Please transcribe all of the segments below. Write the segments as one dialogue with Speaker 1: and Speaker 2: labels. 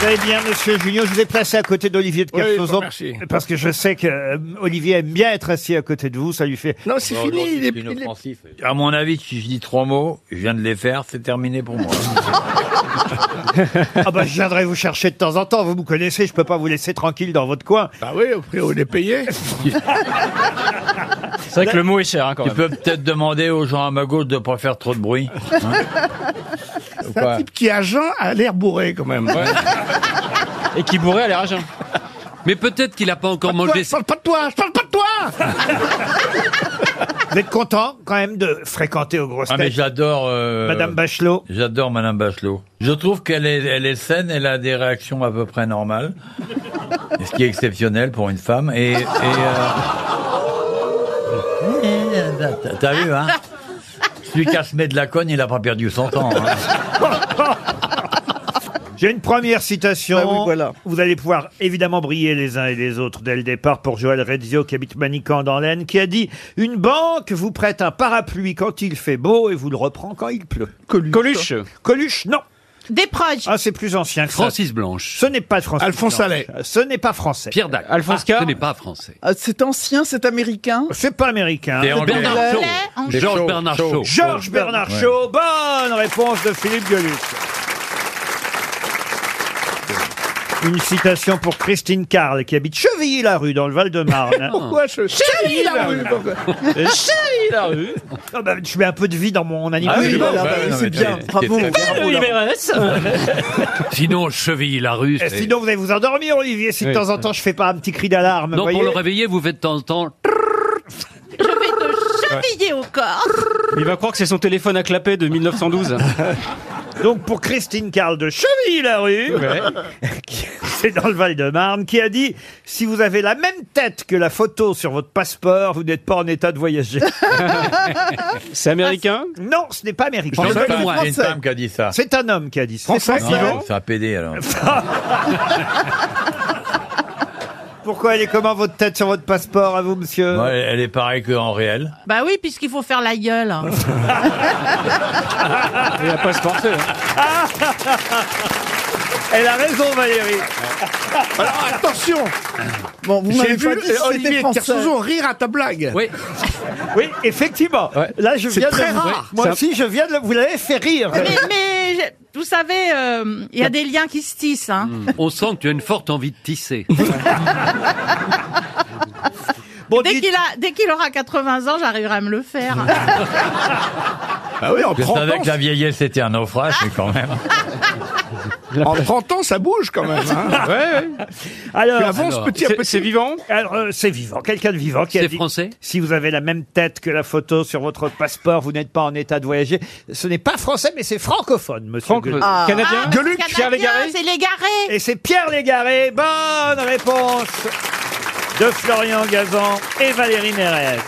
Speaker 1: Vous allez bien, monsieur Junior. Je vous ai placé à côté d'Olivier de
Speaker 2: Oui,
Speaker 1: Kersauzon.
Speaker 2: merci.
Speaker 1: parce que je sais que euh, Olivier aime bien être assis à côté de vous. Ça lui fait.
Speaker 2: Non, c'est
Speaker 3: Non, non,
Speaker 2: fini. il est-
Speaker 3: c'est
Speaker 2: il est-
Speaker 3: inoffensif.
Speaker 4: À mon avis, si je dis trois mots, je viens de les faire, c'est terminé pour moi.
Speaker 1: Ah bah, je viendrai vous chercher de temps en temps. Vous me connaissez. Je peux pas vous laisser tranquille dans votre coin.
Speaker 2: Bah oui, au prix où il est payé.
Speaker 5: C'est vrai que le mot est cher hein, quand
Speaker 4: Tu
Speaker 5: même.
Speaker 4: peux peut-être demander aux gens à ma gauche de pas faire trop de bruit. hein. Ou
Speaker 2: C'est un
Speaker 4: quoi
Speaker 2: type qui, à Jean, a l'air bourré quand même.
Speaker 5: Et qui bourrait à l'air à jeun.
Speaker 3: Mais peut-être qu'il n'a pas encore
Speaker 2: Toi,
Speaker 3: mangé.
Speaker 2: je parle pas de toi, je parle pas de toi
Speaker 1: Vous êtes content quand même de fréquenter aux grosses
Speaker 4: Ah mais
Speaker 1: têtes,
Speaker 4: j'adore. euh,
Speaker 1: Madame Bachelot.
Speaker 4: J'adore Madame Bachelot. Je trouve qu'elle est, elle est saine, elle a des réactions à peu près normales, ce qui est exceptionnel pour une femme. Et, et, euh, t'as- t'as vu hein
Speaker 1: Ah,
Speaker 4: Celui qui a semé de la cogne, il a pas perdu son temps. hein.
Speaker 1: J'ai une première citation.
Speaker 2: Bah oui, voilà.
Speaker 1: Vous allez pouvoir évidemment briller les uns et les autres dès le départ pour Joël Redzio qui habite Manican dans l'Aisne, qui a dit Une banque vous prête un parapluie quand il fait beau et vous le reprend quand il pleut.
Speaker 5: Coluche.
Speaker 1: Coluche, non.
Speaker 6: Des proches.
Speaker 1: Ah, c'est plus ancien que ça.
Speaker 3: Francis Blanche.
Speaker 1: Ce n'est pas français.
Speaker 2: Alphonse
Speaker 1: Non,
Speaker 2: Allais.
Speaker 1: Ce n'est pas français.
Speaker 3: Pierre Dac.
Speaker 5: Alphonse K.
Speaker 3: Ce n'est pas français.
Speaker 7: Ah, c'est ancien, c'est américain.
Speaker 1: C'est pas américain.
Speaker 4: T'es anglais.
Speaker 3: Bernard
Speaker 6: Anglais.
Speaker 7: Anglais.
Speaker 3: Shaw. Georges
Speaker 4: Shaw,
Speaker 3: Bernard
Speaker 4: Shaw.
Speaker 3: Shaw.
Speaker 1: Georges Bernard
Speaker 4: Ouais.
Speaker 1: Shaw. Bonne réponse de Philippe Gueluc. Une citation pour Christine Carl qui habite Chevilly-la-Rue dans le Val-de-Marne. Euh,
Speaker 2: Pourquoi je... Chérie, la rue, pourquoi
Speaker 5: Chérie la rue.
Speaker 1: Ah bah, je mets un peu de vie dans mon animal.
Speaker 5: Ah oui,
Speaker 7: voilà,
Speaker 4: bah,
Speaker 7: bah oui,
Speaker 4: non, mais
Speaker 7: c'est bien.
Speaker 4: t'es-
Speaker 7: Bravo.
Speaker 4: t'es-
Speaker 5: Le Libérès.
Speaker 3: Sinon, cheville la rue.
Speaker 1: Et Eh, sinon, vous allez vous endormir, Olivier, si de
Speaker 5: Oui.
Speaker 1: temps en temps je fais pas un petit cri d'alarme.
Speaker 3: Non,
Speaker 1: voyez
Speaker 3: pour le réveiller, vous faites de temps en temps.
Speaker 6: Je vais te cheviller au corps.
Speaker 5: Il va croire que c'est son téléphone à clapet de 1912.
Speaker 1: Donc pour Christine Carl de Chevilly-la-Rue, qui- c'est dans le Val-de-Marne, qui a dit « Si vous avez la même tête que la photo sur votre passeport, vous n'êtes pas en état de voyager.
Speaker 5: C'est américain »
Speaker 1: Non, ce n'est pas américain.
Speaker 3: Français.
Speaker 4: Jean-Paul,
Speaker 3: Français.
Speaker 4: C'est une femme qui a dit ça.
Speaker 1: C'est un homme qui a dit ça.
Speaker 4: Non, C'est un PD alors.
Speaker 1: Pourquoi elle est comment votre tête sur votre passeport à vous, monsieur
Speaker 4: Moi, elle elle est pareille qu'en réel.
Speaker 6: Bah oui, puisqu'il faut faire la gueule.
Speaker 5: Il a pas se porter. hein.
Speaker 1: Elle a raison, Valérie.
Speaker 2: Alors, attention
Speaker 7: Bon, vous
Speaker 2: J'ai
Speaker 7: m'avez
Speaker 2: vu
Speaker 7: pas dit si
Speaker 2: euh,
Speaker 7: c'était
Speaker 2: Olivier
Speaker 7: français.
Speaker 2: Kersouzon rire à ta blague.
Speaker 3: Oui,
Speaker 1: Oui, effectivement.
Speaker 5: Ouais.
Speaker 1: Là, je
Speaker 2: C'est
Speaker 1: viens
Speaker 2: très
Speaker 1: de vous-
Speaker 2: rare.
Speaker 1: Moi aussi, je viens de vous l'avez fait rire.
Speaker 6: mais, mais je- vous savez, euh, il y a des liens qui se tissent. Hein.
Speaker 3: on sent que tu as une forte envie de tisser.
Speaker 1: Bon,
Speaker 6: Dès
Speaker 1: dites-
Speaker 6: qu'il a, dès qu'il aura 80 ans, j'arriverai à me le faire.
Speaker 1: Ah
Speaker 2: Bah oui, en
Speaker 4: Je
Speaker 2: 30
Speaker 4: savais
Speaker 2: ans,
Speaker 4: que la vieillesse était un naufrage, mais quand même.
Speaker 2: en 30 ans, ça bouge quand même. Hein.
Speaker 5: Ouais, ouais.
Speaker 2: Tu
Speaker 1: alors,
Speaker 2: avances
Speaker 3: Alors,
Speaker 2: petit à
Speaker 5: C'est- C'est
Speaker 2: petit.
Speaker 5: vivant
Speaker 1: alors, euh, c'est vivant, quelqu'un de vivant qui a
Speaker 3: C'est
Speaker 1: dit
Speaker 3: français
Speaker 1: Si vous avez la même tête que la photo sur votre passeport, vous n'êtes pas en état de voyager. Ce n'est pas français, mais c'est francophone, monsieur.
Speaker 5: Franck,
Speaker 1: Gueluc.
Speaker 7: Ah.
Speaker 5: Canadien
Speaker 6: Gueuluc,
Speaker 5: Pierre Légaré
Speaker 6: C'est l'égaré.
Speaker 1: Et c'est Pierre Légaré. Bonne réponse de Florian Gazan et Valérie Mérès.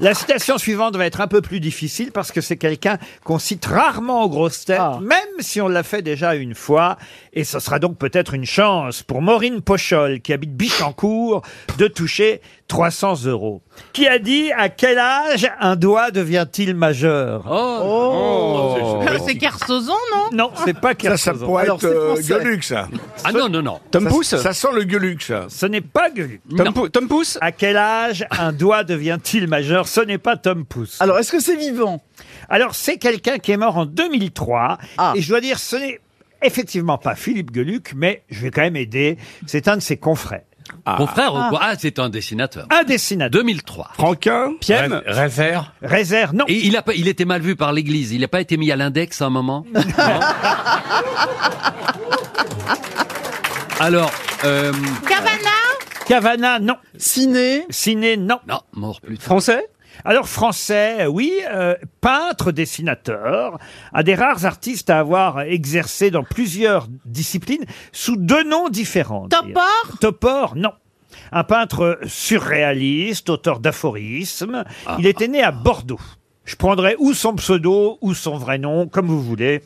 Speaker 1: La citation suivante va être un peu plus difficile parce que c'est quelqu'un qu'on cite rarement aux grosses têtes,
Speaker 5: Ah.
Speaker 1: même si on l'a fait déjà une fois. Et ce sera donc peut-être une chance pour Maureen Pochol, qui habite Bichancourt, de toucher 300 euros. Qui a dit à quel âge un doigt devient-il majeur
Speaker 3: Oh,
Speaker 6: C'est Kersozon, non
Speaker 1: Non, c'est pas
Speaker 2: Ça, ça pourrait
Speaker 7: Alors,
Speaker 2: être
Speaker 7: c'est
Speaker 2: euh,
Speaker 7: français.
Speaker 2: Gueuluc, ça.
Speaker 3: Ah non, non, non.
Speaker 5: Tom
Speaker 2: Ça-
Speaker 5: Pouce
Speaker 2: Ça sent le Gueuluc, ça.
Speaker 1: Ce n'est pas Gueuluc.
Speaker 5: Tom, Pou- Tom Pouce
Speaker 1: À quel âge un doigt devient-il majeur Ce n'est pas Tom Pouce.
Speaker 7: Alors, est-ce que c'est vivant
Speaker 1: Alors, c'est quelqu'un qui est mort en 2003.
Speaker 7: Ah.
Speaker 1: Et je dois dire, ce n'est effectivement pas Philippe Gueluc, mais je vais quand même aider. C'est un de ses confrères.
Speaker 3: Mon frère, au- ah, c'est un dessinateur.
Speaker 1: Un dessinateur.
Speaker 3: 2003.
Speaker 2: Franquin
Speaker 5: Piem
Speaker 4: Réfère
Speaker 1: Réserve, non.
Speaker 3: Et il, a pas, il était mal vu par l'Église. Il n'a pas été mis à l'index à un moment
Speaker 1: Ah,
Speaker 3: Non Alors, euh,
Speaker 6: Cavana
Speaker 1: Cavana, non.
Speaker 7: Ciné
Speaker 1: Ciné, non.
Speaker 3: non, mort plus tard.
Speaker 5: Français
Speaker 1: Alors, français, oui. euh, peintre, dessinateur. Un des rares artistes à avoir exercé dans plusieurs disciplines sous deux noms différents. d'ailleurs.
Speaker 6: Topor
Speaker 1: Topor, non. Un peintre surréaliste, auteur d'aphorismes.
Speaker 3: Ah.
Speaker 1: Il était né à Bordeaux. Je prendrai ou son pseudo ou son vrai nom, comme vous voulez.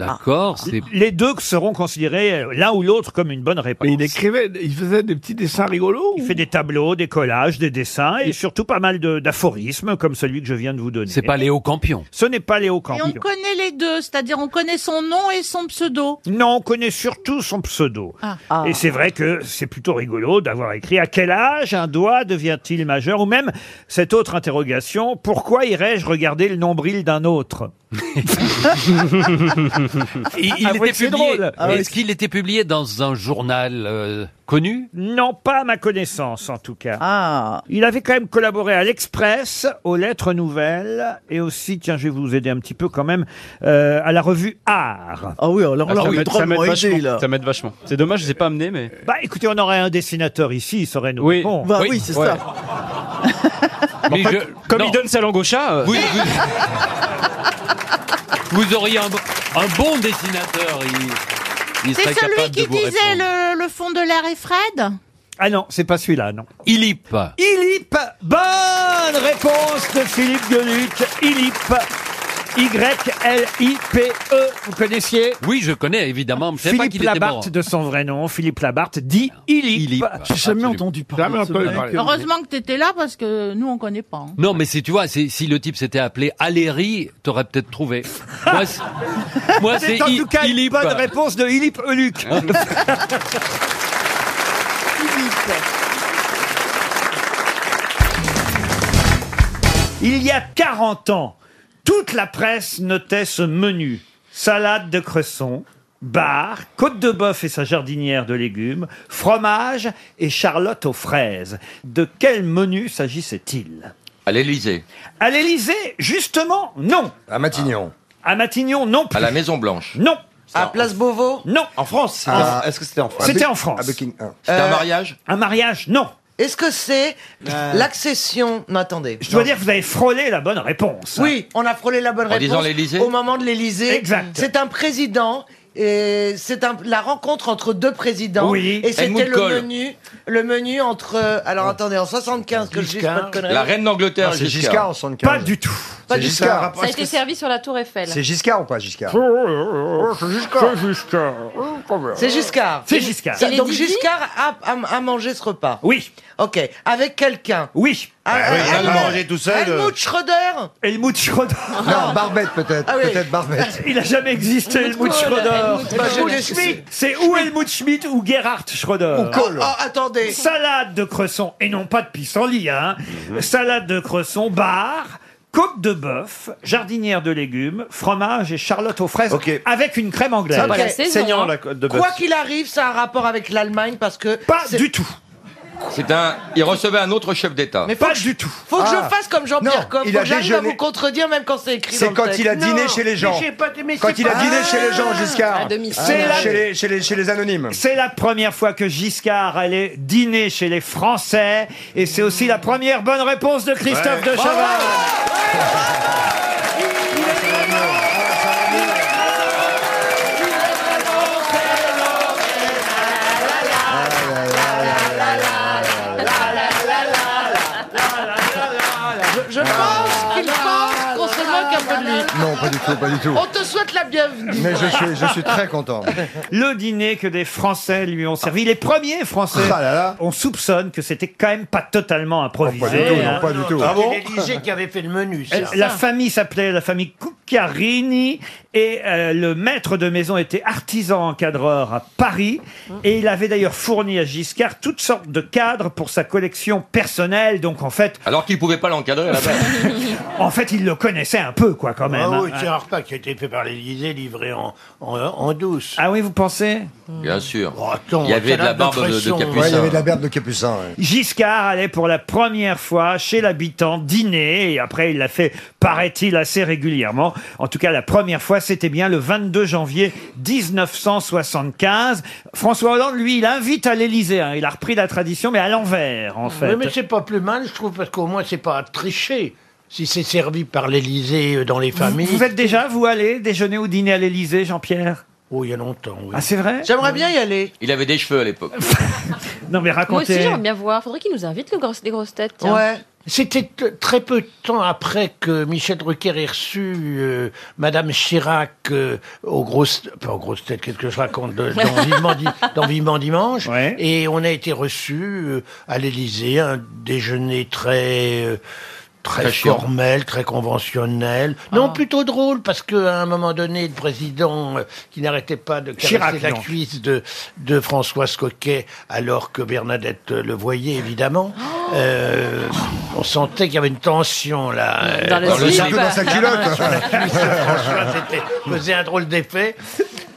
Speaker 1: Ah.
Speaker 3: D'accord, c'est
Speaker 1: Les deux seront considérés euh, l'un ou l'autre comme une bonne réponse.
Speaker 2: Mais il écrivait, il faisait des petits dessins rigolos.
Speaker 1: Il fait des tableaux, des collages, des dessins et surtout pas mal de- d'aphorismes comme celui que je viens de vous donner.
Speaker 3: c'est pas Léo Campion.
Speaker 1: Ce n'est pas Léo
Speaker 6: Et on
Speaker 1: Campion.
Speaker 6: connaît les deux, c'est-à-dire on connaît son nom et son pseudo.
Speaker 1: Non, on connaît surtout son pseudo.
Speaker 7: Ah.
Speaker 1: Et c'est vrai que c'est plutôt rigolo d'avoir écrit à quel âge un doigt devient-il majeur ou même cette autre interrogation, pourquoi irais-je regarder le nombril d'un autre
Speaker 3: Il, il
Speaker 1: Ah oui,
Speaker 3: était
Speaker 1: c'est
Speaker 3: publié.
Speaker 1: drôle.
Speaker 7: Ah oui,
Speaker 3: Est-ce qu'il était publié dans un journal euh, connu
Speaker 1: Non, pas à ma connaissance en tout cas.
Speaker 7: Ah.
Speaker 1: Il avait quand même collaboré à l'Express, aux Lettres Nouvelles et aussi, tiens, je vais vous aider un petit peu quand même, euh, à la revue Art.
Speaker 7: Ah oui, alors
Speaker 5: Ah,
Speaker 7: là,
Speaker 5: ça
Speaker 7: on est
Speaker 5: m'aide- ça m'aide
Speaker 7: drôlement aidé,
Speaker 5: vachement.
Speaker 7: là.
Speaker 5: Ça m'aide vachement. C'est dommage, je ne pas amené, mais.
Speaker 1: Bah écoutez, on aurait un dessinateur ici, il saurait nous
Speaker 5: Oui.
Speaker 1: répondre.
Speaker 7: Bah
Speaker 3: Oui.
Speaker 7: oui, c'est
Speaker 5: Ouais.
Speaker 7: ça.
Speaker 3: Mais je-
Speaker 5: Comme
Speaker 3: non.
Speaker 5: il donne sa langue au chat. euh,
Speaker 3: Vous, vous- vous auriez un, bon- un bon dessinateur. Il, il
Speaker 6: C'est
Speaker 3: serait
Speaker 6: celui
Speaker 3: capable
Speaker 6: qui
Speaker 3: de vous
Speaker 6: disait
Speaker 3: répondre.
Speaker 6: le, le fond de l'air et Fred
Speaker 1: Ah non, c'est pas celui-là, non.
Speaker 3: Ilip.
Speaker 1: Ilip. Bonne réponse de Philippe Gueluc. Ilip. Y-L-I-P-E. E, Vous connaissiez
Speaker 3: Oui, je connais évidemment. mais Je ne pas
Speaker 1: Philippe
Speaker 3: qu'il était mort.
Speaker 1: Labarthe de son vrai nom. Philippe Labarthe dit Ilip.
Speaker 3: Ilip.
Speaker 7: J'ai jamais
Speaker 3: Absolument.
Speaker 7: entendu parler.
Speaker 2: Jamais
Speaker 7: de ce
Speaker 2: entendu
Speaker 7: mec.
Speaker 2: parler.
Speaker 6: Heureusement que t'étais là parce que nous on connaît pas. hein.
Speaker 3: Non, mais si tu vois, c'est- si le type s'était appelé Aléry, t'aurais peut-être trouvé. Moi, c'est- moi, c'est
Speaker 1: C'est en
Speaker 3: I-
Speaker 1: tout cas une
Speaker 3: Ilip.
Speaker 1: bonne réponse de Ilip Euluc.
Speaker 3: Ah.
Speaker 1: Il y a 40 ans, toute la presse notait ce menu. Salade de cresson, bar, côte de bœuf et sa jardinière de légumes, fromage et charlotte aux fraises. De quel menu s'agissait-il
Speaker 8: À l'Élysée,
Speaker 1: À l'Élysée, justement, non.
Speaker 9: À Matignon.
Speaker 1: À Matignon, non
Speaker 8: à
Speaker 1: plus.
Speaker 8: la Maison Blanche.
Speaker 1: Non,
Speaker 10: Ah,
Speaker 8: À Place Beauvau
Speaker 1: non.
Speaker 9: En France c'est-
Speaker 1: Ah.
Speaker 9: Est-ce que c'était en France
Speaker 1: C'était
Speaker 9: À Be-
Speaker 1: en France. Euh,
Speaker 9: À ah. Buckingham.
Speaker 8: C'était un mariage
Speaker 1: Un mariage, non. Euh.
Speaker 10: Est-ce que c'est l'accession Non, attendez.
Speaker 1: Je dois dire que vous avez frôlé la bonne réponse.
Speaker 10: Oui, on a frôlé la bonne
Speaker 8: En disant
Speaker 10: réponse
Speaker 8: l'Élysée
Speaker 10: au moment de l'Élysée.
Speaker 1: Exact.
Speaker 10: C'est un président. Et c'est un- la rencontre entre deux présidents.
Speaker 1: Oui.
Speaker 10: Et c'était
Speaker 8: Helmut
Speaker 10: le
Speaker 8: Kohl.
Speaker 10: menu, le menu entre. euh, Alors attendez, en 75 que je dise pas de conneries.
Speaker 8: La reine d'Angleterre,
Speaker 9: Ah, C'est
Speaker 8: Giscard.
Speaker 9: Giscard en 75.
Speaker 1: Pas du tout.
Speaker 9: C'est Giscard.
Speaker 10: Ça a été servi sur la Tour Eiffel.
Speaker 9: C'est Giscard ou pas
Speaker 1: Oh,
Speaker 9: Giscard Oh,
Speaker 10: C'est Giscard.
Speaker 1: C'est Giscard.
Speaker 10: Ça- donc Giscard a, a- a mangé ce repas.
Speaker 1: Oui,
Speaker 10: Ok. Avec quelqu'un.
Speaker 1: oui.
Speaker 10: Ah, ah,
Speaker 9: il Ben a
Speaker 10: Helmut-
Speaker 9: mangé tout seul, euh.
Speaker 10: Helmut Schroeder.
Speaker 1: Helmut Schroeder.
Speaker 9: Non, Barbette peut-être.
Speaker 10: Ah oui.
Speaker 9: Peut-être Barbette.
Speaker 1: Il a jamais existé, Helmut Schroeder.
Speaker 10: Bah, j'ai-
Speaker 1: Schmidt, C'est ou Helmut Schmidt ou Gerhard Schroeder.
Speaker 10: Oh, oh, attendez.
Speaker 1: Salade de cresson, et non pas de pissenlit, hein.
Speaker 9: Mhm.
Speaker 1: Salade de cresson, bar, côte de bœuf, jardinière de légumes, fromage et charlotte aux fraises
Speaker 9: Ok.
Speaker 1: avec une crème anglaise.
Speaker 10: Ok.
Speaker 9: Saignant la hein. côte de bœuf.
Speaker 10: hein. Quoi qu'il arrive, ça a un rapport avec l'Allemagne parce que.
Speaker 1: Pas
Speaker 10: c'est-
Speaker 1: du tout.
Speaker 8: C'est un. Il recevait un autre chef d'État.
Speaker 10: Mais faut,
Speaker 1: Pas
Speaker 10: que, je-
Speaker 1: du tout.
Speaker 10: faut que
Speaker 9: Ah.
Speaker 10: je fasse comme
Speaker 9: Non,
Speaker 10: Jean-Pierre Coff. Faut
Speaker 9: il a
Speaker 10: que j'arrive à
Speaker 9: déjeuné-
Speaker 10: vous contredire même quand c'est écrit. dans
Speaker 9: C'est
Speaker 10: le
Speaker 9: quand
Speaker 10: texte.
Speaker 9: il a dîné
Speaker 10: Non,
Speaker 9: chez les gens.
Speaker 10: mais j'ai pas- mais
Speaker 9: Quand
Speaker 10: c'est
Speaker 9: il a
Speaker 10: pas- Ah.
Speaker 9: dîné chez les gens, Giscard. Ah,
Speaker 1: C'est la-
Speaker 9: Chez les, chez les, chez les anonymes.
Speaker 1: C'est la première fois que Giscard allait dîner chez les Français et c'est aussi la première bonne réponse de Christophe de Chavannes.
Speaker 10: Je pense qu'il pense qu'on se moque un peu de lui.
Speaker 9: Non, pas du tout, pas du tout.
Speaker 10: On te souhaite la bienvenue.
Speaker 9: Mais je suis, je suis très content.
Speaker 1: Le dîner que des Français lui ont servi, les premiers Français,
Speaker 9: Ah là là.
Speaker 1: on soupçonne que c'était quand même pas totalement improvisé.
Speaker 9: Pas du tout,
Speaker 1: hein.
Speaker 9: non, pas du tout.
Speaker 10: qui avait fait le menu.
Speaker 1: Eh, La famille s'appelait la famille Cuccarini et euh, le maître de maison était artisan encadreur à Paris et il avait d'ailleurs fourni à Giscard toutes sortes de cadres pour sa collection personnelle. Donc en fait,
Speaker 8: Alors qu'il pouvait pas l'encadrer à la base.
Speaker 1: en fait, il le connaissait un peu quoi
Speaker 10: Ah
Speaker 1: quand même. hein.
Speaker 10: un repas qui a été fait par l'Élysée, livré en, douce. Oh,
Speaker 1: Ah oui, vous pensez
Speaker 8: Bien sûr.
Speaker 10: attends,
Speaker 8: Il y avait de la barbe de, de Capucin.
Speaker 9: Ouais, il y avait de la berde de Capucin. ouais.
Speaker 1: Giscard allait pour la première fois chez l'habitant dîner et après il l'a fait, paraît-il, assez régulièrement. En tout cas, la première fois, c'était bien le 22 janvier 1975. François Hollande, lui, il invite à l'Élysée. hein. Il a repris la tradition, mais à l'envers, en fait.
Speaker 10: c'est pas plus mal, je trouve, parce qu'au moins c'est pas tricher. Si c'est servi par l'Élysée euh, dans les
Speaker 1: Vous, vous êtes déjà, vous, allé déjeuner ou dîner à l'Élysée, Jean-Pierre
Speaker 10: Oh, il y a longtemps,
Speaker 1: Ah, c'est vrai
Speaker 10: J'aimerais bien y aller.
Speaker 8: Il avait des cheveux à l'époque.
Speaker 1: Non, mais racontez.
Speaker 11: Ah,
Speaker 12: bien voir. Faudrait qu'il nous invite, les grosses, les grosses têtes.
Speaker 10: Ouais. C'était t- très peu de temps après que Michel Drucker ait reçu euh, Madame Chirac euh, aux grosses, enfin, aux grosses têtes, qu'est-ce que je raconte, de- dans, Vivement, Di- dans Vivement Dimanche.
Speaker 1: Ouais.
Speaker 10: Et on a été reçus euh, à l'Élysée, un déjeuner très... euh, Très,
Speaker 8: Très chiant.
Speaker 10: formel, très conventionnel. Non, plutôt drôle, parce qu'à un moment donné, le président, euh, qui n'arrêtait pas de caresser
Speaker 1: Chirac,
Speaker 10: la
Speaker 1: non.
Speaker 10: cuisse de, de Françoise Coquet, alors que Bernadette le voyait, évidemment, euh, on sentait qu'il y avait une tension, là. euh,
Speaker 6: Dans le
Speaker 10: dans le
Speaker 6: slip.
Speaker 10: sac
Speaker 9: Surtout dans sa culotte.
Speaker 10: François, c'était- faisait un drôle d'effet.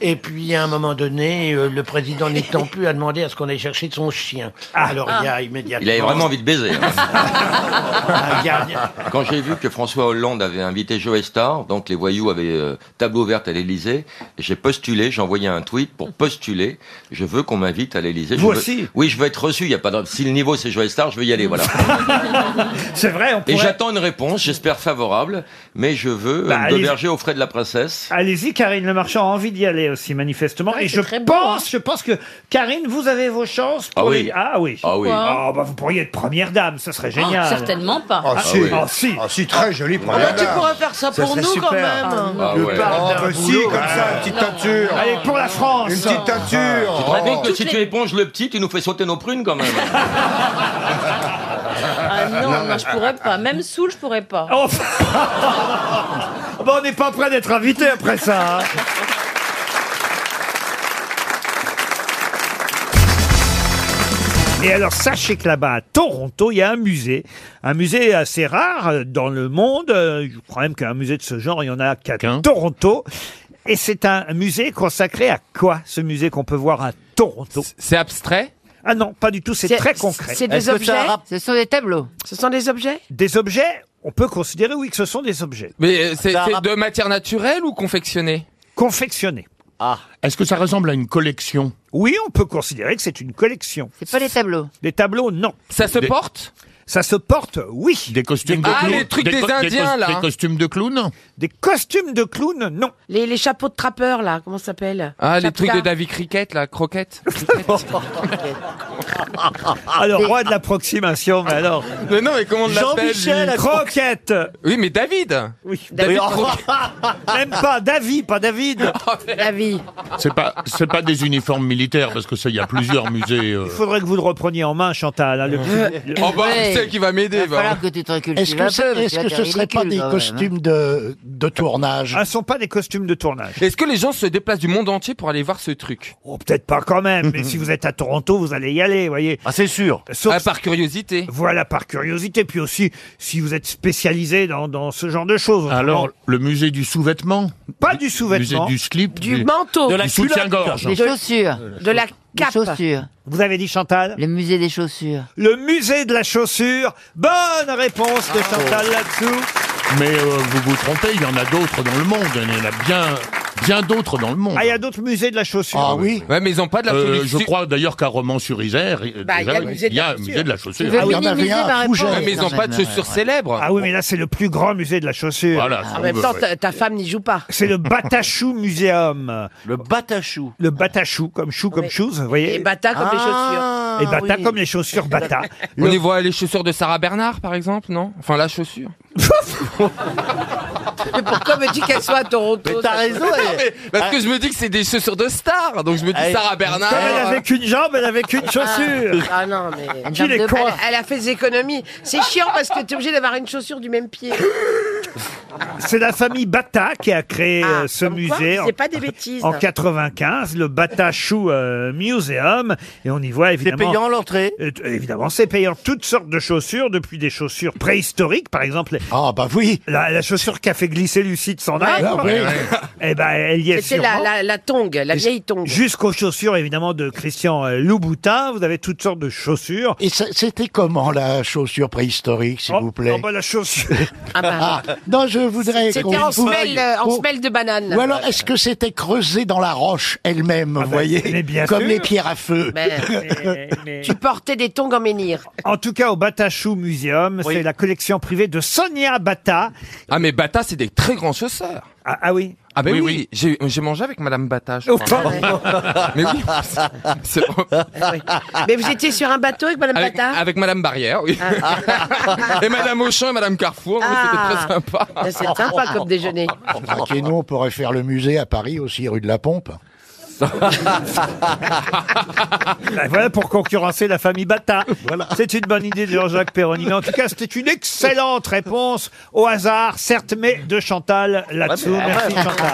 Speaker 10: Et puis, à un moment donné, euh, le président n'étant plus, a demandé à ce qu'on aille chercher son chien.
Speaker 2: Ah.
Speaker 10: Alors, il y a immédiatement...
Speaker 8: Il avait vraiment envie de baiser. hein.
Speaker 10: un gardien.
Speaker 8: Quand j'ai vu que François Hollande avait invité Joe Star, donc les voyous avaient euh, table ouverte à l'Élysée, j'ai postulé, j'ai envoyé un tweet pour postuler. Je veux qu'on m'invite à l'Élysée. Je
Speaker 1: Vous
Speaker 8: veux-
Speaker 1: aussi
Speaker 8: Oui, je veux être reçu. Il y a pas de... Si le niveau c'est Joe Star, je veux y aller. Voilà.
Speaker 1: C'est vrai, on
Speaker 8: Et
Speaker 1: pourrait...
Speaker 8: j'attends une réponse, j'espère favorable, mais je veux euh,
Speaker 1: Bah,
Speaker 8: me
Speaker 1: allez-y.
Speaker 8: berger aux frais de la princesse.
Speaker 1: Allez-y, Karine Le Marchand a envie d'y aller aussi, manifestement.
Speaker 6: Ouais,
Speaker 1: Et
Speaker 6: c'est
Speaker 1: je
Speaker 6: très
Speaker 1: pense,
Speaker 6: beau, hein.
Speaker 1: je pense que, Karine, vous avez vos chances pour
Speaker 8: Ah oui.
Speaker 1: les- Ah oui.
Speaker 8: Ah oui.
Speaker 6: Pourquoi
Speaker 1: Ah, bah, vous pourriez être première dame, ce serait génial.
Speaker 6: Certainement pas. bah,
Speaker 9: Ah, si.
Speaker 8: oui.
Speaker 1: Ah, si.
Speaker 9: Ah, si, très joli première dame.
Speaker 7: faire ça
Speaker 9: Ça serait super.
Speaker 8: Ah
Speaker 10: Le
Speaker 8: ouais.
Speaker 10: parrain
Speaker 9: Oh,
Speaker 10: d'un
Speaker 9: bah si,
Speaker 10: boulot.
Speaker 9: comme ça, une petite teinture.
Speaker 1: Allez, pour la France.
Speaker 9: Une petite teinture.
Speaker 8: Très bien
Speaker 9: Oh.
Speaker 8: que si tu éponges le petit, tu nous fais sauter nos prunes quand même.
Speaker 6: Ah non, non, je pourrais pas. Même Soul, je pourrais pas.
Speaker 1: Oh. Bon, on n'est pas prêt d'être invité après ça. hein. Et alors, sachez que là-bas, à Toronto, il y a un musée. Un musée assez rare euh, dans le monde. Euh, Je crois même qu'un musée de ce genre, il y en a qu'à
Speaker 5: Qu'un.
Speaker 1: Toronto. Et c'est un musée consacré à quoi, ce musée qu'on peut voir à Toronto
Speaker 5: C'est abstrait
Speaker 1: Ah non, pas du tout, c'est très concret.
Speaker 7: des objets.
Speaker 12: Ce sont des tableaux.
Speaker 7: Ce sont des objets.
Speaker 1: Des objets, on peut considérer, oui, que ce sont des objets
Speaker 5: Mais euh, c'est
Speaker 2: Ça a
Speaker 5: c'est
Speaker 2: rap-
Speaker 5: de matière naturelle ou confectionnée
Speaker 1: confectionnés.
Speaker 2: Est-ce que ça ressemble à une collection
Speaker 1: Oui, on peut considérer que c'est une collection.
Speaker 12: C'est pas les tableaux.
Speaker 1: Les tableaux, non.
Speaker 5: Ça se
Speaker 2: Des-
Speaker 5: porte
Speaker 1: Ça se porte, oui.
Speaker 2: Des costumes
Speaker 5: Ah,
Speaker 2: de clowns
Speaker 5: les trucs des
Speaker 2: co-
Speaker 5: Indiens,
Speaker 2: cos-
Speaker 5: là. hein.
Speaker 2: Des costumes de clowns
Speaker 1: Des costumes de clowns, non.
Speaker 12: Les, les chapeaux de trappeur, là, comment ça s'appelle
Speaker 5: Ah, les
Speaker 12: Chapka.
Speaker 5: trucs de David Cricket, là, croquette
Speaker 1: Alors, Ah, roi de l'approximation, mais alors.
Speaker 5: Mais non, mais comment on l'appelle lui
Speaker 1: Croquette.
Speaker 5: Oui, mais David
Speaker 1: Oui.
Speaker 5: David Croquette.
Speaker 1: Même pas David, pas David.
Speaker 12: La vie.
Speaker 2: C'est pas, c'est pas des uniformes militaires, parce que ça, il y a plusieurs musées. euh.
Speaker 1: Il faudrait que vous le repreniez en main, Chantal. hein, le petit- le-
Speaker 5: Oh bah,
Speaker 12: Ouais.
Speaker 5: c'est elle qui va m'aider, va.
Speaker 12: que tu te recules.
Speaker 10: Est-ce que, c'est- est-ce que ce serait pas des
Speaker 12: hein.
Speaker 10: costumes de, de tournage
Speaker 1: Ah, ce sont pas des costumes de tournage.
Speaker 5: Est-ce que les gens se déplacent du monde entier pour aller voir ce truc
Speaker 1: Oh, peut-être pas quand même, mais si vous êtes à Toronto, vous allez y aller, voyez.
Speaker 2: Ah, c'est sûr.
Speaker 1: Sauf
Speaker 5: Ah, par curiosité.
Speaker 1: Voilà, par curiosité. Puis aussi, si vous êtes spécialisé dans, dans ce genre de choses.
Speaker 2: Alors, le musée du sous-vêtement
Speaker 1: pas du
Speaker 2: Musée
Speaker 1: sous-vêtement.
Speaker 2: du slip
Speaker 12: Du Euh, manteau.
Speaker 2: du soutien-gorge.
Speaker 12: chaussures. De la cape. chaussures.
Speaker 1: Vous avez dit Chantal
Speaker 12: Le musée des chaussures.
Speaker 1: Le musée de la chaussure. Bonne réponse de Chantal là-dessous.
Speaker 2: Mais euh, vous vous trompez, il y en a d'autres dans le monde. Il y en a bien, bien d'autres dans le monde. Ah
Speaker 1: Ah, il y a d'autres musées de la chaussure.
Speaker 2: oui
Speaker 5: Ouais, mais ils ont pas de la
Speaker 2: Euh,
Speaker 5: solution.
Speaker 2: je crois d'ailleurs qu'à Romans-sur-Isère, euh,
Speaker 7: Bah, il y a
Speaker 2: déjà,
Speaker 7: le musée
Speaker 2: il
Speaker 7: de
Speaker 2: y
Speaker 7: la
Speaker 2: a un
Speaker 7: chaussure.
Speaker 2: musée de la
Speaker 12: Tu
Speaker 2: chaussure.
Speaker 12: veux
Speaker 7: Ah oui, on avait
Speaker 12: minimiser
Speaker 7: un
Speaker 12: ma
Speaker 7: à
Speaker 12: réponse
Speaker 7: Fougères.
Speaker 5: Ouais, mais ils ont pas de chaussures célèbres.
Speaker 1: Ah oui, mais là, c'est le plus grand musée de la chaussure.
Speaker 5: Ah,
Speaker 2: Voilà. si
Speaker 12: En
Speaker 2: on
Speaker 12: même
Speaker 2: veut,
Speaker 12: temps,
Speaker 5: bah,
Speaker 2: ouais.
Speaker 12: Ah, ta, ta femme n'y joue pas.
Speaker 1: C'est le Batachou Museum.
Speaker 5: Le batachou.
Speaker 1: Le Batachou, comme chou, comme chose, vous
Speaker 12: Et
Speaker 1: voyez
Speaker 12: bata comme les chaussures.
Speaker 5: Ah.
Speaker 1: Et Bata Eh ben, comme les chaussures Bata.
Speaker 5: On y voit les chaussures de Sarah Bernard, par exemple, non Enfin, la chaussure.
Speaker 12: Mais pourquoi me dis qu'elle soit à
Speaker 1: Oh,
Speaker 12: Toronto ça-
Speaker 5: Parce que je me dis que c'est des chaussures de star, donc je me dis Sarah
Speaker 1: Comme Ah, elle
Speaker 5: Bernard.
Speaker 1: avait qu'une jambe, elle avait qu'une chaussure.
Speaker 12: Ah non, mais.
Speaker 1: Qu'il est
Speaker 12: elle,
Speaker 1: con.
Speaker 12: elle a fait des économies. C'est chiant parce que t'es obligé d'avoir une chaussure du même pied.
Speaker 1: C'est la famille Bata qui a créé
Speaker 12: Ah,
Speaker 1: euh, ce
Speaker 12: comme quoi,
Speaker 1: musée. en-
Speaker 12: C'est pas des bêtises.
Speaker 1: en 95, le Batachou euh, Museum, et on y voit évidemment.
Speaker 2: l'entrée
Speaker 1: Euh, t- évidemment, c'est payant. Toutes sortes de chaussures, depuis des chaussures préhistoriques, par exemple.
Speaker 2: Ah bah oui
Speaker 1: La, la chaussure qu'a fait glisser Lucide son
Speaker 10: Ah, bah
Speaker 1: arbre,
Speaker 2: Ouais, ouais.
Speaker 1: eh ben, elle y est
Speaker 12: C'était la,
Speaker 1: sûrement.
Speaker 12: la, la tongue, la vieille tongue.
Speaker 1: Jusqu'aux chaussures, évidemment, de Christian euh, Louboutin. Vous avez toutes sortes de chaussures.
Speaker 10: Et ça- c'était comment la chaussure préhistorique, s'il
Speaker 1: Oh,
Speaker 10: vous plaît
Speaker 1: oh, bah, la chaussure.
Speaker 12: Ah bah.
Speaker 10: Ah, non, je voudrais.
Speaker 12: C'était
Speaker 10: qu'on-
Speaker 12: en semelle, euh, en
Speaker 10: Oh.
Speaker 12: semelle de banane.
Speaker 10: Ou alors, est-ce que c'était creusé dans la roche elle-même, vous voyez
Speaker 1: Ah bah, mais bien
Speaker 10: Comme
Speaker 1: sûr.
Speaker 10: les pierres à feu.
Speaker 12: Ben, tu portais des tongs en menhir.
Speaker 1: en tout cas, au Batachou Museum, c'est la collection privée de Sonia Bata.
Speaker 5: Ah, mais bata, c'est des très grands chausseurs.
Speaker 1: Ah, ah oui.
Speaker 5: Ah ben
Speaker 10: Oui,
Speaker 5: oui,
Speaker 10: oui.
Speaker 5: j'ai j'ai mangé avec Madame Bata, je
Speaker 10: Oh,
Speaker 5: crois.
Speaker 10: pardon.
Speaker 5: Mais oui, c'est-
Speaker 12: Ah, Mais vous étiez sur un bateau avec Madame
Speaker 5: avec,
Speaker 12: Bata
Speaker 5: avec Madame Barrière, oui. et Madame Auchan et Madame Carrefour, oui,
Speaker 12: Ah.
Speaker 5: c'était très sympa.
Speaker 12: C'est sympa comme déjeuner.
Speaker 1: Ah bah.
Speaker 13: Ah, nous, on pourrait faire le musée à Paris aussi, rue de la Pompe.
Speaker 1: Ben voilà pour concurrencer la famille Bata. C'est une bonne idée de Jean-Jacques Perroni. Mais en tout cas, c'était une excellente réponse au hasard, certes, mais de Chantal là-dessous.
Speaker 14: Ouais, mais-
Speaker 1: Merci
Speaker 14: ouais.
Speaker 1: Chantal.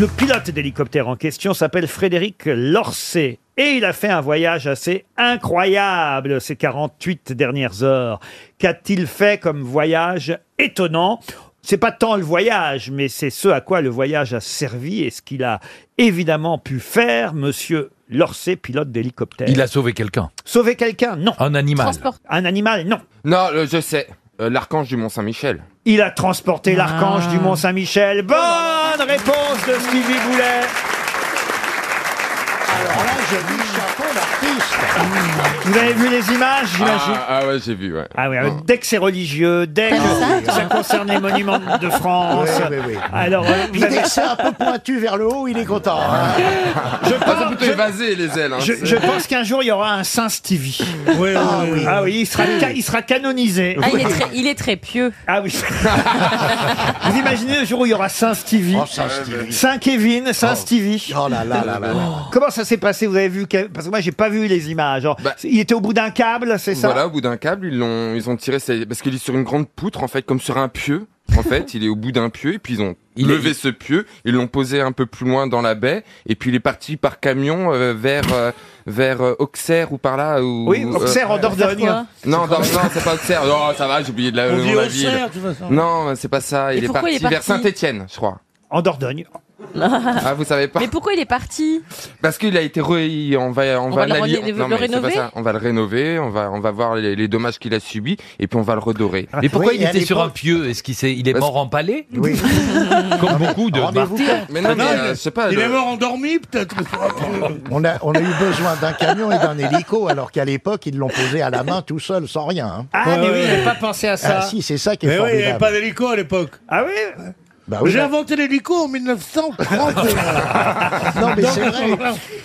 Speaker 1: Le pilote d'hélicoptère en question s'appelle Frédéric Lorcet. Et il a fait un voyage assez incroyable ces 48 dernières heures. Qu'a-t-il fait comme voyage étonnant C'est pas tant le voyage, mais c'est ce à quoi le voyage a servi et ce qu'il a évidemment pu faire, monsieur Lorcet, pilote d'hélicoptère.
Speaker 3: Il a sauvé quelqu'un.
Speaker 1: Sauver quelqu'un Non.
Speaker 3: Un animal.
Speaker 1: Un animal Non.
Speaker 5: Non, euh, je sais, euh, l'archange du Mont-Saint-Michel.
Speaker 1: Il a
Speaker 11: Ah.
Speaker 1: transporté l'archange du Mont-Saint-Michel. Bonne réponse de Stevie Boulet.
Speaker 13: Alors là, j'ai mis chapeau l'artiste.
Speaker 1: Vous avez vu les images, j'imagine
Speaker 5: Ah, ah ouais, j'ai vu, ouais.
Speaker 1: Ah oui, euh, dès que c'est religieux, dès que ça concerne les monuments de France.
Speaker 13: euh, Oui, oui, oui.
Speaker 1: Alors, euh, vous
Speaker 13: Puis dès
Speaker 1: avez-
Speaker 13: que c'est un peu pointu vers le haut, il est content. hein.
Speaker 5: Je pense ah, plutôt évasé les ailes. hein.
Speaker 1: je, je pense qu'un jour il y aura un Saint Stevie. ah, oui. il sera, ca- il sera canonisé.
Speaker 11: Ah, il, est très, il est très pieux.
Speaker 1: Ah oui. Vous imaginez le jour où il y aura Saint Stevie, Saint, Kevin, Saint Stevie.
Speaker 13: Oh là là là là.
Speaker 1: Comment ça s'est passé Vous avez vu que- Parce que moi j'ai pas vu les images. Genre,
Speaker 13: Bah.
Speaker 1: Il était au bout d'un câble, c'est ça
Speaker 5: Voilà, au bout d'un câble, ils l'ont, ils ont tiré, ses- parce qu'il est sur une grande poutre en fait, comme sur un pieu. En fait, il est au bout d'un pieu et puis ils ont levé ce pieu, ils l'ont posé un peu plus loin dans la baie et puis il est parti par camion euh, vers euh, vers euh, Auxerre ou par là ou
Speaker 1: Oui,
Speaker 5: euh,
Speaker 1: Auxerre en Dordogne. Faire quoi
Speaker 5: Non, Dor- non, c'est pas Auxerre. Non, ça va, j'ai oublié de la, le
Speaker 1: On
Speaker 5: nom
Speaker 1: dit
Speaker 5: de la
Speaker 1: Auxerre,
Speaker 5: ville.
Speaker 1: de toute façon.
Speaker 5: Non, c'est pas ça.
Speaker 11: Et
Speaker 5: il, est
Speaker 11: pourquoi
Speaker 5: parti
Speaker 11: il est
Speaker 5: vers
Speaker 11: parti
Speaker 5: Saint-Étienne, je crois.
Speaker 1: En Dordogne.
Speaker 5: ah, vous savez pas
Speaker 11: Mais pourquoi il est parti
Speaker 5: parce qu'il a été re- il- on va on,
Speaker 11: On va le
Speaker 5: l'anali-
Speaker 11: rené- le
Speaker 5: non, mais c'est pas
Speaker 11: rénover
Speaker 5: ça. on va le rénover, on va on va voir les, les dommages qu'il a subis et puis on va le redorer.
Speaker 15: Ah,
Speaker 3: Mais pourquoi il était sur un pieu Est-ce qu'il s'est- il est mort en palais
Speaker 13: Oui.
Speaker 3: Comme beaucoup de
Speaker 13: Rendez-vous
Speaker 3: martyrs.
Speaker 13: compte. Mais
Speaker 15: Ah,
Speaker 1: Ah,
Speaker 13: non, mais, euh,
Speaker 3: il-
Speaker 13: je sais pas, le-
Speaker 2: endormi, peut-être.
Speaker 13: On a, on a eu besoin d'un camion et d'un hélico, alors qu'à l'époque, ils l'ont posé à la main tout seul, sans rien. hein.
Speaker 1: Ah, mais oui, j'avais pas pensé à ça.
Speaker 13: Ah si, c'est ça qui est
Speaker 1: Mais oui,
Speaker 13: formidable.
Speaker 1: il y avait pas
Speaker 13: d'hélico à l'époque.
Speaker 1: Ah oui
Speaker 13: Bah oui,
Speaker 10: J'ai
Speaker 13: bah-
Speaker 10: inventé l'hélico en 1930.
Speaker 13: Non, mais c'est vrai.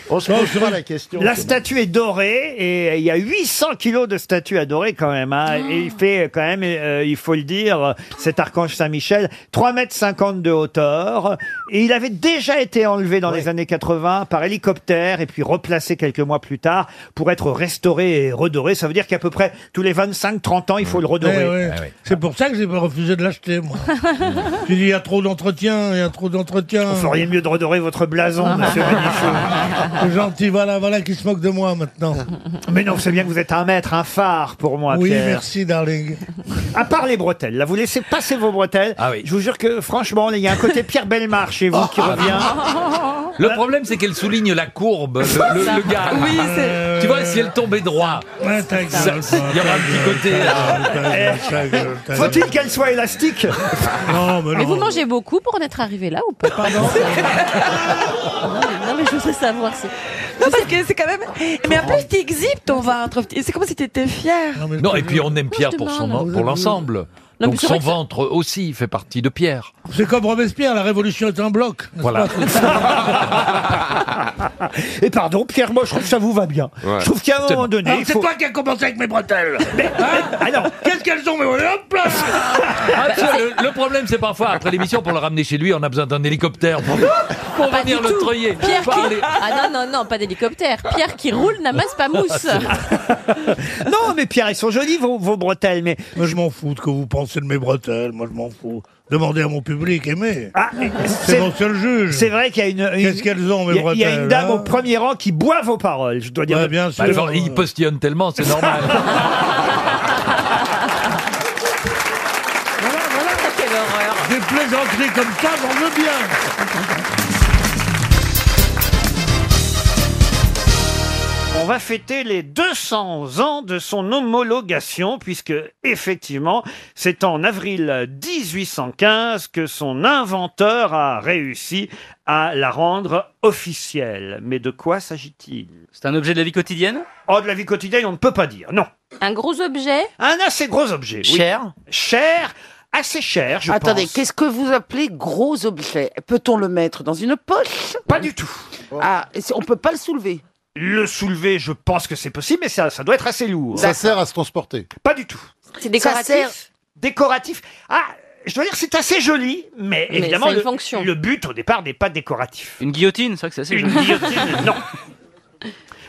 Speaker 13: On se pose pas la question.
Speaker 1: La statue est dorée et il y a 800 kilos de statue à dorer quand même. hein. Et il fait quand même, euh, il faut le dire, euh, cet archange Saint-Michel, 3 mètres 50 de hauteur. Et il avait déjà été enlevé dans les années 80 par hélicoptère et puis replacé quelques mois plus tard pour être restauré et redoré. Ça veut dire qu'à peu près tous les 25-30 ans, il faut le redorer.
Speaker 2: Eh
Speaker 8: Ah
Speaker 2: ouais. C'est pour ça que j'ai pas refusé de l'acheter, moi. J'ai dit, il y a trop d'entretien, il y a trop d'entretien.
Speaker 1: Vous feriez mieux de redorer votre blason, monsieur Benichou.
Speaker 2: C'est gentil, voilà, voilà qui se moque de moi maintenant.
Speaker 1: Mais non, c'est bien que vous êtes un maître, un phare pour moi,
Speaker 2: Oui,
Speaker 1: Pierre.
Speaker 2: merci, darling.
Speaker 1: À part les bretelles, là, vous laissez passer vos bretelles.
Speaker 2: Ah
Speaker 1: Je vous jure que, franchement, il y a un côté Pierre Belmar chez vous qui revient.
Speaker 3: Le problème, c'est qu'elle souligne la courbe, le, le- le gars.
Speaker 1: Oui, c'est-
Speaker 3: Tu vois, si elle tombait droit,
Speaker 2: Ouais, ta gueule,
Speaker 3: ça-
Speaker 2: toi,
Speaker 3: il y aura
Speaker 2: ta
Speaker 3: un petit
Speaker 2: gueule,
Speaker 3: côté,
Speaker 2: ta
Speaker 3: euh,
Speaker 2: gueule, ta gueule, ta gueule.
Speaker 1: Faut-il qu'elle soit élastique
Speaker 2: Non, mais non.
Speaker 11: Mais vous mangez beaucoup pour en être arrivé là ou pas Non, mais je voudrais savoir si.
Speaker 16: Non, parce que c'est quand même. Mais en plus, t'exhibes ton ventre. C'est comme si t'étais fier.
Speaker 3: Non, et puis on aime Pierre
Speaker 16: je
Speaker 3: pour son
Speaker 16: demande.
Speaker 3: pour l'ensemble.
Speaker 16: Non, mais
Speaker 3: Donc
Speaker 16: c'est
Speaker 3: son
Speaker 16: vrai que ça-
Speaker 3: ventre aussi fait partie de Pierre.
Speaker 2: C'est comme Robespierre, la révolution est un bloc. n'est-ce
Speaker 3: Voilà.
Speaker 1: Et pardon, Pierre, moi, je trouve que ça vous va bien.
Speaker 2: Ouais.
Speaker 1: Je trouve qu'à un
Speaker 2: C'est
Speaker 1: moment
Speaker 2: bon.
Speaker 1: donné.
Speaker 2: Alors,
Speaker 1: il
Speaker 2: c'est
Speaker 1: faut-
Speaker 2: toi qui as commencé avec mes bretelles.
Speaker 1: alors,
Speaker 2: qu'est-ce qu'elles ont Mais hop là
Speaker 3: Ah, tu vois, le, le problème, c'est parfois, après l'émission, pour le ramener chez lui, on a besoin d'un hélicoptère pour, pour
Speaker 11: Pas
Speaker 3: venir
Speaker 11: du
Speaker 3: le
Speaker 11: tout.
Speaker 3: treuiller.
Speaker 11: Pierre qui...
Speaker 3: Par les-
Speaker 11: Ah non, non, non, pas d'hélicoptère. Pierre qui roule n'amasse pas
Speaker 15: Ah,
Speaker 11: mousse.
Speaker 1: Non, mais Pierre, ils sont jolis, vos, vos bretelles. Mais
Speaker 2: Moi, je m'en fous de ce que vous pensez de mes bretelles. Moi, je m'en fous. Demandez à mon public, aimez. c'est mon seul juge.
Speaker 1: Ah, C'est vrai qu'il y a une. une-
Speaker 2: Qu'est-ce qu'elles ont, mes
Speaker 1: il y a- Il y a
Speaker 2: bretelles,
Speaker 1: une dame
Speaker 2: hein
Speaker 1: au premier rang qui boit vos paroles, je dois dire.
Speaker 2: Ouais, bien sûr.
Speaker 3: Bah, genre, il postillonne tellement, c'est normal.
Speaker 11: Ah,
Speaker 16: Quelle horreur.
Speaker 2: Des plaisanteries comme ça, j'en veux bien.
Speaker 1: On va fêter les 200 ans de son homologation, puisque effectivement, c'est en avril 1815 que son inventeur a réussi à la rendre officielle. Mais de quoi s'agit-il C'est un objet de la vie quotidienne Oh, de la vie quotidienne, on ne peut pas dire, non.
Speaker 11: Un gros objet
Speaker 12: Ah
Speaker 1: Un assez gros objet. oui.
Speaker 11: Cher
Speaker 1: Cher, assez cher, je pense.
Speaker 12: Attendez, qu'est-ce que vous appelez gros objet Peut-on le mettre dans une poche
Speaker 1: Pas du tout.
Speaker 12: Ah, et c'est- on peut pas le soulever.
Speaker 1: Le soulever, je pense que c'est possible, mais ça, ça doit être assez lourd.
Speaker 12: Ça
Speaker 1: sert à se transporter Pas du tout.
Speaker 11: C'est décoratif
Speaker 1: Ça sert- Décoratif. Ah, je dois dire, c'est assez joli, mais
Speaker 11: Mais
Speaker 1: évidemment,
Speaker 11: ça a une
Speaker 1: le,
Speaker 11: fonction.
Speaker 1: le but au départ n'est pas décoratif.
Speaker 14: Une guillotine, c'est vrai que c'est assez
Speaker 1: Une
Speaker 14: joli.
Speaker 1: guillotine, non.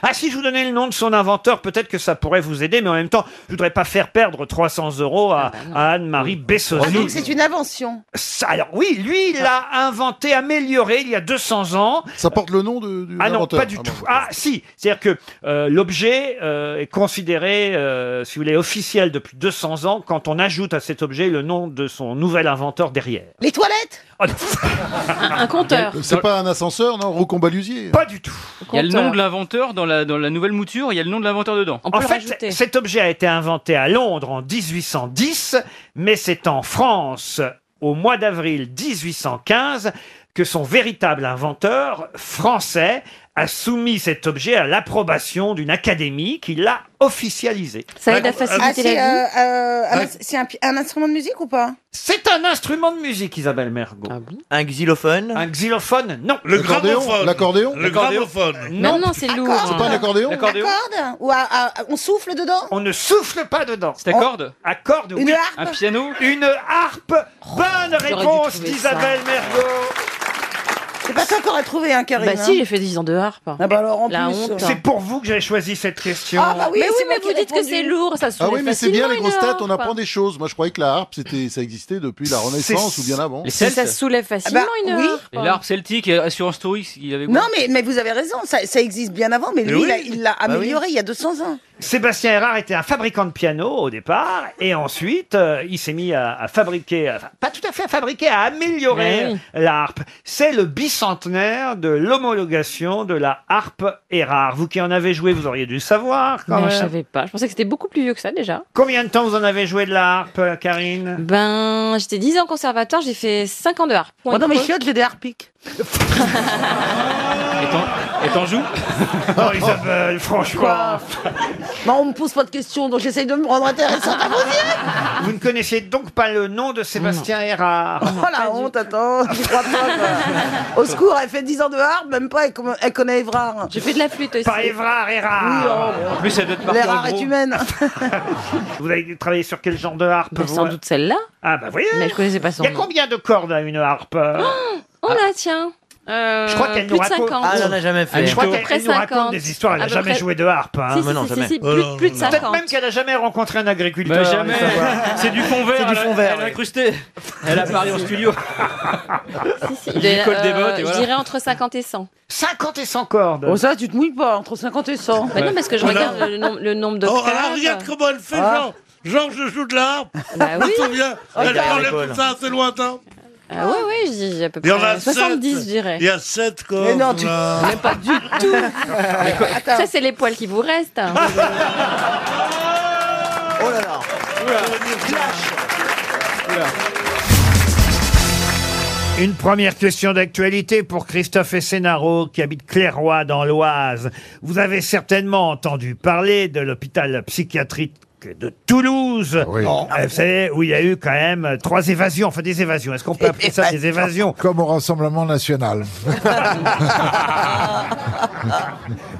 Speaker 1: Ah, si je vous donnais le nom de son inventeur, peut-être que ça pourrait vous aider, mais en même temps, je voudrais pas faire perdre 300 euros
Speaker 11: Ah
Speaker 1: à,
Speaker 11: bah
Speaker 1: à Anne-Marie Bessosi.
Speaker 12: Donc c'est une invention.
Speaker 1: Ça, alors oui, lui, il l'a inventé, amélioré il y a 200 ans. Ça porte le nom de, Ah non,
Speaker 15: inventeur.
Speaker 1: pas du
Speaker 15: Ah
Speaker 1: tout. Ah si, c'est-à-dire que euh, l'objet euh, est considéré, euh, si vous voulez, officiel depuis 200 ans quand on ajoute à cet objet le nom de son nouvel inventeur derrière.
Speaker 12: Les toilettes
Speaker 11: Un compteur.
Speaker 12: Euh,
Speaker 15: C'est pas un ascenseur, non Rocambalusier
Speaker 1: Pas du tout.
Speaker 14: Il y a le nom de l'inventeur dans la, dans la nouvelle mouture, il y a le nom de l'inventeur dedans.
Speaker 1: en fait, cet objet a été inventé à Londres en 1810, mais c'est en France, au mois d'avril 1815, que son véritable inventeur, français, a soumis cet objet à l'approbation d'une académie qui l'a officialisé.
Speaker 17: Ah, c'est, euh, euh, un ins- c'est un, pi- un instrument de musique ou pas
Speaker 1: C'est un instrument de musique, Isabelle Mergo.
Speaker 17: Ah
Speaker 18: Un xylophone
Speaker 1: Un xylophone, non. Le
Speaker 15: L'accordéon
Speaker 1: gramophone.
Speaker 15: L'accordéon
Speaker 1: Le gramophone. Non.
Speaker 17: non,
Speaker 11: c'est
Speaker 17: lourd. hein.
Speaker 15: C'est pas un accordéon
Speaker 17: La corde Ou à- à- on souffle dedans
Speaker 1: On ne souffle pas dedans.
Speaker 14: C'est à corde
Speaker 1: À corde,
Speaker 17: Une
Speaker 1: oui.
Speaker 17: harpe Un
Speaker 14: piano
Speaker 1: Une harpe Bonne
Speaker 17: j'aurais dû
Speaker 1: réponse
Speaker 17: trouver
Speaker 1: d'Isabelle
Speaker 17: ça.
Speaker 1: Mergo
Speaker 17: C'est pas ça qu'on a trouvé, hein, Karine
Speaker 11: Bah si, j'ai fait 10 ans de harpe.
Speaker 17: Ah bah alors, en
Speaker 11: La
Speaker 17: plus.
Speaker 11: honte.
Speaker 15: hein.
Speaker 1: C'est pour vous que j'avais choisi cette question.
Speaker 17: Ah bah oui,
Speaker 11: mais oui,
Speaker 17: c'est
Speaker 11: mais
Speaker 17: moi qui
Speaker 11: vous
Speaker 17: ai
Speaker 11: dites que
Speaker 17: répondu.
Speaker 11: c'est lourd, ça se
Speaker 15: Ah oui,
Speaker 11: soulève
Speaker 15: mais c'est bien les
Speaker 11: facilement,
Speaker 15: grosses
Speaker 11: une
Speaker 15: têtes, on
Speaker 11: harpe.
Speaker 15: apprend des choses. Moi, je croyais que la harpe, c'était, ça existait depuis la Renaissance
Speaker 14: C'est-
Speaker 15: ou bien avant.
Speaker 14: Les Celtes.
Speaker 11: Ça se soulève facilement,
Speaker 17: Ah bah,
Speaker 11: une
Speaker 17: oui.
Speaker 11: harpe.
Speaker 14: Et l'arbre celtique, et assurance touriste, il avait
Speaker 17: Non, mais, mais vous avez raison, ça, ça existe bien avant, mais
Speaker 1: Mais
Speaker 17: lui,
Speaker 1: oui.
Speaker 17: il a- il l'a
Speaker 1: Bah oui.
Speaker 17: amélioré il y a 200 ans.
Speaker 1: Sébastien Erard était un fabricant de piano au départ, et ensuite euh, il s'est mis à, à fabriquer, enfin, pas tout à fait à fabriquer, à améliorer
Speaker 14: Mais oui.
Speaker 1: la harpe. C'est le bicentenaire de l'homologation de la harpe Erard. Vous qui en avez joué, vous auriez dû le savoir quand
Speaker 11: Non,
Speaker 1: même.
Speaker 11: je savais pas. Je pensais que c'était beaucoup plus vieux que ça déjà.
Speaker 1: Combien de temps vous en avez joué de la harpe, euh, Karine
Speaker 11: Ben, j'étais 10 ans au conservatoire, j'ai fait 5 ans de harpe.
Speaker 12: Oh non, mais chiottes, j'ai des harpiques.
Speaker 14: Et t'en joues
Speaker 1: Oh Isabelle, franchement
Speaker 17: Bah,
Speaker 12: Non, on me pose pas de questions, donc j'essaye de me rendre intéressante à vos yeux.
Speaker 1: Vous ne connaissez donc pas le nom de Sébastien Erard
Speaker 17: Oh la honte, attends, je crois pas. quoi. Au secours, elle fait 10 ans de harpe, même pas, elle, con- elle connaît Évrard.
Speaker 11: J'ai fait de la flûte aussi.
Speaker 1: Pas Évrard,
Speaker 7: Ah.
Speaker 1: Erard
Speaker 14: En plus, elle doit te marquer en
Speaker 17: L'erreur
Speaker 14: gros.
Speaker 17: est humaine.
Speaker 1: Vous avez travaillé sur quel genre de harpe
Speaker 11: Bah,
Speaker 1: vous
Speaker 11: sans doute celle-là.
Speaker 1: Ah bah voyez
Speaker 11: Mais je connaissais pas son
Speaker 1: Il y a
Speaker 11: nom.
Speaker 1: combien de cordes à une harpe euh,
Speaker 11: Oh
Speaker 15: Ah.
Speaker 11: là, tiens. Euh,
Speaker 1: Je crois qu'elle
Speaker 11: plus
Speaker 1: nous
Speaker 11: de
Speaker 1: raconte.
Speaker 11: 50.
Speaker 18: Ah, elle en a jamais fait.
Speaker 1: Je crois
Speaker 18: À peu
Speaker 1: qu'elle
Speaker 11: près
Speaker 1: elle nous raconte
Speaker 11: 50.
Speaker 1: des histoires. Elle
Speaker 11: À
Speaker 1: n'a
Speaker 11: peu
Speaker 1: jamais
Speaker 11: près.
Speaker 1: joué de harpe. hein.
Speaker 11: Si, si, si, si, si, plus- plus de
Speaker 1: Peut-être
Speaker 11: 50.
Speaker 1: même qu'elle n'a jamais rencontré un agriculteur.
Speaker 14: Bah, jamais.
Speaker 1: il faut savoir.
Speaker 14: C'est du fond vert.
Speaker 18: C'est du
Speaker 14: elle a-
Speaker 18: fond vert,
Speaker 14: Elle a
Speaker 18: oui.
Speaker 14: incrusté. Elle a parlé en studio.
Speaker 11: Il
Speaker 14: lui
Speaker 11: est,
Speaker 14: colle des
Speaker 11: euh,
Speaker 14: bottes et voilà.
Speaker 11: Je dirais entre 50 et 100.
Speaker 1: 50 et 100 cordes.
Speaker 17: Oh,
Speaker 12: Bon, ça, tu te mouilles pas, entre 50 et 100.
Speaker 11: Bah non, parce que je regarde le, nom- le nombre de
Speaker 2: Oh,
Speaker 11: cordes.
Speaker 2: alors regarde comment elle fait,
Speaker 11: Ah.
Speaker 2: genre, genre je joue de la harpe.
Speaker 11: Bah
Speaker 2: Je me
Speaker 11: oui.
Speaker 2: souviens,
Speaker 11: Oh,
Speaker 2: elle
Speaker 11: bah,
Speaker 2: parlait
Speaker 11: rigole.
Speaker 2: tout ça assez lointain.
Speaker 11: Ah ouais, ouais, je dis à peu
Speaker 2: Il y en a
Speaker 11: près 70,
Speaker 2: sept.
Speaker 11: je dirais.
Speaker 2: Il y a 7 cordes.
Speaker 11: Mais non, tu-
Speaker 2: là.
Speaker 16: Ah,
Speaker 11: Même pas du tout. Ça, c'est les poils qui vous restent.
Speaker 16: Ah,
Speaker 18: Oh là là
Speaker 1: Une première question d'actualité pour Christophe Essenaro, qui habite Clairoy dans l'Oise. Vous avez certainement entendu parler de l'hôpital psychiatrique de Toulouse, Non. Euh, vous savez, où il y a eu quand même trois évasions, enfin des évasions. Est-ce qu'on peut appeler ça des évasions
Speaker 15: Comme au Rassemblement National.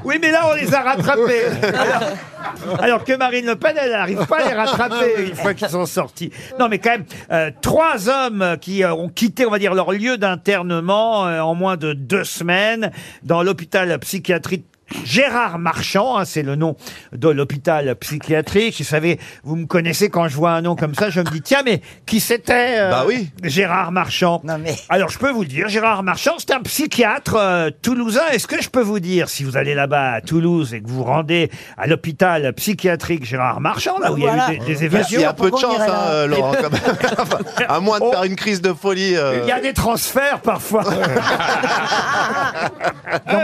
Speaker 1: Oui, mais là, on les a rattrapés. Alors, alors que Marine Le Pen, elle n'arrive pas à les rattraper une fois qu'ils sont sortis. Non, mais quand même, euh, trois hommes qui euh, ont quitté, on va dire, leur lieu d'internement euh, en moins de deux semaines dans l'hôpital psychiatrique. Gérard Marchand, hein, c'est le nom de l'hôpital psychiatrique. Vous savez, vous me connaissez quand je vois un nom comme ça, je me dis tiens mais qui c'était euh,
Speaker 18: Bah oui.
Speaker 1: Gérard Marchand. Alors je peux vous le dire, Gérard Marchand, c'est un psychiatre euh, toulousain. Est-ce que je peux vous dire, si vous allez là-bas à Toulouse et que vous vous rendez à l'hôpital psychiatrique Gérard Marchand, là où
Speaker 15: Voilà.
Speaker 1: il y a eu des, des
Speaker 15: Il y a-
Speaker 1: évasions,
Speaker 15: il y a peu de chance, hein, euh, Laurent, quand même. Enfin, à moins de
Speaker 18: Oh.
Speaker 15: faire une crise de folie. euh.
Speaker 1: il y a des transferts parfois.
Speaker 15: Non,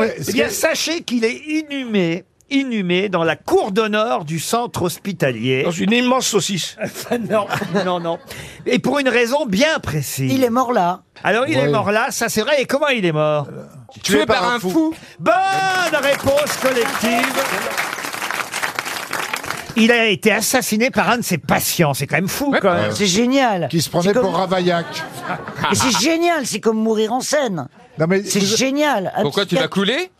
Speaker 15: mais
Speaker 1: Eh
Speaker 15: ce
Speaker 1: bien,
Speaker 15: que-
Speaker 1: sachez qu'il est inhumé. inhumé dans la cour d'honneur du centre hospitalier. Dans une immense saucisse. non, non, non. Et pour une raison bien précise. Il est mort là. Alors il est
Speaker 19: Ouais.
Speaker 1: mort là, ça c'est vrai. Et comment il est mort
Speaker 19: Tué Tué par par un un fou. fou.
Speaker 1: Bonne réponse collective. Il a été assassiné par un de ses patients. C'est quand même fou, quand même.
Speaker 20: C'est génial.
Speaker 1: Qui se prenait
Speaker 20: C'est comme-
Speaker 1: pour Ravaillac.
Speaker 20: Mais c'est génial, c'est comme mourir en scène. c'est génial. Un
Speaker 19: Pourquoi tu l'as
Speaker 20: psychiatre-
Speaker 19: coulé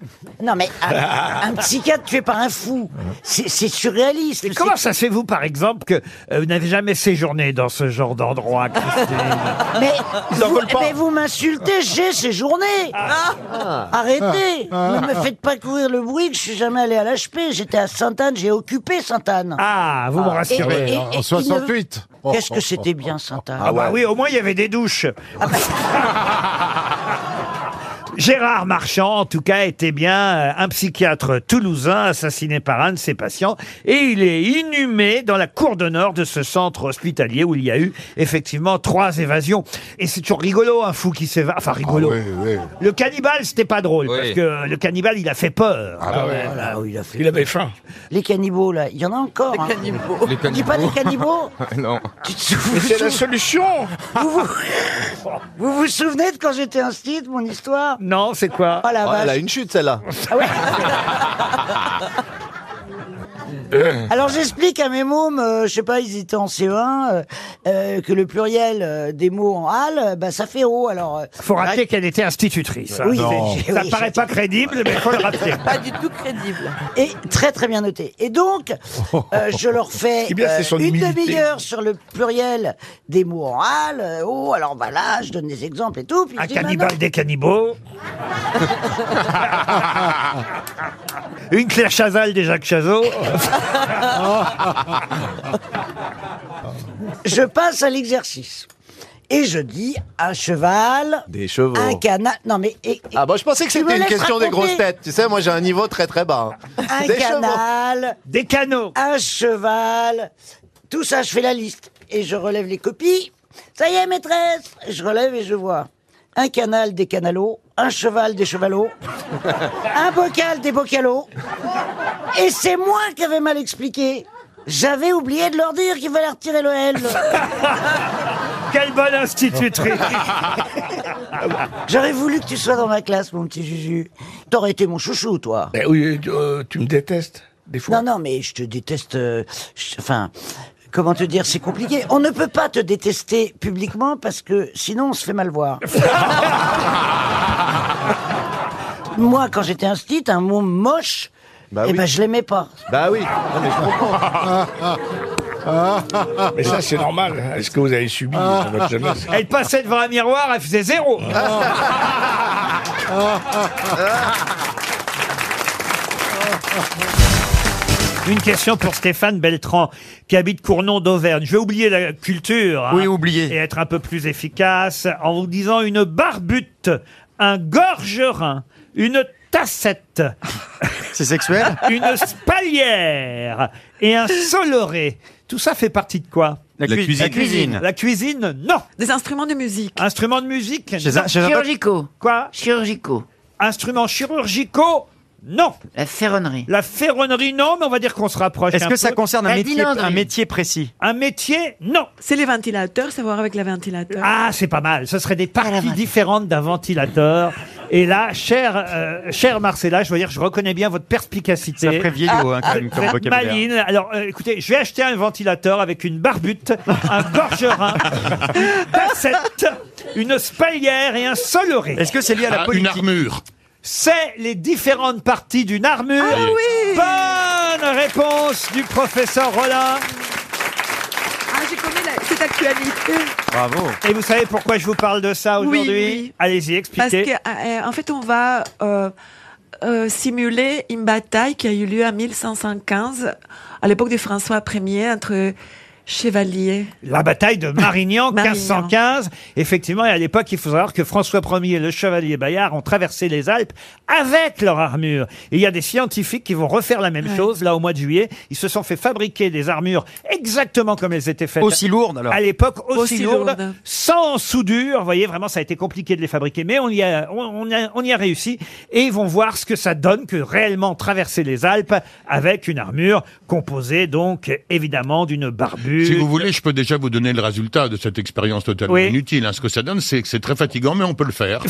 Speaker 20: Non mais un, un psychiatre tué par un fou, c'est c'est surréaliste.
Speaker 1: Et comment ça se fait-vous, par exemple, que euh, vous n'avez jamais séjourné dans ce genre d'endroit, Christine
Speaker 20: Mais
Speaker 1: Ils en
Speaker 20: vous,
Speaker 1: veulent pas.
Speaker 20: mais vous m'insultez, j'ai séjourné. Arrêtez.
Speaker 1: Ah.
Speaker 20: Ne me faites pas courir le bruit que je suis jamais allé à l'HP. J'étais à Sainte-Anne, j'ai occupé Sainte-Anne.
Speaker 1: Ah, vous me rassurez. En 68.
Speaker 20: Qu'est-ce que c'était bien Sainte-Anne
Speaker 1: Ah, bah oui, au moins il y avait des douches. Gérard Marchand, en tout cas, était bien euh, un psychiatre toulousain assassiné par un de ses patients et il est inhumé dans la cour d'honneur de ce centre hospitalier où il y a eu effectivement trois évasions. Et c'est toujours rigolo, un fou qui s'évade. Enfin, rigolo. Le cannibale, c'était pas drôle parce que le cannibale, il a fait peur. Ah, quand même.
Speaker 14: Ah
Speaker 20: il, avait faim. Les cannibaux, là, il y en a encore. Les cannibaux. On dit pas les cannibaux
Speaker 5: Non.
Speaker 20: c'est la
Speaker 1: solution
Speaker 20: vous vous... vous vous souvenez de quand j'étais instite, mon histoire
Speaker 1: Non, c'est quoi
Speaker 20: Ah la
Speaker 15: Oh,
Speaker 20: vache.
Speaker 15: elle a une chute, celle-là.
Speaker 21: Ah.
Speaker 20: Alors j'explique à mes mômes, euh, je sais pas, ils étaient en CE1, euh, euh, que le pluriel euh, des mots en hal, euh, bah, ça fait O. Alors, euh,
Speaker 1: Faut rappeler qu'elle était institutrice. hein.
Speaker 20: Oui,
Speaker 1: C'est-
Speaker 20: c'est-
Speaker 1: ça
Speaker 20: oui,
Speaker 1: paraît
Speaker 20: c'est-
Speaker 1: pas crédible, mais faut le rappeler.
Speaker 20: Pas du tout crédible. Et très très bien noté. Et donc, euh, je leur fais
Speaker 2: Ce qui est bien, c'est
Speaker 20: euh,
Speaker 2: son
Speaker 20: une
Speaker 2: humilité.
Speaker 20: demi-heure sur le pluriel des mots en hal. euh, Oh, alors voilà, là, je donne des exemples et tout. Puis
Speaker 1: Un
Speaker 20: je dis, bah,
Speaker 1: cannibale
Speaker 20: non.
Speaker 1: des cannibaux. Une Claire Chazal des Jacques Chazot.
Speaker 20: Je passe à l'exercice. Et je dis un cheval,
Speaker 15: Des chevaux.
Speaker 20: un canard. Non mais et- et-
Speaker 15: Ah, bah, je pensais que
Speaker 20: Tu me
Speaker 15: c'était une
Speaker 20: laisses
Speaker 15: question des
Speaker 20: raconter.
Speaker 15: grosses têtes. Tu sais, moi, j'ai un niveau très très bas.
Speaker 3: Ah, bah,
Speaker 15: hein.
Speaker 20: un
Speaker 15: Des chevaux.
Speaker 20: canal,
Speaker 1: des canaux,
Speaker 20: un cheval, tout ça, je fais la liste et je relève les copies. Ça y est, maîtresse, je relève et je vois un canal des canalos, un cheval des chevalots, un bocal des bocalos. Et c'est moi qui avais mal expliqué. J'avais oublié de leur dire qu'il fallait retirer le L.
Speaker 1: Quelle bonne institutrice
Speaker 20: Ah, J'aurais voulu que tu sois dans ma classe, mon petit Juju. T'aurais été mon chouchou, toi.
Speaker 19: Ben oui, euh, tu me détestes.
Speaker 20: Non, non, mais je te déteste. euh, je- enfin, comment te dire, c'est compliqué. On ne peut pas te détester publiquement parce que sinon on se fait mal voir. Moi, quand j'étais un stit, un mot moche, eh ben, je l'aimais pas.
Speaker 15: Bah oui, non, mais je
Speaker 20: Ah,
Speaker 19: comprends.
Speaker 2: Mais ça, c'est normal. Est-ce que vous avez subi
Speaker 14: Ah.
Speaker 2: dans votre jeunesse
Speaker 1: Elle passait devant un miroir, elle faisait zéro.
Speaker 20: Ah.
Speaker 1: Une question pour Stéphane Beltran, qui habite Cournon d'Auvergne. Je vais oublier la culture. oui, oublier. Et être un peu plus efficace en vous disant une barbute, un gorgerin, une tassette. C'est sexuel Une spalière et un soloré. Tout ça fait partie de quoi
Speaker 19: La La cui- cuisine. la cuisine.
Speaker 1: La cuisine, non. Des instruments de musique. Instruments de musique
Speaker 19: Chez un-
Speaker 1: non.
Speaker 19: chez un- Chirurgicaux.
Speaker 1: Quoi Chirurgicaux. Instruments chirurgicaux Non. La ferronnerie. La ferronnerie, non, mais on va dire qu'on se rapproche.
Speaker 19: Est-ce
Speaker 1: un
Speaker 19: que ça
Speaker 1: peu.
Speaker 19: concerne un La métier- dilanderie. un métier
Speaker 1: précis Un métier, non.
Speaker 16: C'est les ventilateurs, savoir avec la ventilateur.
Speaker 1: Ah, c'est pas mal. Ce serait des parties différentes d'un ventilateur. Et là, cher, euh, cher Marcella, je veux dire, je reconnais bien votre perspicacité.
Speaker 19: Ça ferait vieillot, hein, quand même,
Speaker 1: Vous
Speaker 19: comme
Speaker 1: êtes
Speaker 19: vocabulaire.
Speaker 1: maline. Alors, euh, écoutez, je vais acheter un ventilateur avec une barbute, un gorgerin, une tassette, une spalière et un soleré.
Speaker 19: Est-ce que c'est lié à la Ah, politique une armure.
Speaker 1: C'est les différentes parties d'une armure.
Speaker 19: Ah
Speaker 1: Bonne réponse du professeur Rollin.
Speaker 16: Ah, j'ai connu la- cette actualité.
Speaker 1: Bravo. Et vous savez pourquoi je vous parle de ça
Speaker 16: Oui,
Speaker 1: aujourd'hui
Speaker 16: oui.
Speaker 1: Allez-y,
Speaker 16: Parce
Speaker 1: expliquez.
Speaker 16: que, euh, en fait, on va euh, euh, simuler une bataille qui a eu lieu en 1515, à l'époque de François Ier, entre Chevalier.
Speaker 1: La bataille de Marignan, 1515. Effectivement, et à l'époque, il faut savoir que François Ier et le chevalier Bayard ont traversé les Alpes avec leur armure. Et il y a des scientifiques qui vont refaire la même chose, là, au mois de juillet. Ils se sont fait fabriquer des armures exactement comme elles étaient faites.
Speaker 19: Aussi lourdes, alors.
Speaker 1: À l'époque, aussi,
Speaker 19: Aussi
Speaker 1: lourdes,
Speaker 19: lourdes.
Speaker 1: sans soudure. Vous voyez, vraiment, ça a été compliqué de les fabriquer. Mais on y a, on, on y a, on y a réussi. Et ils vont voir ce que ça donne que réellement traverser les Alpes avec une armure composée, donc, évidemment, d'une barbure.
Speaker 22: Si vous voulez, je peux déjà vous donner le résultat de cette expérience totalement
Speaker 1: Oui.
Speaker 22: inutile. hein. Ce que ça donne, c'est que c'est très fatigant, mais on peut le faire.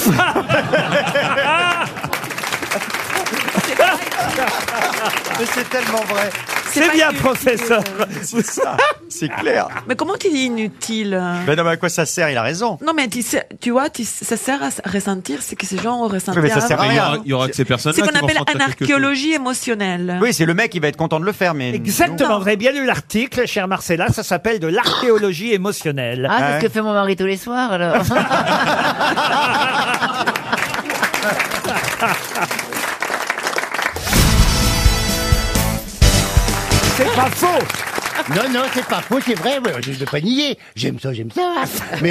Speaker 9: Mais c'est tellement vrai.
Speaker 1: C'est bien, professeur.
Speaker 9: C'est ça, c'est clair.
Speaker 16: Mais comment tu dis inutile euh
Speaker 17: Ben
Speaker 9: Mais non, mais à quoi ça sert Il a raison.
Speaker 16: Non, mais tu, sais- tu vois, tu- ça sert à s- ressentir ce que ces gens ont ressenti.
Speaker 10: Ah,
Speaker 9: Oui, mais ça
Speaker 16: avant.
Speaker 9: sert à
Speaker 23: Il y aura- il y aura que ces
Speaker 16: C'est
Speaker 23: personnes
Speaker 16: ce qu'on appelle un archéologie émotionnelle.
Speaker 23: Oui, c'est le mec qui va être content de le faire, mais.
Speaker 1: Exactement, vous avez bien lu l'article, cher Marcella, ça s'appelle de l'archéologie émotionnelle. Hein
Speaker 24: Ah, c'est ce que fait mon mari tous les soirs, alors.
Speaker 1: C'est pas faux
Speaker 21: Non, non, c'est pas faux, c'est vrai, ouais, je ne vais pas nier. J'aime ça, j'aime ça. Mais,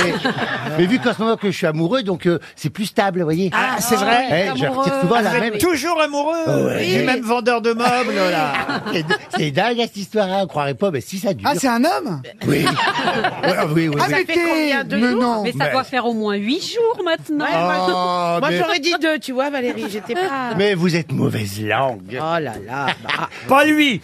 Speaker 21: mais vu qu'en ce moment que je suis amoureux, donc euh, c'est plus stable, vous voyez.
Speaker 1: Ah, c'est vrai
Speaker 21: Eh, Je retire souvent la
Speaker 1: Vous êtes
Speaker 21: même. Oh,
Speaker 1: toujours amoureux
Speaker 21: Ouais.
Speaker 1: du même vendeur de meubles, là
Speaker 21: C'est- C'est dingue cette histoire, hein, on croirait pas, mais si ça dure.
Speaker 25: Ah, c'est un homme
Speaker 21: Oui. Ouais, oui, oui.
Speaker 25: Ah, mais t'es- mais non, mais-
Speaker 26: faire au moins 8 jours maintenant.
Speaker 21: Ah,
Speaker 26: moi
Speaker 21: mais-
Speaker 26: j'aurais dit deux, tu vois Valérie, j'étais pas...
Speaker 21: Mais vous êtes mauvaise langue.
Speaker 26: Oh là là. bah.
Speaker 1: Pas lui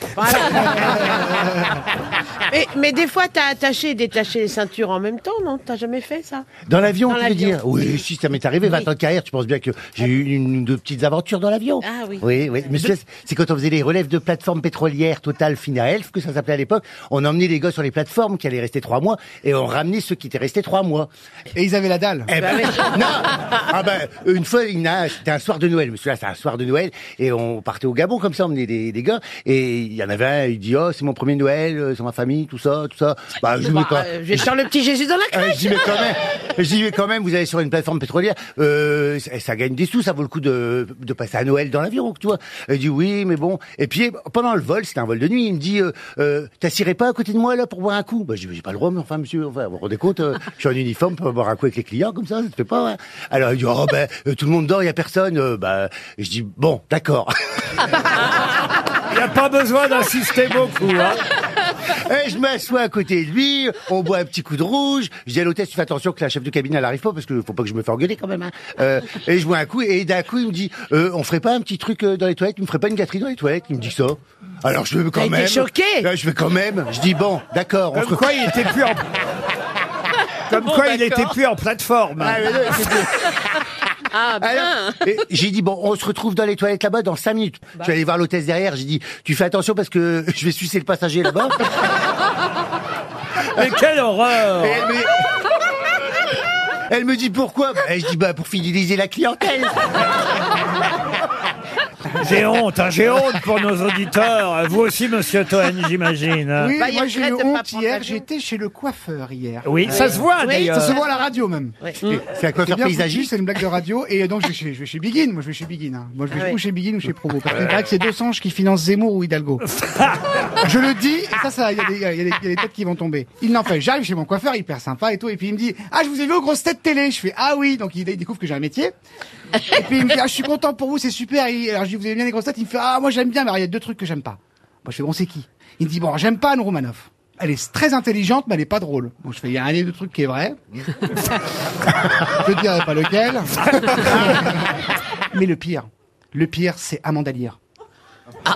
Speaker 26: mais, mais des fois t'as attaché et détaché les ceintures en même temps, non T'as jamais fait ça
Speaker 21: Dans l'avion,
Speaker 26: Dans
Speaker 21: tu veux
Speaker 26: l'avion.
Speaker 21: dire Oui, si, ça m'est arrivé, 20 ans de carrière, tu penses bien que j'ai eu une ou deux petites aventures dans l'avion.
Speaker 26: Ah oui.
Speaker 21: Oui, oui. Mais c'est- c'est quand on faisait les relèves de plateformes pétrolières Total, Finaelf, que ça s'appelait à l'époque, on emmenait les gars sur les plateformes qui allaient rester trois mois et on ramenait ceux qui étaient restés trois mois. Et ils avaient la dalle.
Speaker 26: Bah
Speaker 21: non Ah ben, une fois, il y en a un, c'était un soir de Noël, monsieur, là, c'est un soir de Noël, et on partait au Gabon comme ça, on emmenait des, des gars, et il y en avait un, il dit, oh, c'est mon premier Noël, euh, c'est ma famille, tout ça, tout ça. Bah, je lui mets quand-
Speaker 26: euh, je vais faire le petit Jésus dans la
Speaker 1: Eh,
Speaker 21: euh,
Speaker 26: crèche.
Speaker 21: J'y vais quand même. J'y vais quand même. Vous allez sur une plateforme pétrolière. euh, ça, ça gagne des sous. Ça vaut le coup de, de passer à Noël dans l'avion, tu vois. Il dit oui, mais bon. Et puis pendant le vol, c'était un vol de nuit. Il me dit, euh, euh, t'assirais pas à côté de moi là pour boire un coup Bah, je dis, j'ai pas le droit, mais enfin, monsieur, enfin, vous vous rendez compte euh, Je suis en uniforme, pour boire un coup avec les clients comme ça, ça se fait pas. hein. Alors il dit, oh ben, euh, tout le monde dort, il y a personne. Euh, bah, je dis bon, d'accord.
Speaker 1: Il n'y a pas besoin d'insister beaucoup. Hein.
Speaker 21: Et Eh, je m'assois à côté de lui, on boit un petit coup de rouge. Je dis à l'hôtesse, tu fais attention que la chef de cabine, elle arrive pas, parce que faut pas que je me fasse engueuler quand même. hein. Euh, et je bois un coup, et d'un coup, il me dit, euh, on ferait pas un petit truc euh, dans les toilettes Tu me ferais pas une gâterie dans les toilettes Il me dit ça. Alors je vais
Speaker 9: T'as
Speaker 21: quand
Speaker 9: été
Speaker 21: même...
Speaker 9: choqué
Speaker 21: Là, Je vais quand même. Je dis, bon, d'accord. on
Speaker 1: Comme
Speaker 21: se-
Speaker 1: quoi, il était plus en... Comme
Speaker 21: Bon,
Speaker 1: quoi, il
Speaker 21: d'accord.
Speaker 1: était plus en plateforme.
Speaker 21: Ah, mais non, il était-
Speaker 26: Ah
Speaker 19: ben,
Speaker 21: Alors, et j'ai dit, bon, on se retrouve dans les toilettes là-bas dans 5 minutes. Je suis allé voir l'hôtesse derrière, j'ai dit, tu fais attention parce que je vais sucer le passager là-bas.
Speaker 1: Mais quelle horreur
Speaker 21: Et elle, me... elle me dit pourquoi Et je dis, bah, pour fidéliser la clientèle.
Speaker 1: J'ai honte, hein, j'ai honte pour nos auditeurs. Vous aussi, monsieur Toen, j'imagine.
Speaker 25: Oui,
Speaker 26: Bah, il
Speaker 25: moi
Speaker 26: regrette
Speaker 25: j'ai eu
Speaker 26: de pas
Speaker 25: honte
Speaker 26: prendre
Speaker 25: hier,
Speaker 26: l'avion.
Speaker 25: j'étais chez le coiffeur hier.
Speaker 1: Oui, ça se voit, d'ailleurs.
Speaker 25: Ça se voit à la radio même.
Speaker 26: Ouais.
Speaker 21: Et c'est un coiffeur
Speaker 25: bien
Speaker 21: paysagiste
Speaker 25: foutu, C'est une blague de radio et donc je vais chez, je vais chez Begin, moi je vais chez Begin. hein. Moi je vais
Speaker 26: Ah ouais.
Speaker 25: ou chez Begin ou chez Provo. Parce qu'il paraît que c'est deux singes qui financent Zemmour ou Hidalgo. je le dis, et ça, ça, il y, a des- il y a des- il y a des têtes qui vont tomber. Il n'empêche, j'arrive chez mon coiffeur, hyper sympa et tout, et puis il me dit Ah, je vous ai vu aux grosses têtes télé. Je fais Ah oui, donc il, il découvre que j'ai un métier. Et puis il me dit Ah, je suis content pour vous, c'est super. Et, alors je dis Vous avez bien les grosses têtes Il me fait Ah, moi j'aime bien, mais alors, il y a deux trucs que j'aime pas. Moi je fais Bon, c'est qui Il me dit Bon, alors, j'aime pas Anne Romanoff. Elle est très intelligente, mais elle est pas drôle. Bon, je fais, il y a un des deux trucs qui est vrai. Je ne dirai pas lequel. Mais le pire, le pire, c'est Amanda Lear. Ah.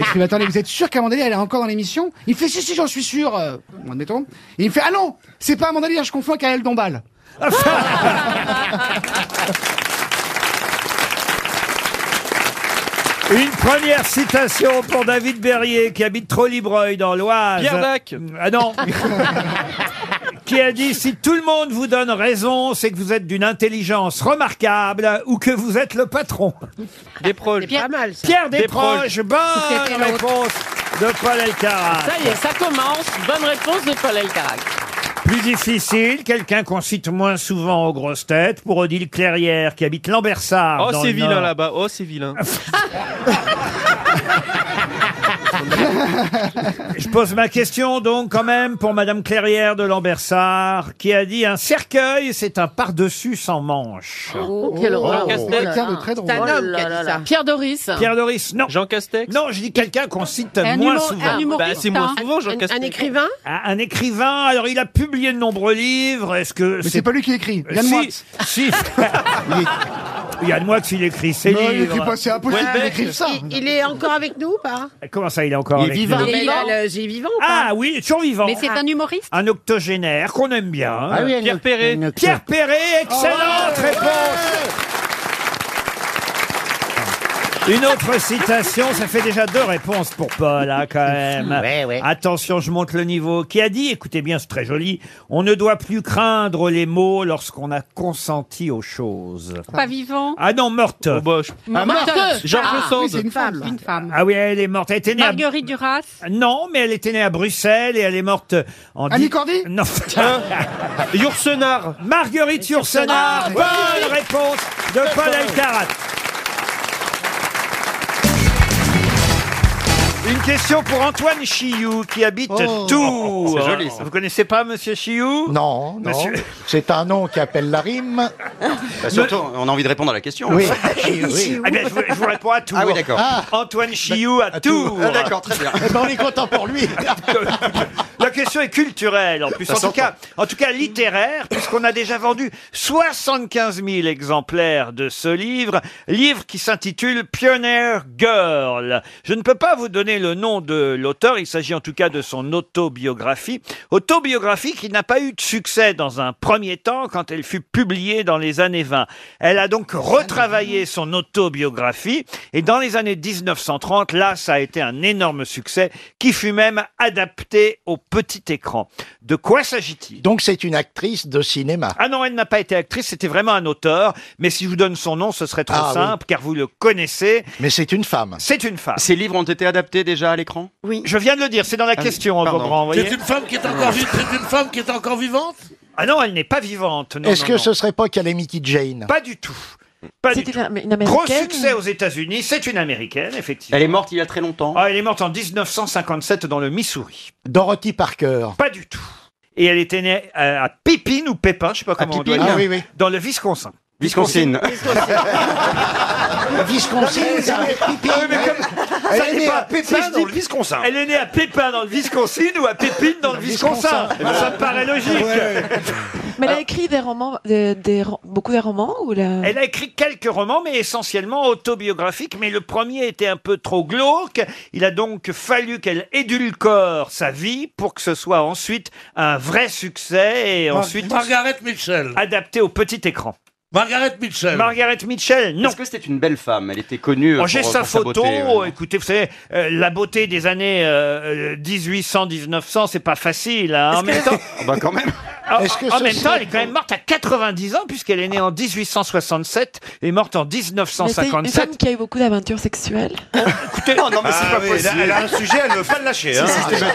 Speaker 25: Et je fais, mais attendez, vous êtes sûr qu'Amanda Lear, elle est encore dans l'émission Il me fait, si, si, j'en suis sûr. euh, bon, admettons. Et il me fait, ah non, c'est pas Amanda Lear, je confonds avec Ariel Dombal.
Speaker 1: Une première citation pour David Berrier, qui habite Trolibreuil, dans l'Oise.
Speaker 14: Pierre Dac.
Speaker 1: Ah non Qui a dit si tout le monde vous donne raison, c'est que vous êtes d'une intelligence remarquable ou que vous êtes le patron.
Speaker 14: Des proches.
Speaker 26: Pas mal ça.
Speaker 1: Pierre Desproges, bonne
Speaker 26: C'était l'autre.
Speaker 1: réponse de Paul Elkarat.
Speaker 26: Ça y est, ça commence. Bonne réponse de Paul Elkarak.
Speaker 1: Plus difficile, quelqu'un qu'on cite moins souvent aux grosses têtes, pour Odile Clairière, qui habite Lambersart.
Speaker 14: Oh,
Speaker 1: dans
Speaker 14: c'est
Speaker 1: le
Speaker 14: vilain
Speaker 1: Nord.
Speaker 14: là-bas. Oh, c'est vilain.
Speaker 1: Je pose ma question donc quand même pour Madame Clairière de Lambersart qui a dit un cercueil c'est un par-dessus sans manche.
Speaker 11: Oh,
Speaker 26: Oh.
Speaker 11: quelle horreur.
Speaker 1: Oh, Quelqu'un de très drôle.
Speaker 26: Ah.
Speaker 11: C'est un homme qui a dit ça. Pierre Doris.
Speaker 1: Pierre Doris, non. Jean Castex. Non, je dis quelqu'un qu'on cite moins souvent.
Speaker 26: Un, un écrivain
Speaker 1: Ah, Un écrivain, alors il a publié de nombreux livres, est-ce que... Euh,
Speaker 25: Mais c'est pas lui qui écrit, Yann
Speaker 1: Si,
Speaker 25: Moix.
Speaker 1: Si, Yann Moix, il écrit ses
Speaker 25: Non, il
Speaker 1: livres.
Speaker 25: écrit pas, c'est impossible
Speaker 26: Houellebecq.
Speaker 25: d'écrire ça.
Speaker 26: Il, il est encore avec nous ou pas
Speaker 1: Comment ça, il est encore avec nous
Speaker 26: euh, Il a le- j'ai vivant ou pas
Speaker 1: Ah oui, toujours vivant.
Speaker 26: Mais c'est un humoriste
Speaker 1: Un octogénaire qu'on aime bien. hein.
Speaker 21: Ah oui, un Pierre oct- Perret. un octo-
Speaker 1: Pierre Perret,
Speaker 14: Ah,
Speaker 1: excellente réponse. Une autre citation, ça fait déjà deux réponses pour Paul, hein, quand même. Attention, je monte le niveau. Qui a dit, écoutez bien, c'est très joli, on ne doit plus craindre les mots lorsqu'on a consenti aux choses.
Speaker 11: Pas vivant.
Speaker 1: Ah non, morte.
Speaker 11: Morte. Ah, oui, c'est
Speaker 1: Sand.
Speaker 11: une femme. Une femme.
Speaker 1: Ah oui, elle est morte. Elle était née à-
Speaker 11: Marguerite Duras.
Speaker 1: Non, mais elle était née à Bruxelles et elle est morte en...
Speaker 11: Annie
Speaker 1: Cordy Non. Yourcenar. Marguerite Yourcenar.
Speaker 11: Ah,
Speaker 1: Bonne réponse de Paul Alcarat. Une question pour Antoine Chiou qui habite
Speaker 18: Oh.
Speaker 1: Tours.
Speaker 18: C'est joli, ça.
Speaker 1: Vous connaissez pas Monsieur Chiou
Speaker 18: Non, non.
Speaker 1: Monsieur-
Speaker 18: C'est un nom qui appelle la rime.
Speaker 9: surtout, on a envie de répondre à la question.
Speaker 18: Oui.
Speaker 1: Ah bien, je, vous, je vous réponds à Tours.
Speaker 9: Ah oui, d'accord.
Speaker 1: Ah. Antoine Chiou à, Tours.
Speaker 9: Ah, d'accord, très bien.
Speaker 1: Eh ben, on est content pour lui. La question est culturelle, en plus.
Speaker 9: Ça
Speaker 1: En tout,
Speaker 9: s'entend.
Speaker 1: cas, en tout cas, littéraire, puisqu'on a déjà vendu 75 000 exemplaires de ce livre, livre qui s'intitule Pioneer Girl. Je ne peux pas vous donner le nom de l'auteur, il s'agit en tout cas de son autobiographie. Autobiographie qui n'a pas eu de succès dans un premier temps quand elle fut publiée dans les années 20. Elle a donc retravaillé son autobiographie et dans les années 1930, là, ça a été un énorme succès qui fut même adapté au petit écran. De quoi s'agit-il
Speaker 18: Donc c'est une actrice de cinéma.
Speaker 1: ah non, elle n'a pas été actrice, c'était vraiment un auteur. Mais si je vous donne son nom, ce serait trop
Speaker 18: Ah, oui.
Speaker 1: simple, car vous le connaissez.
Speaker 18: Mais c'est une femme.
Speaker 1: C'est une femme.
Speaker 9: Ces livres ont été adaptés déjà à l'écran
Speaker 1: Oui. Je viens de le dire, c'est dans la
Speaker 9: Ah,
Speaker 1: question,
Speaker 9: pardon.
Speaker 1: Beaugrand, vous voyez.
Speaker 2: C'est une femme qui est encore vivante. C'est une femme qui est encore vivante.
Speaker 1: Ah non, elle n'est pas vivante. non,
Speaker 18: Est-ce
Speaker 1: non,
Speaker 18: que
Speaker 1: non.
Speaker 18: ce serait pas Calamity Jane
Speaker 1: Pas du tout. Pas du tout.
Speaker 16: Ah,
Speaker 1: Gros succès aux États-Unis, c'est une américaine, effectivement.
Speaker 9: Elle est morte il y a très longtemps.
Speaker 1: Ah, elle est morte en 1957 dans le Missouri.
Speaker 18: Dorothy Parker.
Speaker 1: Pas du tout. Et elle était née euh, à Pippin ou Pépin, je sais pas comment on doit
Speaker 18: Pippin.
Speaker 1: dire,
Speaker 18: Ah oui, oui.
Speaker 1: dans le Wisconsin.
Speaker 9: Wisconsin.
Speaker 18: Wisconsin, ça fait pipi. Elle
Speaker 1: Ça
Speaker 18: est
Speaker 1: n'est
Speaker 18: née
Speaker 1: pas-
Speaker 18: à Pépin
Speaker 1: si je
Speaker 18: dans
Speaker 1: dis-
Speaker 18: le Wisconsin.
Speaker 1: Elle est née à Pépin dans le Wisconsin ou à Pépine dans le Wisconsin.
Speaker 18: Wisconsin. Eh ben,
Speaker 1: Ça me paraît logique.
Speaker 18: Ouais.
Speaker 16: Mais elle a écrit des romans, des, des ro- beaucoup des romans ou la...
Speaker 1: Ah. Elle a écrit quelques romans, mais essentiellement autobiographiques. Mais le premier était un peu trop glauque. Il a donc fallu qu'elle édulcore sa vie pour que ce soit ensuite un vrai succès et ensuite
Speaker 2: Margaret Mitchell.
Speaker 1: adapté au petit écran.
Speaker 2: Margaret Mitchell.
Speaker 1: Margaret Mitchell, non.
Speaker 9: Est-ce que c'était une belle femme Elle était connue. euh,
Speaker 1: Oh,
Speaker 9: pour-
Speaker 1: J'ai sa
Speaker 9: pour
Speaker 1: photo.
Speaker 9: beauté, euh.
Speaker 1: Écoutez, vous savez, euh, la beauté des années euh, euh, 1800, 1900, c'est pas facile. hein. En même temps,
Speaker 9: Ah bah quand même.
Speaker 1: en-
Speaker 18: Est-ce que
Speaker 1: en
Speaker 18: ce
Speaker 1: même temps,
Speaker 18: serait-
Speaker 1: elle est quand même morte à 90 ans puisqu'elle est née en 1867 et morte en
Speaker 16: Mais c'est une
Speaker 1: 1957.
Speaker 16: femme qui a eu beaucoup d'aventures sexuelles.
Speaker 9: Non, non, mais c'est
Speaker 18: Ah
Speaker 9: pas
Speaker 18: oui,
Speaker 9: possible.
Speaker 18: là, elle a un sujet, elle veut pas le lâcher. hein.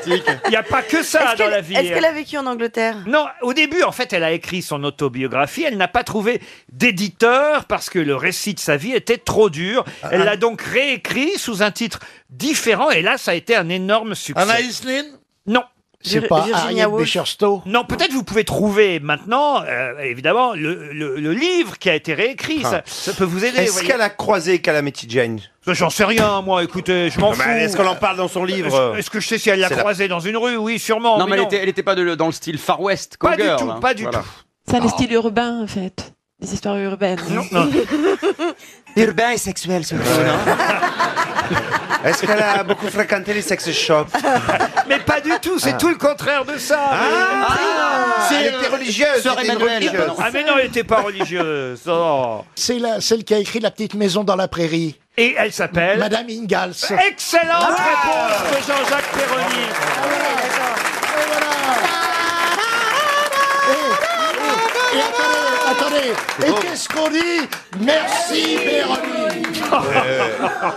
Speaker 1: Il n'y a pas que ça dans la vie. hein.
Speaker 16: a vécu en Angleterre
Speaker 1: Non, au début, en fait, elle a écrit son autobiographie. Elle n'a pas trouvé d'éditeur parce que le récit de sa vie était trop dur.
Speaker 18: Ah,
Speaker 1: Elle l'a donc réécrit sous un titre différent. Et là, ça a été un énorme succès.
Speaker 2: Anaïs Lynn.
Speaker 1: Non.
Speaker 18: C'est pas Harriet Beecher Stowe.
Speaker 1: Non, peut-être vous pouvez trouver maintenant, euh, évidemment, le, le- le livre qui a été réécrit.
Speaker 18: Ah.
Speaker 1: Ça, ça peut vous aider. vous
Speaker 15: Ah. Est-ce
Speaker 1: voyez.
Speaker 15: qu'elle a croisé Calamity Jane
Speaker 1: Ça, J'en sais rien, moi. Écoutez, je m'en fous.
Speaker 15: Ben, Est-ce qu'on en parle dans son livre
Speaker 1: Est-ce que je sais si elle l'a
Speaker 9: C'est la-
Speaker 1: croisée dans une rue Oui, sûrement.
Speaker 9: Non, mais elle
Speaker 1: non.
Speaker 9: était, elle était pas de- dans le style Far West.
Speaker 1: Pas du
Speaker 9: cowgirl,
Speaker 1: tout,
Speaker 9: hein.
Speaker 1: pas du
Speaker 9: Voilà.
Speaker 1: tout.
Speaker 16: C'est un style urbain, en fait. Des histoires urbaines.
Speaker 1: Ah. Non, non.
Speaker 15: Urbain et sexuel, ce Est-ce qu'elle a beaucoup fréquenté les sex shops
Speaker 1: Mais pas du tout,
Speaker 9: Ah.
Speaker 1: c'est tout le contraire de ça. Ah,
Speaker 15: Elle était religieuse.
Speaker 9: Sœur
Speaker 15: c'était une
Speaker 9: Emmanuel,
Speaker 15: religieuse. Ah.
Speaker 9: pardon.
Speaker 1: mais non, elle n'était pas religieuse. non.
Speaker 18: C'est la- celle qui a écrit La petite maison dans la prairie.
Speaker 1: Et elle s'appelle
Speaker 18: Madame Ingalls.
Speaker 1: Excellente
Speaker 6: Ah
Speaker 1: réponse de Jean-Jacques Perroni.
Speaker 18: Eh, eh, Et attendez, attendez. Et qu'est-ce qu'on dit Merci Véronique.
Speaker 9: Euh,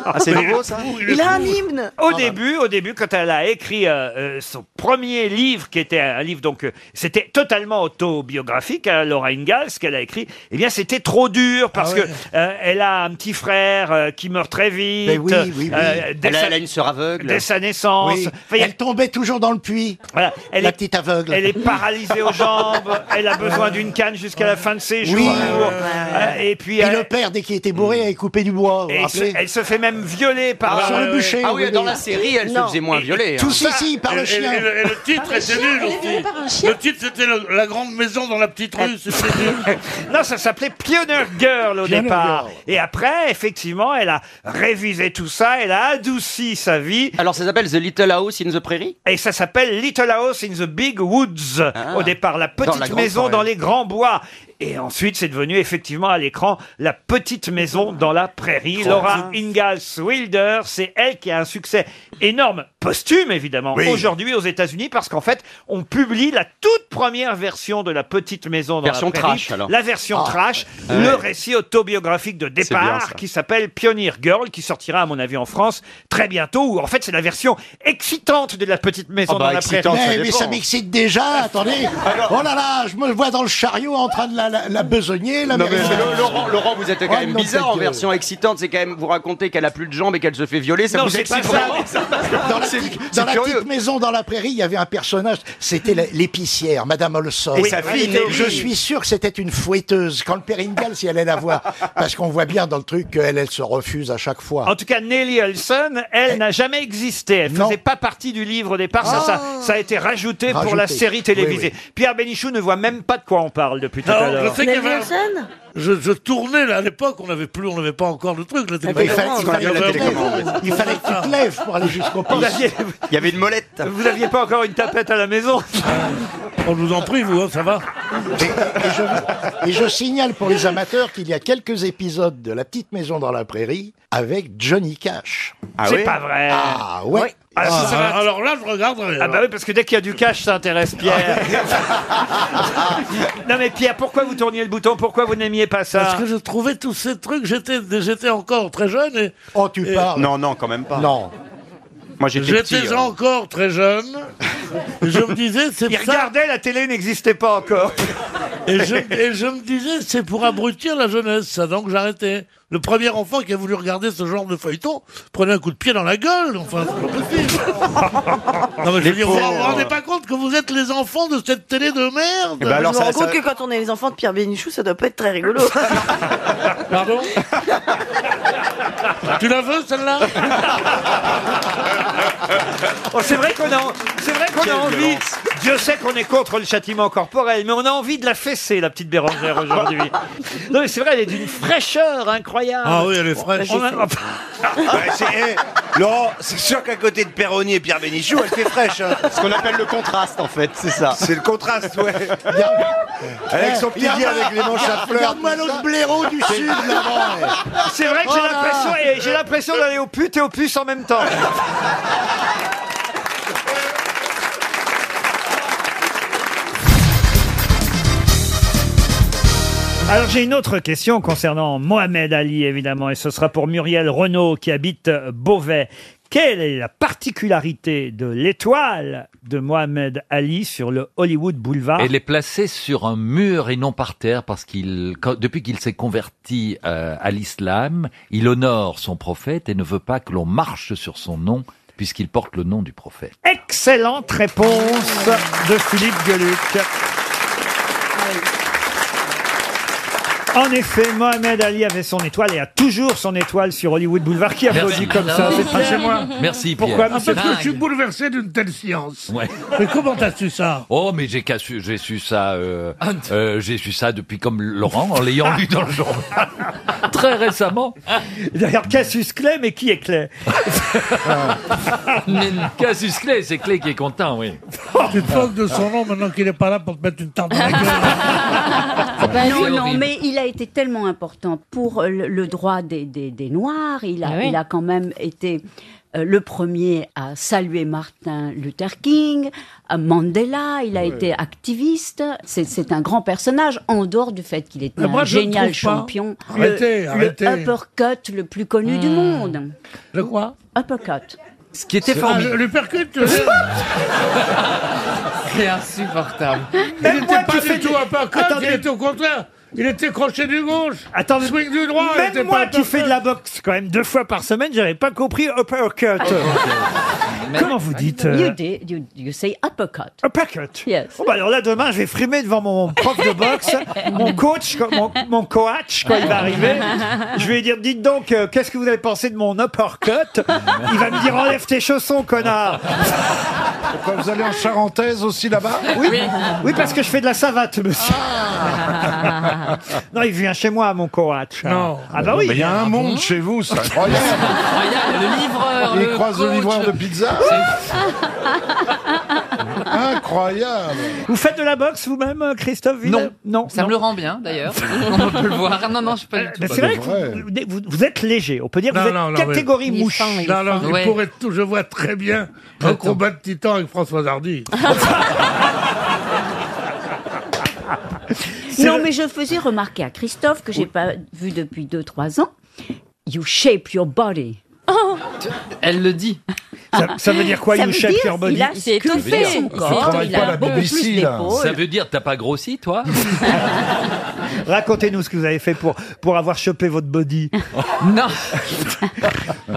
Speaker 1: Ah, c'est
Speaker 15: nouveau, ça
Speaker 17: Il a un hymne.
Speaker 1: Au début, au début, quand elle a écrit euh, euh, son premier livre, qui était un livre donc, euh, c'était totalement autobiographique, hein, Laura Ingalls, qu'elle a écrit. Eh bien, c'était trop dur parce
Speaker 9: Ah ouais.
Speaker 1: que euh, elle a un petit frère euh, qui meurt très vite.
Speaker 9: Ben oui, oui,
Speaker 1: euh,
Speaker 9: oui.
Speaker 1: dès
Speaker 9: Elle a-
Speaker 1: sa-
Speaker 9: elle a une sœur aveugle.
Speaker 1: Dès sa naissance.
Speaker 9: Oui.
Speaker 1: elle tombait toujours dans le puits. Voilà. Elle est petite aveugle. Elle est paralysée aux jambes. elle a besoin d'une canne jusqu'à la fin de ses jours.
Speaker 18: Oui.
Speaker 1: Euh, Et puis,
Speaker 18: Puis
Speaker 1: elle- Mm.
Speaker 18: le père, dès qu'il était bourré, avait coupé du bois. vous
Speaker 1: et
Speaker 18: vous
Speaker 1: elle se,
Speaker 18: rappelez
Speaker 1: elle se fait même violer par
Speaker 18: Sur le bûcher.
Speaker 9: Ah oui, dans la série, elle se
Speaker 18: Non.
Speaker 9: faisait moins
Speaker 18: Et- et
Speaker 9: violer,
Speaker 18: Tout
Speaker 9: hein.
Speaker 18: si, si, par le
Speaker 2: Et- et-
Speaker 18: chien.
Speaker 2: Et, le- et le titre
Speaker 18: Par le
Speaker 2: était
Speaker 18: chien,
Speaker 2: nul
Speaker 18: elle est
Speaker 2: aussi.
Speaker 18: violée par un chien.
Speaker 2: Le titre c'était le- La grande maison dans la petite rue, c'était nul.
Speaker 1: non, ça s'appelait Pioneer Girl au
Speaker 2: Pioneer
Speaker 1: départ.
Speaker 2: Girl.
Speaker 1: Et après, effectivement, elle a révisé tout ça, elle a adouci sa vie.
Speaker 9: Alors ça s'appelle The Little House in the Prairie Ah.
Speaker 1: Et ça s'appelle Little House in the Big Woods au départ, la
Speaker 9: Dans la
Speaker 1: petite
Speaker 9: grande
Speaker 1: maison
Speaker 9: forêt.
Speaker 1: dans les grands bois. Et ensuite, c'est devenu effectivement à l'écran la petite maison dans la prairie.
Speaker 9: Trop
Speaker 1: Laura Ingalls Wilder, c'est elle qui a un succès énorme, posthume évidemment,
Speaker 9: Oui.
Speaker 1: aujourd'hui aux États-Unis, parce qu'en fait, on publie la toute première version de la petite maison dans
Speaker 9: Version
Speaker 1: la prairie.
Speaker 9: trash, alors.
Speaker 1: La version
Speaker 9: Ah.
Speaker 1: trash,
Speaker 9: Ah
Speaker 1: le
Speaker 9: ouais.
Speaker 1: récit autobiographique de départ
Speaker 9: bien, ça.
Speaker 1: qui s'appelle Pioneer Girl, qui sortira à mon avis en France très bientôt. Où en fait, c'est la version excitante de la petite maison
Speaker 18: Ah bah,
Speaker 1: dans la prairie.
Speaker 18: excitant, ça Mais- mais dépend. ça m'excite déjà, attendez. Oh là là, je me vois dans le chariot en train de la, la, la besogner. La
Speaker 9: Non mais
Speaker 18: mairie.
Speaker 9: Laurent, Laurent, Laurent, vous êtes quand
Speaker 18: Oh,
Speaker 9: même
Speaker 18: non,
Speaker 9: bizarre
Speaker 18: c'est
Speaker 9: en
Speaker 18: que-
Speaker 9: version excitante. C'est quand même vous raconter qu'elle a plus de jambes et qu'elle se fait violer. Ça
Speaker 18: Non,
Speaker 9: vous
Speaker 18: c'est pas
Speaker 9: excite
Speaker 18: ça.
Speaker 9: vraiment, ça
Speaker 18: Dans la,
Speaker 9: C'est-
Speaker 18: petite,
Speaker 9: c'est
Speaker 18: dans la
Speaker 9: curieux.
Speaker 18: petite maison dans la prairie, il y avait un personnage, c'était la- l'épicière, Madame Olson.
Speaker 15: Et sa fille, Nelly.
Speaker 18: je suis sûr que c'était une fouetteuse. Quand le père Ingalls, si allait la voir, parce qu'on voit bien dans le truc qu'elle, elle se refuse à chaque fois.
Speaker 1: En tout cas, Nelly Olson,
Speaker 18: Eh.
Speaker 1: elle n'a jamais existé. Elle faisait pas partie du livre au départ. Ça, ça, ça a été rajouté, pour
Speaker 18: Ah. Rajouté.
Speaker 1: la série télévisée. Pierre Bénichou ne voit même pas de quoi on parle depuis tout à
Speaker 2: Non,
Speaker 1: l'heure.
Speaker 2: je sais qu'il y avait un- je, je tournais là à l'époque, on n'avait plus, on n'avait pas encore le truc. La
Speaker 18: fallait- il fallait-
Speaker 2: télécommande.
Speaker 18: il fallait-
Speaker 2: avait-
Speaker 18: Il fallait
Speaker 2: Ah,
Speaker 18: que tu te lèves pour aller jusqu'au poste.
Speaker 1: Il y avait une molette. Vous n'aviez pas encore une tapette à la maison
Speaker 2: On nous en prie, vous, hein, ça va
Speaker 18: Et je signale pour les amateurs qu'il y a quelques épisodes de La Petite Maison dans la Prairie avec Johnny Cash.
Speaker 1: C'est pas vrai.
Speaker 18: Ah ouais.
Speaker 1: Ah, ça, ça va-
Speaker 2: Alors là, je euh, regarderai.
Speaker 1: Ah bah oui, parce que dès qu'il y a du cash, ça intéresse Pierre.
Speaker 2: Ah
Speaker 1: non mais Pierre, pourquoi vous tourniez le bouton Pourquoi vous n'aimiez pas ça
Speaker 2: Parce que je trouvais tous ces trucs, j'étais, j'étais encore très jeune et.
Speaker 18: Oh, tu
Speaker 2: parles
Speaker 23: Non, non, quand même pas.
Speaker 18: Non.
Speaker 23: Moi, j'étais petit. euh.
Speaker 2: encore très jeune. Et je me disais, c'est
Speaker 1: Il
Speaker 2: ça.
Speaker 1: regardait, la télé n'existait pas encore.
Speaker 2: Et je, et je me disais, c'est pour abrutir la jeunesse, ça. Donc j'arrêtais. Le premier enfant qui a voulu regarder ce genre de feuilleton prenait un coup de pied dans la gueule. Enfin, c'est pas possible.
Speaker 18: Ah.
Speaker 2: non, mais je veux dire, vous
Speaker 4: pauvres.
Speaker 2: vous rendez pas compte que vous êtes les enfants de cette télé de merde
Speaker 4: Je me rends compte que quand on est les enfants de Pierre Bénichou, ça doit pas être très rigolo.
Speaker 2: Pardon Tu la veux, celle-là
Speaker 1: Oh, c'est vrai qu'on a, c'est vrai qu'on a envie. Dieu sait qu'on est contre le châtiment corporel, mais on a envie de la fesser, la petite Bérangère, aujourd'hui. non, mais c'est vrai, elle est d'une fraîcheur incroyable.
Speaker 2: Ah oui, elle est fraîche.
Speaker 1: On a-
Speaker 6: Ouais, c'est- eh, Laurent, c'est sûr qu'à côté de Perroni et Pierre Bénichou, elle fait fraîche.
Speaker 21: hein.
Speaker 6: Ce qu'on appelle le contraste, en fait, c'est ça. C'est le contraste, ouais. Avec son petit lit avec les manches à fleurs.
Speaker 18: Regarde-moi l'autre blaireau du sud Oh là-bas. ouais.
Speaker 1: C'est vrai que j'ai
Speaker 18: Voilà.
Speaker 1: l'impression, et j'ai l'impression d'aller aux putes et aux puces en même temps. Alors j'ai une autre question concernant Mohamed Ali évidemment et ce sera pour Muriel Renault qui habite euh, Beauvais. Quelle est la particularité de l'étoile de Mohamed Ali sur le Hollywood Boulevard
Speaker 3: Elle est placée sur un mur et non par terre parce qu'il, quand- depuis qu'il s'est converti euh, à l'islam, il honore son prophète et ne veut pas que l'on marche sur son nom puisqu'il porte le nom du prophète.
Speaker 1: Excellente réponse de Philippe Gueluc. En effet, Mohamed Ali avait son étoile et a toujours son étoile sur Hollywood Boulevard qui applaudit comme ça. C'est
Speaker 2: Ah,
Speaker 1: Pierre.
Speaker 2: c'est moi.
Speaker 3: Merci, Pierre.
Speaker 2: Pourquoi Parce
Speaker 3: C'est
Speaker 2: que je suis
Speaker 3: dingue.
Speaker 2: bouleversé d'une telle science.
Speaker 3: Ouais.
Speaker 2: Mais comment t'as su ça
Speaker 3: Oh, mais j'ai qu'à su, j'ai su ça, euh, euh, j'ai su ça depuis comme Laurent en l'ayant lu dans le journal très récemment.
Speaker 1: D'ailleurs, Cassius Clay, mais qui est Clay Ah.
Speaker 2: Ah,
Speaker 3: Cassius Clay, c'est Clay qui est content, oui.
Speaker 2: Tu te moques Oh, de son nom maintenant qu'il est pas là pour te mettre une tarte dans la gueule.
Speaker 7: non,
Speaker 2: c'est
Speaker 7: non,
Speaker 2: horrible.
Speaker 7: mais il a été tellement important pour le, le droit des, des- des Noirs. Il a,
Speaker 2: Ah oui.
Speaker 7: il a quand même été
Speaker 15: euh, le premier à saluer Martin Luther King, à Mandela, il a
Speaker 24: Ouais.
Speaker 15: été activiste. C'est c'est un grand personnage, en dehors du fait qu'il était
Speaker 24: Mais
Speaker 15: un
Speaker 24: moi, je ne
Speaker 15: génial
Speaker 24: trouve pas.
Speaker 15: champion.
Speaker 24: Arrêtez,
Speaker 15: le,
Speaker 24: arrêtez.
Speaker 15: le uppercut le plus connu du
Speaker 24: Hmm.
Speaker 15: monde.
Speaker 2: Le quoi
Speaker 15: Uppercut.
Speaker 24: Ce qui était
Speaker 2: Ah,
Speaker 24: formidable.
Speaker 2: le percute
Speaker 24: C'est insupportable.
Speaker 2: Il n'était pas du tout uppercut, il était au contraire. Il était crochet du gauche.
Speaker 1: Attendez,
Speaker 2: swing du droit. il était
Speaker 1: Même moi
Speaker 2: pas
Speaker 1: qui fais de la boxe quand même deux fois par semaine, j'avais pas compris
Speaker 2: Ah,
Speaker 1: uppercut. Comment vous dites euh,
Speaker 15: You, did- you, you say uppercut.
Speaker 1: Uppercut.
Speaker 15: Yes.
Speaker 1: Bon, bah alors là, demain, je vais frimer devant mon prof de boxe, mon coach, quand- mon, mon coach, quand il va arriver. Je vais lui dire, dites donc, euh, qu'est-ce que vous avez pensé de mon uppercut Il va me dire, enlève tes chaussons, connard
Speaker 13: Pourquoi vous allez en charentaise aussi là-bas
Speaker 1: oui, oui, parce que je fais de la savate, monsieur. non, il vient chez moi, mon coach.
Speaker 13: Non.
Speaker 1: Ah bah oui.
Speaker 13: Mais il y a un monde
Speaker 1: chez vous, ça.
Speaker 13: le
Speaker 1: livreur,
Speaker 13: Il
Speaker 1: le
Speaker 13: croise le
Speaker 1: coach.
Speaker 13: livreur de pizza. Incroyable.
Speaker 1: Vous faites de la boxe vous-même, euh, Christophe Villeneuve Non.
Speaker 24: Ça me le rend bien, d'ailleurs. On peut le voir. Non, non, je suis pas du tout.
Speaker 1: Mais Euh, ben, c'est vrai que vous, vous- vous êtes léger. On peut dire que
Speaker 2: Non,
Speaker 1: vous êtes
Speaker 2: non, non,
Speaker 1: catégorie
Speaker 2: mais-
Speaker 1: mouche.
Speaker 2: Non, non, il pourrait tout, je vois très bien un combat de titan avec François Hardy.
Speaker 15: Non, mais je faisais remarquer à Christophe que j'ai pas vu depuis 2-3 ans. You shape your body.
Speaker 23: Oh.
Speaker 15: Ah.
Speaker 24: Elle le dit.
Speaker 1: Ça, ça veut dire quoi,
Speaker 15: Ça
Speaker 1: you
Speaker 15: veut
Speaker 1: shape
Speaker 15: dire
Speaker 1: your body
Speaker 15: qu'il a C'est sculpté étoffé. son Il corps, travaille il a pas la un peu plus BBC, là. d'épaules.
Speaker 3: Ça veut dire t'as pas grossi, toi
Speaker 1: Racontez-nous ce que vous avez fait pour, pour avoir chopé votre body.
Speaker 24: non.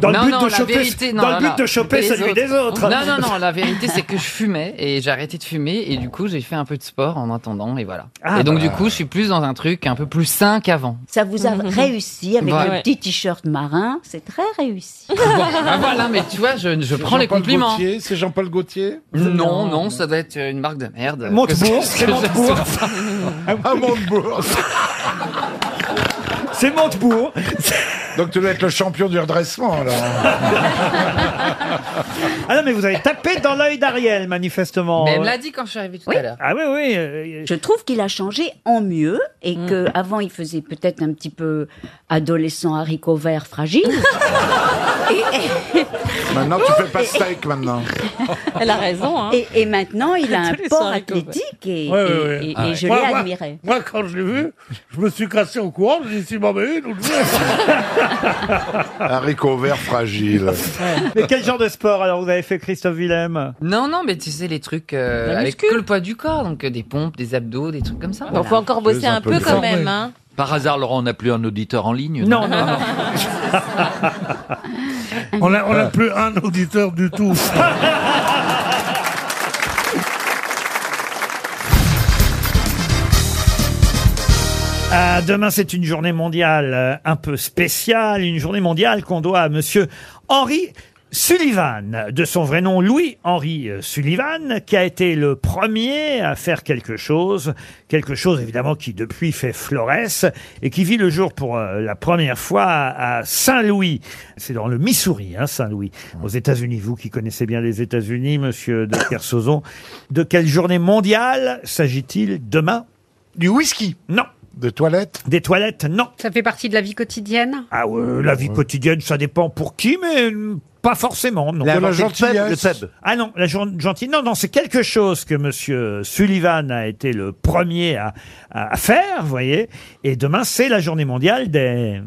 Speaker 1: Dans le
Speaker 24: Non,
Speaker 1: but
Speaker 24: non,
Speaker 1: de
Speaker 24: la
Speaker 1: choper,
Speaker 24: vérité, non,
Speaker 1: dans
Speaker 24: non,
Speaker 1: le but
Speaker 24: non.
Speaker 1: de choper
Speaker 24: Les
Speaker 1: celui des autres.
Speaker 24: Non, non, non, la vérité, c'est que je fumais et j'ai arrêté de fumer et du coup, j'ai fait un peu de sport en attendant et voilà.
Speaker 15: Ah,
Speaker 24: et donc,
Speaker 15: bah.
Speaker 24: du coup, je suis plus dans un truc un peu plus sain qu'avant.
Speaker 15: Ça vous a réussi avec
Speaker 24: Ouais.
Speaker 15: un petit t-shirt marin. C'est très réussi.
Speaker 24: Ah, voilà, mais tu vois, je, je prends les compliments.
Speaker 13: C'est Jean-Paul Gaultier
Speaker 24: Non, non, ça doit être une marque de merde.
Speaker 1: Montebourg, c'est Montebourg.
Speaker 13: Ah, Montebourg.
Speaker 1: C'est Montebourg.
Speaker 13: Donc tu dois être le champion du redressement, alors.
Speaker 1: Ah non, mais vous avez tapé dans l'œil d'Ariel, manifestement.
Speaker 24: Mais elle me l'a dit quand je suis arrivée tout à l'heure.
Speaker 1: Ah Oh. oui, oui. euh,
Speaker 15: Je trouve qu'il a changé en mieux et que avant il faisait peut-être un petit peu adolescent haricot vert fragile.
Speaker 13: Maintenant, tu fais pas steak, maintenant.
Speaker 15: Elle a raison. Et, et maintenant il a un
Speaker 2: Adolescent
Speaker 15: port
Speaker 2: haricot vert.
Speaker 15: athlétique et,
Speaker 2: Ouais,
Speaker 15: et-
Speaker 2: ouais, ouais.
Speaker 15: et- et
Speaker 2: Ah ouais.
Speaker 15: je
Speaker 2: Moi,
Speaker 15: l'ai
Speaker 2: moi,
Speaker 15: admiré.
Speaker 2: Moi, quand je l'ai vu, je me suis cassé au courant. J'ai dit, si m'en met une, ou deux.
Speaker 13: Haricot vert fragile.
Speaker 1: Mais quel genre de sport alors vous avez fait, Christophe Willem
Speaker 24: Non, non, mais tu sais, les trucs euh,
Speaker 1: La
Speaker 24: avec
Speaker 1: muscu.
Speaker 24: que le poids du corps, donc euh, des pompes, des abdos, des trucs comme ça.
Speaker 27: Bon, faut encore bosser un peu quand même, hein.
Speaker 3: Par hasard, Laurent, on n'a plus un auditeur en ligne Non,
Speaker 1: non, non.
Speaker 2: on n'a on a plus un auditeur du tout.
Speaker 1: Ah, demain, c'est une journée mondiale euh, un peu spéciale, une journée mondiale qu'on doit à monsieur Henry Sullivan, de son vrai nom Louis-Henri euh, Sullivan, qui a été le premier à faire quelque chose, quelque chose évidemment qui depuis fait florès et qui vit le jour pour euh, la première fois à à Saint-Louis. C'est dans le Missouri, hein, Saint-Louis, aux États-Unis. Vous qui connaissez bien les États-Unis, monsieur de Kersozon, de quelle journée mondiale s'agit-il demain Du whisky Non.
Speaker 13: Des toilettes
Speaker 1: Des toilettes, non.
Speaker 14: Ça fait partie de la vie quotidienne
Speaker 1: Ah ouais, la vie quotidienne, ça dépend pour qui, mais euh, pas forcément. Non.
Speaker 28: La- De la le pub, gentillesse. le pub.
Speaker 1: Ah non, la jour- gentille. Non, non, c'est quelque chose que Monsieur Sullivan a été le premier à, à- à faire, vous voyez. Et demain, c'est la journée mondiale des.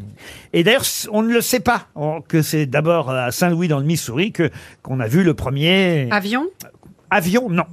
Speaker 1: Et d'ailleurs, c- on ne le sait pas on- que c'est d'abord à Saint-Louis dans le Missouri que qu'on a vu le premier
Speaker 14: Avion
Speaker 1: avion. Non.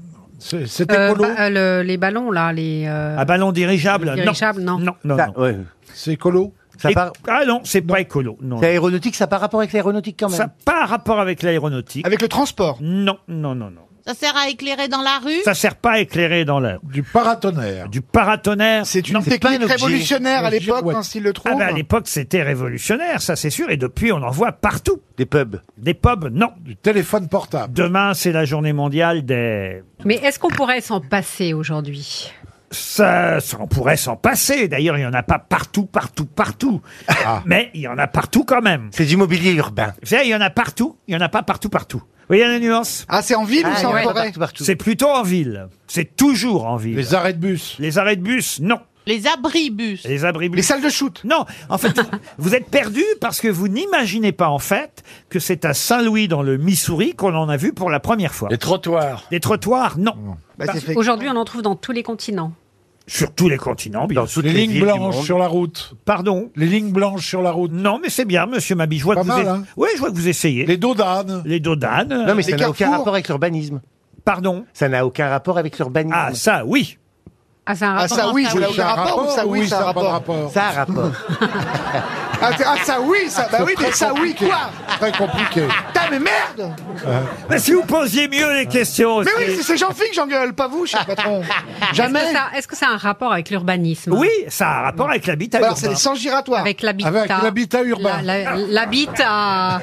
Speaker 1: C'est
Speaker 14: Euh, ba- euh, le- Les ballons, là, les... euh,
Speaker 1: Un Ah, ballon dirigeable. non.
Speaker 14: dirigeables, non.
Speaker 1: Non,
Speaker 14: Ça-
Speaker 1: non.
Speaker 13: C'est écolo
Speaker 1: Ça Ah non, c'est pas écolo. Non.
Speaker 29: C'est aéronautique, ça n'a pas rapport avec l'aéronautique quand même.
Speaker 1: Ça n'a pas rapport avec l'aéronautique. Avec le transport Non, non, non, non.
Speaker 12: Ça sert à éclairer dans la rue
Speaker 1: Ça sert pas à éclairer dans l'air. Du paratonnerre. Du paratonnerre. C'est
Speaker 25: une technique révolutionnaire à l'époque, quand s'il le trouve.
Speaker 1: Ah ben, à l'époque, c'était révolutionnaire, ça c'est sûr. Et depuis, on en voit partout. Des pubs. Des pubs, non. Du téléphone portable. Demain, c'est la journée mondiale des...
Speaker 14: Mais est-ce qu'on pourrait s'en passer aujourd'hui
Speaker 1: Ça, ça, on pourrait s'en passer. D'ailleurs, il n'y en a pas partout, partout, partout. Mais il y en a partout quand même. Ah. C'est l'immobilier urbain. Vous savez, il y en a partout, il n'y en a pas partout, partout. Vous voyez la nuance Ah, c'est en
Speaker 25: ville ou Ah, c'est en il y en a forêt
Speaker 1: C'est plutôt en ville. C'est toujours en ville. Les arrêts de bus Les arrêts de bus, non. Les abribus. Les abribus. Les salles de shoot. Non, en fait, vous- vous êtes perdu parce que vous n'imaginez pas en fait que c'est à Saint-Louis dans le Missouri qu'on en a vu pour la première fois. Des trottoirs. Des trottoirs, non. Parce-
Speaker 14: Aujourd'hui, on en trouve dans tous les continents.
Speaker 1: Sur tous les continents, bien
Speaker 13: Dans
Speaker 1: sûr.
Speaker 13: toutes les lignes blanches sur la route.
Speaker 1: Pardon
Speaker 13: Les lignes blanches sur la route.
Speaker 1: Non, mais c'est bien, monsieur Mabi. Je vois
Speaker 13: Pas
Speaker 1: que
Speaker 13: mal,
Speaker 1: vous
Speaker 13: hein.
Speaker 1: Oui, je vois que vous essayez. Les
Speaker 13: dos d'âne.
Speaker 1: Les dos d'âne.
Speaker 21: Non, mais ça
Speaker 1: Les
Speaker 21: n'a aucun
Speaker 1: carrefours.
Speaker 21: rapport avec l'urbanisme.
Speaker 1: Pardon
Speaker 21: Ça n'a aucun rapport avec l'urbanisme. Ah,
Speaker 1: ça, oui.
Speaker 14: Ah, ça a un
Speaker 21: Ah,
Speaker 14: rapport
Speaker 21: ça,
Speaker 14: entre
Speaker 21: oui, je voulais
Speaker 14: route.
Speaker 21: faire un rapport,
Speaker 14: Ça, oui, ça a
Speaker 21: rapport. Ça a rapport.
Speaker 25: Ah, c'est- ah, ça oui, ça, bah
Speaker 13: C'est
Speaker 25: oui, mais
Speaker 13: très
Speaker 25: ça oui,
Speaker 13: compliqué.
Speaker 25: quoi
Speaker 13: Très compliqué.
Speaker 25: Putain, mais merde
Speaker 1: Mais si vous posiez mieux les questions
Speaker 25: Mais
Speaker 1: aussi.
Speaker 25: oui, c'est- c'est Jean-Philippe que j'engueule, pas vous, cher patron. Jamais.
Speaker 14: Est-ce que ça- Est-ce que ça a un rapport avec l'urbanisme hein
Speaker 1: Oui, ça a un rapport avec l'habitat
Speaker 25: Alors,
Speaker 1: urbain.
Speaker 25: c'est sans giratoire.
Speaker 14: Avec l'habitat. La- la- L'habit à,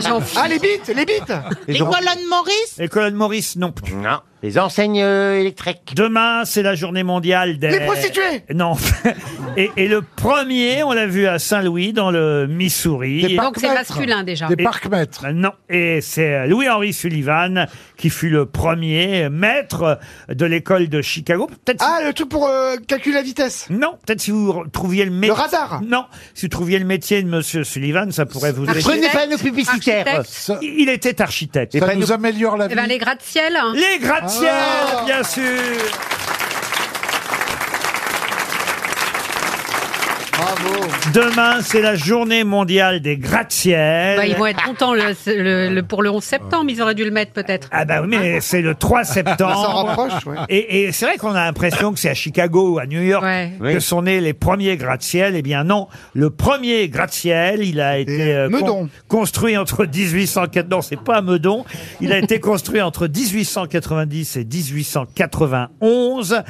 Speaker 14: Jean-Philippe.
Speaker 25: Ah, les bites, les bites
Speaker 14: Les colonnes
Speaker 25: Maurice
Speaker 1: Les colonnes Maurice, non.
Speaker 21: Non. Les enseignes euh, électriques.
Speaker 1: Demain, c'est la journée mondiale des...
Speaker 21: Les prostituées
Speaker 1: Non. et, et le premier, on l'a vu à Saint-Louis, dans le Missouri.
Speaker 14: Des Donc, c'est parcs-maîtres. masculin, déjà. Des
Speaker 1: Et- Non. Et c'est Louis-Henri Sullivan qui fut le premier maître de l'école de Chicago. Peut-être
Speaker 25: Ah, le truc pour euh, calculer la vitesse
Speaker 1: Non, peut-être si vous trouviez le métier...
Speaker 25: Le radar
Speaker 1: Non, si vous trouviez le métier de Monsieur Sullivan, ça pourrait vous aider.
Speaker 25: Prenez
Speaker 14: panneaux publicitaires. Architecte.
Speaker 1: Il était architecte.
Speaker 13: Ça nous améliore la
Speaker 14: Eh
Speaker 13: vie.
Speaker 14: ben, les gratte-ciel.
Speaker 1: Les gratte-ciel,
Speaker 14: Ah.
Speaker 1: bien sûr. Demain, c'est la journée mondiale des gratte-ciel.
Speaker 14: Bah, ils vont être contents le- le- le- pour le 11 septembre. Ils auraient dû le mettre peut-être.
Speaker 1: Ah bah oui, mais c'est le 3 septembre.
Speaker 14: On s'en rapproche, ouais.
Speaker 1: Et, et c'est vrai qu'on a l'impression que c'est à Chicago ou à New York que sont nés les premiers gratte-ciel. Eh bien non, le premier gratte-ciel, il a été euh,
Speaker 25: Meudon.
Speaker 1: construit entre 1804. Non, c'est pas à Meudon. Il a été construit entre 1890 et 1891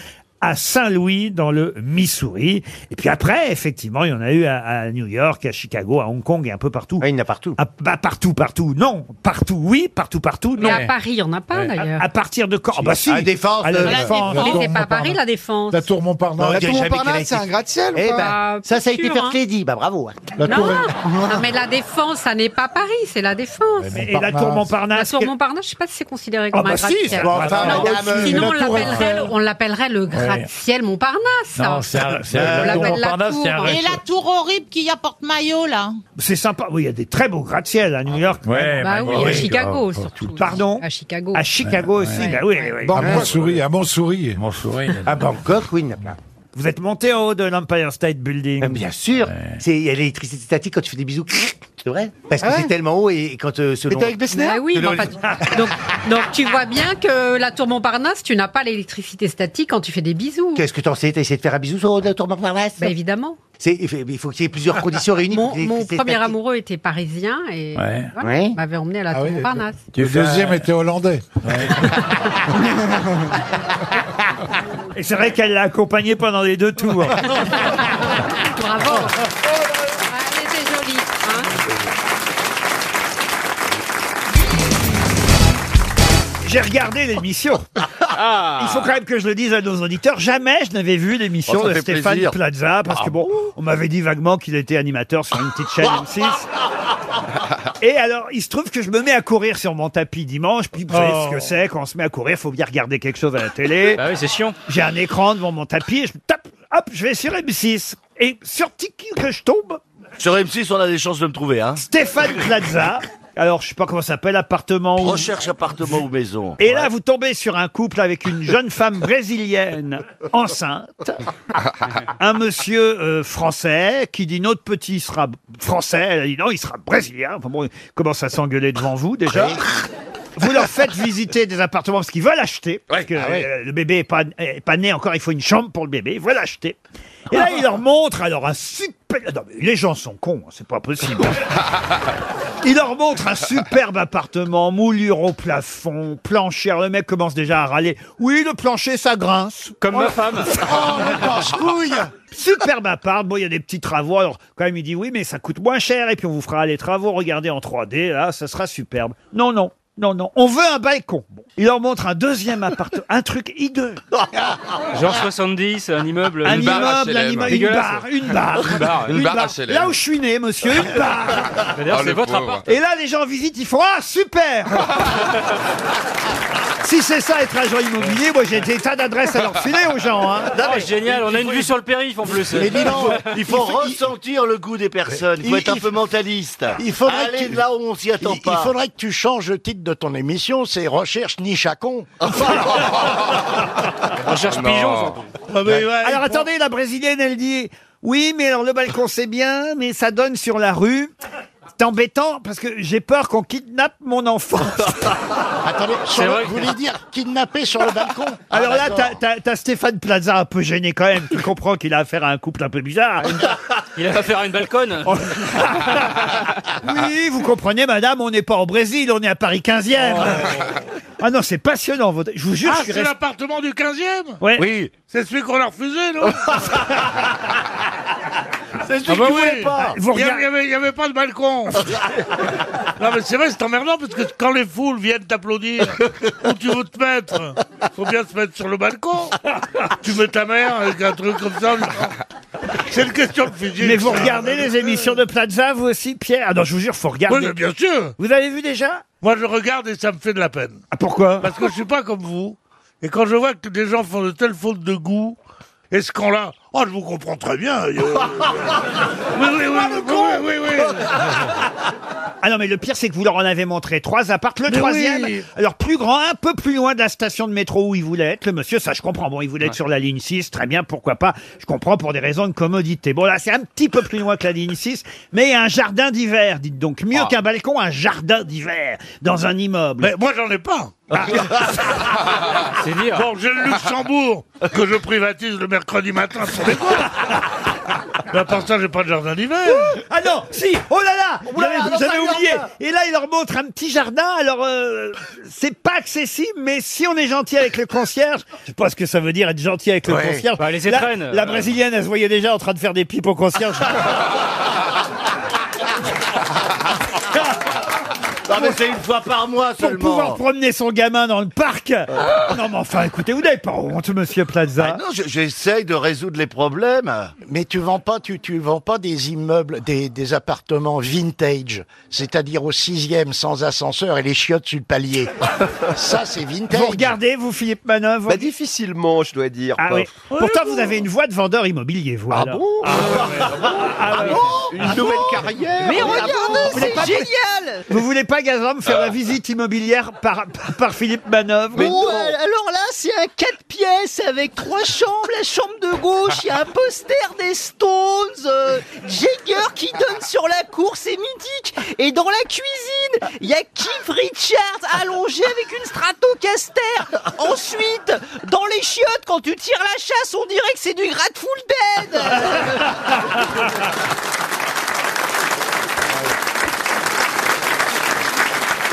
Speaker 1: à Saint-Louis, dans le Missouri. Et puis après, effectivement, il y en a eu à, à New York, à Chicago, à Hong Kong et un peu partout. il y en a partout. bah, partout, partout. Non, partout, oui, partout, partout.
Speaker 14: Mais
Speaker 1: Non.
Speaker 14: Ah, à Paris, il n'y en a pas
Speaker 1: Ouais.
Speaker 14: d'ailleurs.
Speaker 1: À, à partir de quand Ah bah si.
Speaker 14: À la Défense,
Speaker 1: À la
Speaker 14: euh, la
Speaker 1: Défense.
Speaker 14: Défense. Mais c'est pas à Paris la défense.
Speaker 13: La tour Montparnasse.
Speaker 21: dirait jamais qu'elle a été-
Speaker 14: gratte-ciel ou
Speaker 21: Eh
Speaker 14: pas
Speaker 21: ben, ça, ça a été
Speaker 14: Sûr,
Speaker 21: fair
Speaker 14: hein.
Speaker 21: play dit. Bah bravo. hein.
Speaker 14: non, non, mais la défense, ça n'est pas Paris, c'est la défense.
Speaker 21: Mais et la tour
Speaker 1: Montparnasse,
Speaker 14: La tour
Speaker 1: quelle-
Speaker 14: Montparnasse, je ne sais pas si c'est considéré
Speaker 1: Ah
Speaker 14: comme
Speaker 1: bah
Speaker 14: un
Speaker 1: si,
Speaker 14: gratte-ciel.
Speaker 1: c'est- bon, enfin,
Speaker 14: Non,
Speaker 1: madame, euh,
Speaker 14: sinon, on
Speaker 1: la tour
Speaker 14: l'appellerait
Speaker 1: Eiffel.
Speaker 14: le- on l'appellerait le gratte-ciel Montparnasse.
Speaker 1: Non, c'est un- c'est
Speaker 4: Euh,
Speaker 1: un- la tour Montparnasse, c'est un
Speaker 12: Et la tour horrible qui y a porte-maillot, là.
Speaker 1: C'est sympa. Oui, il y a des très beaux gratte-ciel à New York.
Speaker 4: Eh
Speaker 13: Ouais,
Speaker 4: ben,
Speaker 14: Bah oui, à Chicago surtout.
Speaker 1: Pardon
Speaker 14: À Chicago.
Speaker 1: À Chicago aussi. Bah oui, oui, oui.
Speaker 13: À Montsouris, à Montsouris.
Speaker 21: À Bangkok, oui, il n'y en a pas.
Speaker 1: Vous êtes monté en haut de l'Empire State Building.
Speaker 21: Bien sûr. C'est- Il y a l'électricité statique quand tu fais des bisous. C'est vrai Parce que
Speaker 14: Ah ouais
Speaker 21: c'est tellement haut et, et quand euh, selon.
Speaker 14: Bah oui, mais
Speaker 21: selon
Speaker 14: enfin,
Speaker 21: les-
Speaker 14: tu- donc, donc tu vois bien que la tour Montparnasse, tu n'as pas l'électricité statique quand tu fais des bisous.
Speaker 21: Qu'est-ce que t'en sais T'as essayé de faire un bisou sur la tour Montparnasse
Speaker 14: Bah évidemment. Ah,
Speaker 21: C'est- Il faut il faut qu'il y ait plusieurs conditions réunies. pour
Speaker 14: Mon,
Speaker 21: que les-
Speaker 14: mon
Speaker 21: les-
Speaker 14: premier amoureux était parisien et
Speaker 21: Ouais.
Speaker 14: voilà,
Speaker 21: Ouais.
Speaker 14: il m'avait emmené à la tour Montparnasse.
Speaker 13: Le deuxième était hollandais.
Speaker 1: Et c'est vrai qu'elle l'a accompagné pendant les deux tours.
Speaker 14: Bravo. Elle était jolie. hein.
Speaker 1: J'ai regardé l'émission.
Speaker 18: Ah.
Speaker 1: Il faut quand même que je le dise à nos auditeurs. Jamais je n'avais vu l'émission
Speaker 18: Oh, ça
Speaker 1: de
Speaker 18: fait
Speaker 1: Stéphane
Speaker 18: plaisir. Ah.
Speaker 1: Plaza parce que bon, on m'avait dit vaguement qu'il était animateur sur une petite chaîne M6. Et alors, il se trouve que je me mets à courir sur mon tapis dimanche. Puis vous savez
Speaker 18: Oh.
Speaker 1: ce que c'est quand on se met à courir, faut bien regarder quelque chose à la télé.
Speaker 18: Bah oui, c'est chiant.
Speaker 1: J'ai un écran devant mon tapis. Et je tape, hop, je vais sur M6. Et sur Tiki que je tombe,
Speaker 18: Sur M6, on a des chances de me trouver, hein.
Speaker 1: Stéphane Plaza. Alors, je sais pas comment ça s'appelle, appartement ou-
Speaker 18: Recherche appartement ou maison.
Speaker 1: Et là, vous tombez sur un couple avec une jeune femme brésilienne enceinte, un monsieur euh, français qui dit notre petit sera français, elle a dit non, il sera brésilien. Enfin bon, il commence à s'engueuler devant vous déjà. Vous leur faites visiter des appartements parce qu'ils veulent acheter. Parce que
Speaker 18: ouais.
Speaker 1: euh, le bébé n'est pas, est pas né encore, il faut une chambre pour le bébé, ils veulent acheter. Et là, il leur montre alors un super. Non, mais les gens sont cons, hein, c'est pas possible. Il leur montre un superbe appartement, moulure au plafond, plancher. Le mec commence déjà à râler. Oui, le plancher, ça grince.
Speaker 18: Comme
Speaker 1: Oh,
Speaker 18: ma femme.
Speaker 1: Oh, le casse-couille Superbe appart. Bon, il y a des petits travaux. Alors, quand même, il dit oui, mais ça coûte moins cher. Et puis, on vous fera les travaux. Regardez en 3D. Là, ça sera superbe. Non, non. Non, non, on veut un balcon. Bon. Il leur montre un deuxième appartement, un truc hideux.
Speaker 18: Genre 70, un immeuble.
Speaker 1: un immeuble, un immeuble, une barre, une barre. Une barre. Là où je suis né, monsieur, une barre.
Speaker 25: Ah, Oh,
Speaker 18: D'ailleurs, c'est votre appart.
Speaker 1: Et là, les gens visitent, ils font Ah, super Si c'est ça être agent immobilier, moi j'ai des tas d'adresses à leur filer aux gens. Hein.
Speaker 14: Non, mais génial, on a une vue sur le périph' en plus.
Speaker 1: Mais dis donc,
Speaker 14: il faut
Speaker 19: ressentir le goût des personnes. Il faut
Speaker 18: il-
Speaker 19: être un
Speaker 18: il-
Speaker 19: peu mentaliste.
Speaker 18: Il faudrait
Speaker 19: Aller
Speaker 18: que tu-
Speaker 19: là où on s'y attend
Speaker 18: il,
Speaker 19: pas.
Speaker 18: Il faudrait que tu changes le titre de ton émission, c'est Recherche niche à con.
Speaker 19: Recherche
Speaker 1: Ah, alors attendez, la brésilienne, elle dit oui, mais alors le balcon c'est bien, mais ça donne sur la rue. C'est embêtant parce que j'ai peur qu'on kidnappe mon enfant.
Speaker 18: Attendez, sur
Speaker 1: C'est
Speaker 18: le-
Speaker 1: vrai
Speaker 18: vous
Speaker 1: que-
Speaker 18: voulez dire kidnapper sur le balcon
Speaker 1: Alors
Speaker 18: Ah,
Speaker 1: là,
Speaker 18: d'accord.
Speaker 1: t'as- t'as t'as Stéphane Plaza un peu gêné quand même. Tu comprends qu'il a affaire à un couple un peu bizarre.
Speaker 14: Il a pas faire une balconne.
Speaker 2: Ah,
Speaker 1: Oui, vous comprenez, madame, on n'est pas au Brésil, on est à Paris 15e. Ah non, c'est passionnant. votre- Je vous jure,
Speaker 2: Oh. ah,
Speaker 1: je suis
Speaker 2: c'est
Speaker 1: resté...
Speaker 2: l'appartement du 15e
Speaker 1: Ouais.
Speaker 2: Oui. C'est celui qu'on a refusé, non C'est celui
Speaker 1: Ah bah
Speaker 2: que vous
Speaker 1: oui.
Speaker 2: voulez pas.
Speaker 1: Vous
Speaker 2: Il n'y
Speaker 1: regard-
Speaker 2: avait, il y avait pas de balcon. non, mais c'est vrai, c'est emmerdant parce que quand les foules viennent t'applaudir, où tu veux te mettre Faut bien se mettre sur le balcon. tu mets ta mère avec un truc comme ça. en disant, C'est une question de physique.
Speaker 1: Mais vous regardez les émissions de Plaza, vous aussi, Pierre Ah non, je vous jure, faut regarder.
Speaker 2: Oui, mais bien sûr.
Speaker 1: Vous avez vu déjà Ah,
Speaker 2: Moi, je regarde et ça me fait de la peine.
Speaker 1: pourquoi
Speaker 2: Parce que je suis pas comme vous. Et quand je vois que des gens font de telles fautes de goût, et ce qu'on là Oh, je vous comprends très bien. euh, oui, oui, oui, oui, oui, oui.
Speaker 1: Ah non, mais le pire, c'est que vous leur en avez montré trois appartes. Le
Speaker 2: Mais
Speaker 1: troisième,
Speaker 2: oui.
Speaker 1: alors plus grand, un peu plus loin de la station de métro où il voulait être. Le monsieur, ça je comprends. Bon, il voulait être sur la ligne 6, très bien, pourquoi pas. Je comprends pour des raisons de commodité. Bon, là, c'est un petit peu plus loin que la ligne 6, mais il y a un jardin d'hiver, dites donc. Mieux qu'un balcon, un jardin d'hiver dans un immeuble.
Speaker 2: Ah.
Speaker 1: Ah.
Speaker 2: Mais moi, j'en ai pas.
Speaker 14: C'est dire.
Speaker 2: Bon, j'ai le Luxembourg que je privatise le mercredi matin pour les cours. Mais à part ça, j'ai pas de jardin d'hiver.
Speaker 1: Ah non, si Oh là là
Speaker 2: Ouh là là,
Speaker 1: J'avais-
Speaker 2: alors
Speaker 1: J'avais
Speaker 2: ça,
Speaker 1: oublié
Speaker 2: alors
Speaker 1: Et là, il leur montre un petit jardin, alors euh, c'est pas accessible, mais si on est gentil avec le concierge, je sais pas ce que ça veut dire être gentil avec le
Speaker 14: Ouais.
Speaker 1: concierge.
Speaker 14: Bah, les
Speaker 1: La-
Speaker 14: étrennes,
Speaker 1: La,
Speaker 14: euh.
Speaker 1: brésilienne, elle se voyait déjà en train de faire des pipes au concierge.
Speaker 19: Non, mais c'est une fois par mois
Speaker 1: Pour
Speaker 19: seulement.
Speaker 1: pouvoir promener son gamin dans le parc. Ah Non, mais enfin, écoutez, vous n'avez pas honte, monsieur
Speaker 6: Ben
Speaker 1: Plaza.
Speaker 19: Non, je- j'essaye de résoudre les problèmes.
Speaker 18: Mais tu vends pas, tu, tu vends pas des immeubles, des, des appartements vintage, c'est-à-dire au sixième sans ascenseur et les chiottes sur le palier. Ça, c'est vintage.
Speaker 1: Vous regardez, vous, Philippe Manœuvre
Speaker 6: difficilement, je dois dire.
Speaker 1: Ah oui. Pourtant, vous avez une voix de vendeur immobilier, vous. Ah bon
Speaker 6: Ah,
Speaker 7: Ah,
Speaker 6: Une nouvelle carrière.
Speaker 1: Mais oui, ah bon
Speaker 6: regardez,
Speaker 1: Vous voulez pas- Vous voulez pas, Gazan, me faire la visite immobilière par, par, par Philippe Manœuvre
Speaker 19: Oh,
Speaker 20: Bon, al-
Speaker 1: euh,
Speaker 20: alors là, c'est un 4 pièces avec trois chambres. La chambre de gauche, il y a un poster des Stones, euh, Jagger qui donne sur la cour, c'est mythique. Et dans la cuisine, il y a Keith Richards allongé avec une Stratocaster. Ensuite, dans les chiottes, quand tu tires la chasse, on dirait que c'est du Grateful Dead.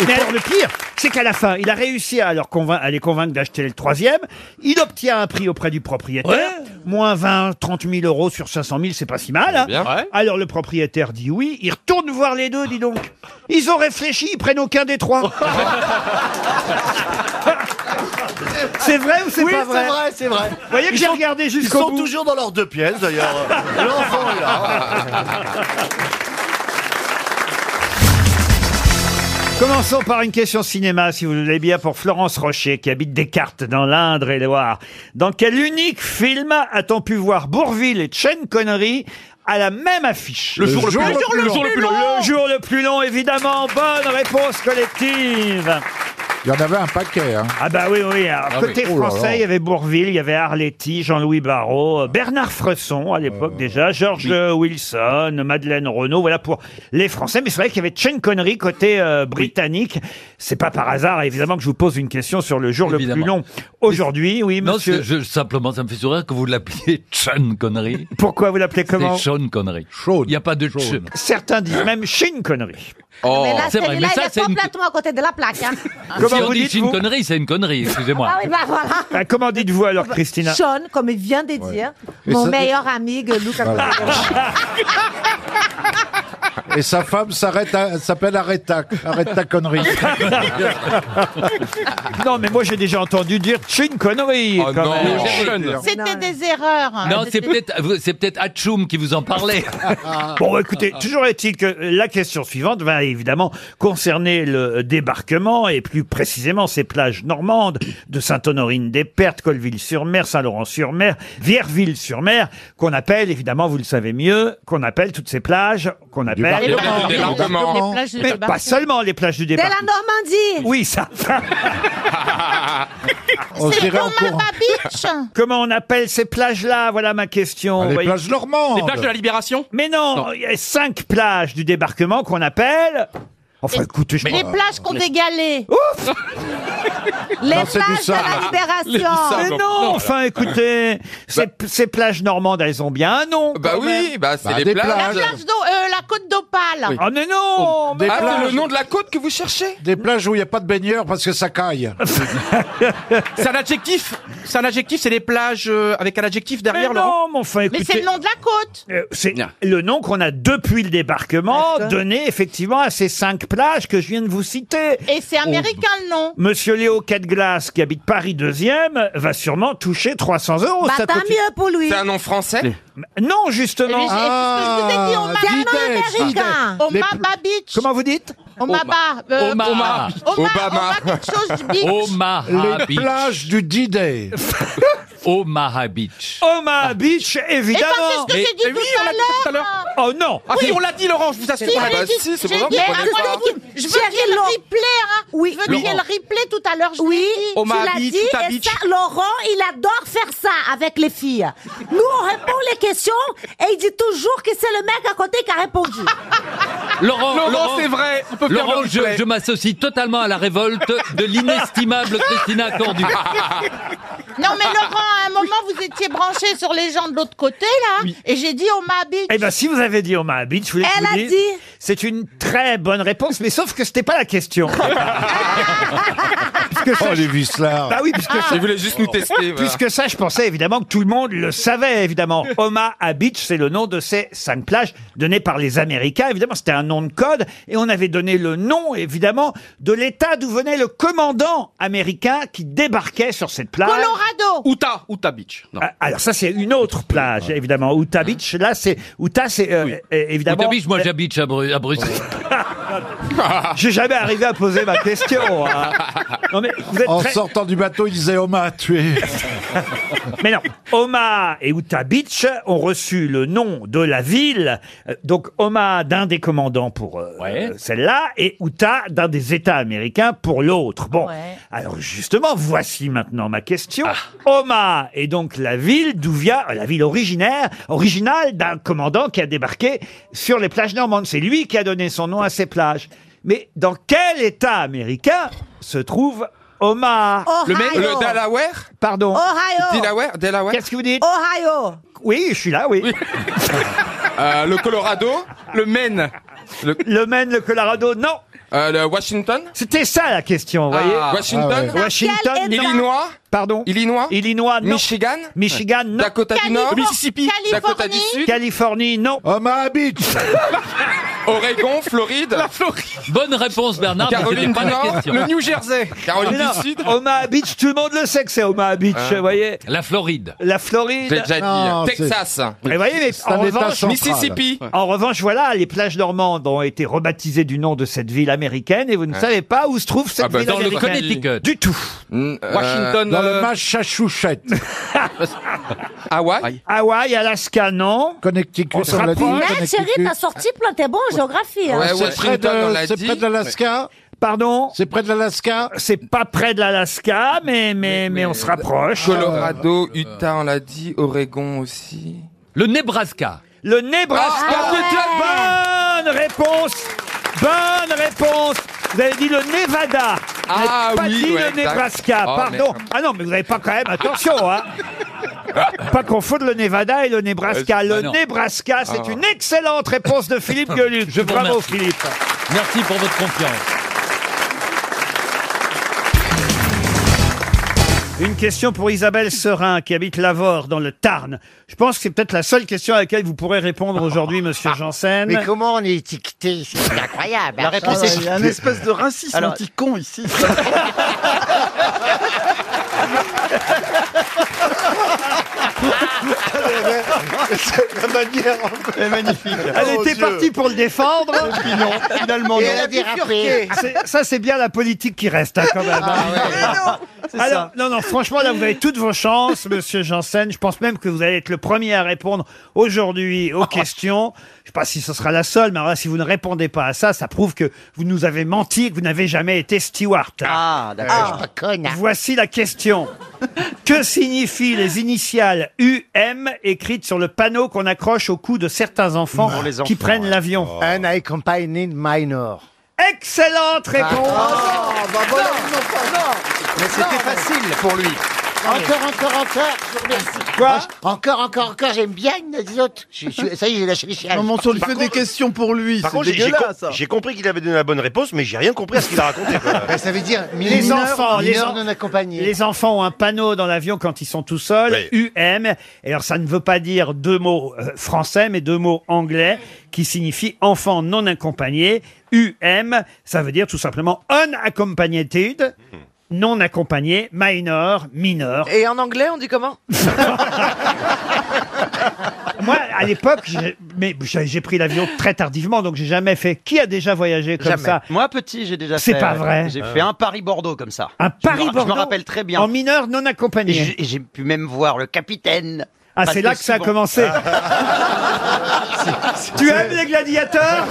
Speaker 1: Mais alors le pire, c'est qu'à la fin, il a réussi à, leur convain- à les convaincre d'acheter le troisième. Il obtient un prix auprès du propriétaire. Moins 20, 30 000 euros sur 500 000, c'est pas si mal. hein. Alors le propriétaire dit oui. Il retourne voir les deux, dis donc. Ils ont réfléchi, ils prennent aucun des trois. c'est vrai ou c'est
Speaker 19: Oui,
Speaker 1: pas vrai
Speaker 19: c'est vrai, c'est vrai.
Speaker 1: Vous voyez que
Speaker 19: Ils
Speaker 1: j'ai
Speaker 19: sont-
Speaker 1: regardé
Speaker 19: Ils
Speaker 1: jusqu'au
Speaker 19: sont
Speaker 1: bout.
Speaker 19: toujours dans leurs deux pièces d'ailleurs. euh, L'enfant est là.
Speaker 1: Commençons par une question cinéma, si vous le voulez bien, pour Florence Rocher, qui habite Descartes, dans l'Indre et Loire. Dans quel unique film a-t-on pu voir Bourville et Chen Connery à la même affiche
Speaker 22: Le Le jour le jour plus long. le plus long.
Speaker 1: Le jour le plus long, évidemment. Bonne réponse collective.
Speaker 13: Il y en avait un paquet. Hein.
Speaker 1: Ah bah oui, oui. alors,
Speaker 13: Ah
Speaker 1: côté
Speaker 13: oui. Oh là
Speaker 1: français,
Speaker 13: là.
Speaker 1: il y avait Bourville, il y avait Arletty, Jean-Louis Barrault, euh, Bernard Fresson à l'époque déjà, George euh, Wilson, Madeleine Renaud, voilà pour les Français. Mais c'est vrai qu'il y avait Chen Connery côté euh, britannique. C'est pas par hasard, évidemment, que je vous pose une question sur le jour le plus long. Aujourd'hui, oui,
Speaker 3: Non,
Speaker 1: monsieur.
Speaker 3: c'est- je, simplement, ça me fait sourire que vous l'appeliez Sean Connery.
Speaker 1: Pourquoi vous l'appelez comment
Speaker 3: C'est Sean Connery. Il n'y a pas de Sean.
Speaker 1: Certains disent même Shin Connery.
Speaker 3: Oh,
Speaker 24: mais là,
Speaker 3: c'est vrai, mais
Speaker 24: celui-là, il
Speaker 3: ça,
Speaker 24: est
Speaker 3: c'est une...
Speaker 24: complètement à côté de la plaque. Hein.
Speaker 3: si on dit
Speaker 1: dites-vous
Speaker 3: une connerie, c'est une connerie,
Speaker 24: Ah
Speaker 3: excusez-moi.
Speaker 24: oui, bah voilà.
Speaker 1: Ah, Comment dites-vous alors, Christina
Speaker 24: Sean, comme il vient de dire,
Speaker 1: Et
Speaker 24: mon
Speaker 1: ça-
Speaker 24: meilleur ami, Luca
Speaker 1: Voilà.
Speaker 13: Et sa femme s'arrête à- s'appelle Arrêta. Arrête ta connerie.
Speaker 1: non, mais moi j'ai déjà entendu dire c'est une connerie. quand
Speaker 3: non.
Speaker 1: même.
Speaker 12: C'était des erreurs. hein.
Speaker 9: hein.
Speaker 3: Non, c'est
Speaker 12: C'était-
Speaker 3: peut-être vous- c'est peut-être Hachoum qui vous en parlait.
Speaker 1: bon, bah, écoutez, toujours est-il que la question suivante va évidemment concerner le débarquement et plus précisément ces plages normandes de Sainte-Honorine-des-Pertes, Colville-sur-Mer, Saint-Laurent-sur-Mer, Vierville-sur-Mer, qu'on appelle, évidemment, vous le savez mieux, qu'on appelle toutes ces plages, qu'on appelle...
Speaker 9: Débarquement. Débarquement. Les plages du
Speaker 1: Mais pas
Speaker 9: débarquement.
Speaker 1: seulement les plages du
Speaker 9: De la
Speaker 1: débarquement.
Speaker 9: Normandie
Speaker 1: Oui, ça.
Speaker 9: C'est dirait en Comarba
Speaker 1: Comment on appelle ces plages-là Voilà ma question.
Speaker 13: les
Speaker 1: voyez.
Speaker 13: plages normandes. Les plages de la
Speaker 1: Libération Mais non,
Speaker 13: Non.
Speaker 1: il y a cinq plages du débarquement qu'on appelle. Enfin, écoutez, je
Speaker 12: Les plages qu'on dégalait.
Speaker 1: Ouf
Speaker 12: Les
Speaker 1: Non,
Speaker 12: plages
Speaker 1: c'est du
Speaker 12: de
Speaker 1: sable.
Speaker 12: la Libération.
Speaker 1: Mais non, enfin, écoutez, ces, ces plages normandes, elles ont bien un nom.
Speaker 16: Bah
Speaker 1: quand
Speaker 16: oui,
Speaker 1: même.
Speaker 16: bah, c'est Bah, les
Speaker 12: La plage d'eau, euh, la côte d'Opale.
Speaker 1: Ah, mais Bah, non
Speaker 13: Des
Speaker 16: Ah, c'est
Speaker 13: plages-
Speaker 16: le nom de la côte que vous cherchez
Speaker 13: Des plages où il n'y a pas de baigneurs parce que ça caille.
Speaker 9: C'est un adjectif. C'est un adjectif, c'est les plages euh, avec un adjectif derrière,
Speaker 1: Mais
Speaker 9: Laurent.
Speaker 1: non, mais enfin, écoutez-
Speaker 12: Mais c'est le nom de la côte.
Speaker 1: Euh, C'est le nom qu'on a depuis le débarquement donné effectivement à ces cinq plages que je viens de vous citer.
Speaker 12: Et c'est américain le nom.
Speaker 1: Monsieur Léo Cadglass, qui habite Paris 2e, va sûrement toucher 300 euros.
Speaker 9: Bah,
Speaker 1: ça
Speaker 9: tant
Speaker 1: continue.
Speaker 9: mieux pour lui. C'est un
Speaker 16: nom français
Speaker 1: Non, justement. Ah,
Speaker 12: Et- et- et- je vous ai dit, Omar-
Speaker 9: Diamant
Speaker 12: Vitesse,
Speaker 9: américain.
Speaker 12: vitesse.
Speaker 1: Les
Speaker 12: Omar
Speaker 1: pl-
Speaker 12: Babich.
Speaker 1: Comment vous dites
Speaker 12: Omaba. euh,
Speaker 13: Omar.
Speaker 12: Omar. Omar quelque chose de bitch.
Speaker 13: Les plages du D-Day.
Speaker 3: Omaha Beach.
Speaker 1: Omaha Beach, évidemment.
Speaker 12: Eh ben, c'est ce que j'ai dit
Speaker 1: Mais-
Speaker 12: tout à
Speaker 1: tout à l'heure. Oh non.
Speaker 9: Ah, si, on l'a dit, Laurent, je vous assure.
Speaker 12: Si,
Speaker 9: on l'a
Speaker 12: j'ai
Speaker 9: dit.
Speaker 12: dit- j'ai dit-
Speaker 9: J'ai-
Speaker 12: Ah, moi, je veux qu'il- Je veux qu'il y ait le replay, hein. Oui. Je veux qu'il y ait le replay tout à l'heure. Oui.
Speaker 9: Omar
Speaker 7: tu l'as
Speaker 9: Beach,
Speaker 7: dit,
Speaker 9: Utah
Speaker 7: et
Speaker 9: Beach.
Speaker 7: ça, Laurent, il adore faire ça avec les filles. Nous, on répond les questions et il dit toujours que c'est le mec à côté qui a répondu.
Speaker 3: Laurent,
Speaker 7: Laurent, c'est vrai, on peut faire
Speaker 3: Laurent,
Speaker 7: le
Speaker 3: je,
Speaker 7: replay.
Speaker 3: je m'associe totalement à la révolte de l'inestimable Christina Cordu.
Speaker 12: Non, mais Laurent, à un moment, vous étiez branché sur les gens de l'autre côté, là. Et j'ai dit Omar Beach.
Speaker 1: Eh ben, si vous avez dit Omaha Beach, je voulais
Speaker 12: Elle
Speaker 1: vous
Speaker 12: a
Speaker 1: dire,
Speaker 12: dit.
Speaker 1: c'est une très bonne réponse, mais sauf que c'était pas la question. Puisque ça,
Speaker 13: Oh,
Speaker 1: je-
Speaker 13: les vislards.
Speaker 1: Bah oui, puisque ça...
Speaker 16: Il voulait juste nous tester. voilà.
Speaker 1: Puisque ça, je pensais évidemment que tout le monde le savait, évidemment. Omaha Beach, c'est le nom de ces cinq plages données par les Américains. Évidemment, c'était un nom de code. Et on avait donné le nom, évidemment, de l'État d'où venait le commandant américain qui débarquait sur cette plage.
Speaker 12: Colorado.
Speaker 1: Utah, Utah Beach. Alors ça, c'est une autre plage, évidemment. Utah Beach, là, c'est... Utah, c'est euh, euh, évidemment...
Speaker 3: Utah Beach, moi j'habite à, Bru- à Bruxelles.
Speaker 1: J'ai jamais arrivé à poser ma question. hein. Non, mais vous êtes
Speaker 13: En
Speaker 1: très-
Speaker 13: sortant du bateau, il disait Oma a tué.
Speaker 1: Mais non, Omaha et Utah Beach ont reçu le nom de la ville. Euh, Donc Omaha d'un des commandants pour euh, euh, celle-là et Utah d'un des États américains pour l'autre. Bon, alors justement, voici maintenant ma question. Omaha est donc la ville d'où vient euh, la ville originaire, originale d'un commandant qui a débarqué sur les plages normandes. C'est lui qui a donné son nom à ces plages. Mais dans quel État américain se trouve Omaha
Speaker 16: Le mec- Ohio. le Delaware
Speaker 1: Ah. Pardon.
Speaker 16: Ohio. Delaware, Delaware.
Speaker 1: Qu'est-ce que vous dites Ohio. Oui, je suis là, oui.
Speaker 16: Euh, le Colorado, le Maine. Le, Euh,
Speaker 1: Maine, le Colorado, non.
Speaker 16: le Washington Ah.
Speaker 1: C'était ça la question, vous voyez Ah
Speaker 16: Washington
Speaker 1: Washington, non.
Speaker 16: Illinois
Speaker 1: Pardon
Speaker 16: Illinois
Speaker 1: Illinois, non.
Speaker 16: Michigan
Speaker 1: Michigan, non.
Speaker 16: Dakota du Nord Mississippi Dakota du Sud
Speaker 1: Californie, non.
Speaker 13: Omaha Beach.
Speaker 16: Oregon, Floride La
Speaker 1: Floride
Speaker 3: Bonne réponse Bernard, mais
Speaker 16: Caroline
Speaker 3: c'était pas
Speaker 16: du
Speaker 3: la
Speaker 16: Nord,
Speaker 3: question.
Speaker 16: le New Jersey Caroline
Speaker 1: Mais non,
Speaker 16: du Sud
Speaker 1: Omaha Beach, tout le monde le sait que c'est Omaha Beach,
Speaker 16: Ah.
Speaker 1: vous voyez.
Speaker 3: La Floride.
Speaker 1: La Floride.
Speaker 16: J'ai déjà dit, Non,
Speaker 13: hein.
Speaker 16: Texas. c'est-
Speaker 1: Et vous voyez, mais
Speaker 16: C'est
Speaker 1: en
Speaker 16: un État
Speaker 1: revanche,
Speaker 16: central. Mississippi.
Speaker 1: En revanche, voilà, les plages normandes ont été rebaptisées du nom de cette ville américaine et vous ne
Speaker 16: Ouais.
Speaker 1: savez pas où se trouve cette
Speaker 16: Ah bah,
Speaker 1: ville
Speaker 16: dans le
Speaker 1: américaine.
Speaker 16: Connecticut.
Speaker 1: Du tout.
Speaker 16: Washington,
Speaker 13: Dans
Speaker 16: euh,
Speaker 13: le Massachusetts.
Speaker 16: Hawaï
Speaker 1: Hawaï, Alaska, non.
Speaker 13: Connecticut,
Speaker 1: On se
Speaker 13: on l'a dit.
Speaker 1: rapproche.
Speaker 7: Hey, chérie, Eh, t'as sorti plein, t'es bon en géographie. hein.
Speaker 13: Ouais, C'est près de- c'est près de l'Alaska
Speaker 1: Pardon
Speaker 13: C'est près de l'Alaska euh,
Speaker 1: C'est pas près de l'Alaska, mais, mais, mais, on se rapproche.
Speaker 16: Colorado, Utah, on l'a dit, Oregon aussi.
Speaker 3: Le Nebraska.
Speaker 1: Le Nebraska.
Speaker 16: Ah
Speaker 1: Bonne réponse. Bonne réponse. Vous avez dit le Nevada. Vous n'avez
Speaker 16: Ah
Speaker 1: pas
Speaker 16: oui,
Speaker 1: dit
Speaker 16: ouais,
Speaker 1: le
Speaker 16: exact.
Speaker 1: Nebraska.
Speaker 16: Oh,
Speaker 1: Pardon.
Speaker 16: merde.
Speaker 1: Ah non, mais vous n'avez pas quand même. Attention, hein. Pas confondre le Nevada et le Nebraska.
Speaker 3: Ouais, c'est-
Speaker 1: Le
Speaker 3: bah non.
Speaker 1: Nebraska, c'est
Speaker 3: Ah.
Speaker 1: une excellente réponse de Philippe Gueluc.
Speaker 3: Je vous
Speaker 1: Bravo,
Speaker 3: remercie.
Speaker 1: Philippe.
Speaker 3: Merci pour votre confiance.
Speaker 1: Une question pour Isabelle Serin, qui habite Lavore, dans le Tarn. Je pense que c'est peut-être la seule question à laquelle vous pourrez répondre aujourd'hui, monsieur Janssen.
Speaker 4: Ah. Mais comment on est étiqueté C'est incroyable.
Speaker 1: La réponse
Speaker 4: Ah
Speaker 1: est-
Speaker 4: ouais, il y a
Speaker 1: de racisme
Speaker 4: anti-con ici.
Speaker 6: La manière est magnifique.
Speaker 19: Oh,
Speaker 1: Elle était partie pour le défendre.
Speaker 6: Oh Et puis non, finalement, Et non. elle a Ah, dérapé.
Speaker 1: C'est- Ça, c'est bien la politique qui reste, hein, quand même. hein.
Speaker 6: Ah c'est
Speaker 1: Alors,
Speaker 6: ça.
Speaker 1: non, non, franchement, là, vous avez toutes vos chances, monsieur Janssen. Je pense même que vous allez être le premier à répondre aujourd'hui aux questions. Je sais pas si ce sera la seule, mais alors là, si vous ne répondez pas à ça, ça prouve que vous nous avez menti, que vous n'avez jamais été steward. Ah,
Speaker 4: d'accord.
Speaker 1: Voici la question. Que signifient les initiales UM écrites sur le panneau qu'on accroche au cou de certains enfants,
Speaker 4: Pour les
Speaker 1: qui
Speaker 4: enfants,
Speaker 1: prennent
Speaker 4: ouais.
Speaker 1: l'avion
Speaker 6: Oh.
Speaker 4: An accompanied minor.
Speaker 1: Excellente
Speaker 6: Ah.
Speaker 7: Ah.
Speaker 1: réponse Ah, bah
Speaker 4: Mais c'était facile pour lui. Encore, encore, encore. je vous remercie.
Speaker 1: Quoi
Speaker 4: Encore, encore, encore. J'aime bien les autres. Je- je- ça y est, j'ai lâché les chiens.
Speaker 6: Non, mais on te le Par fait contre- des
Speaker 4: questions pour lui.
Speaker 6: Par contre, j'ai- j'ai com- j'ai compris qu'il avait donné la bonne réponse, mais j'ai rien compris à ce qu'il a raconté. quoi.
Speaker 4: ça veut dire
Speaker 1: les
Speaker 4: mineurs-
Speaker 1: enfants, les,
Speaker 4: mineurs
Speaker 1: en-
Speaker 4: non accompagnés.
Speaker 1: les enfants ont un panneau dans l'avion quand ils sont tout seuls, UM. Et alors ça ne veut pas dire deux mots euh, français, mais deux mots anglais qui signifient enfants non accompagnés. UM, ça veut dire tout simplement unaccompagnated, non accompagné, minor, mineur.
Speaker 15: Et en anglais, on dit comment
Speaker 1: Moi, à l'époque, j'ai- mais j'ai j'ai pris l'avion très tardivement, donc j'ai jamais fait. Qui a déjà voyagé comme
Speaker 17: Jamais.
Speaker 1: ça
Speaker 17: Moi, petit, j'ai déjà
Speaker 1: C'est
Speaker 17: fait.
Speaker 1: pas
Speaker 17: ouais.
Speaker 1: vrai.
Speaker 17: J'ai
Speaker 1: Euh.
Speaker 17: fait un Paris-Bordeaux comme ça. Je
Speaker 1: Un
Speaker 17: me ra- Je
Speaker 1: Paris-Bordeaux
Speaker 17: me rappelle très bien.
Speaker 1: En mineur non accompagné.
Speaker 17: Et j'ai- Et j'ai pu même voir le capitaine.
Speaker 1: Ah,
Speaker 17: Parce
Speaker 1: c'est là que ça a commencé.
Speaker 9: Ah.
Speaker 1: Tu aimes les gladiateurs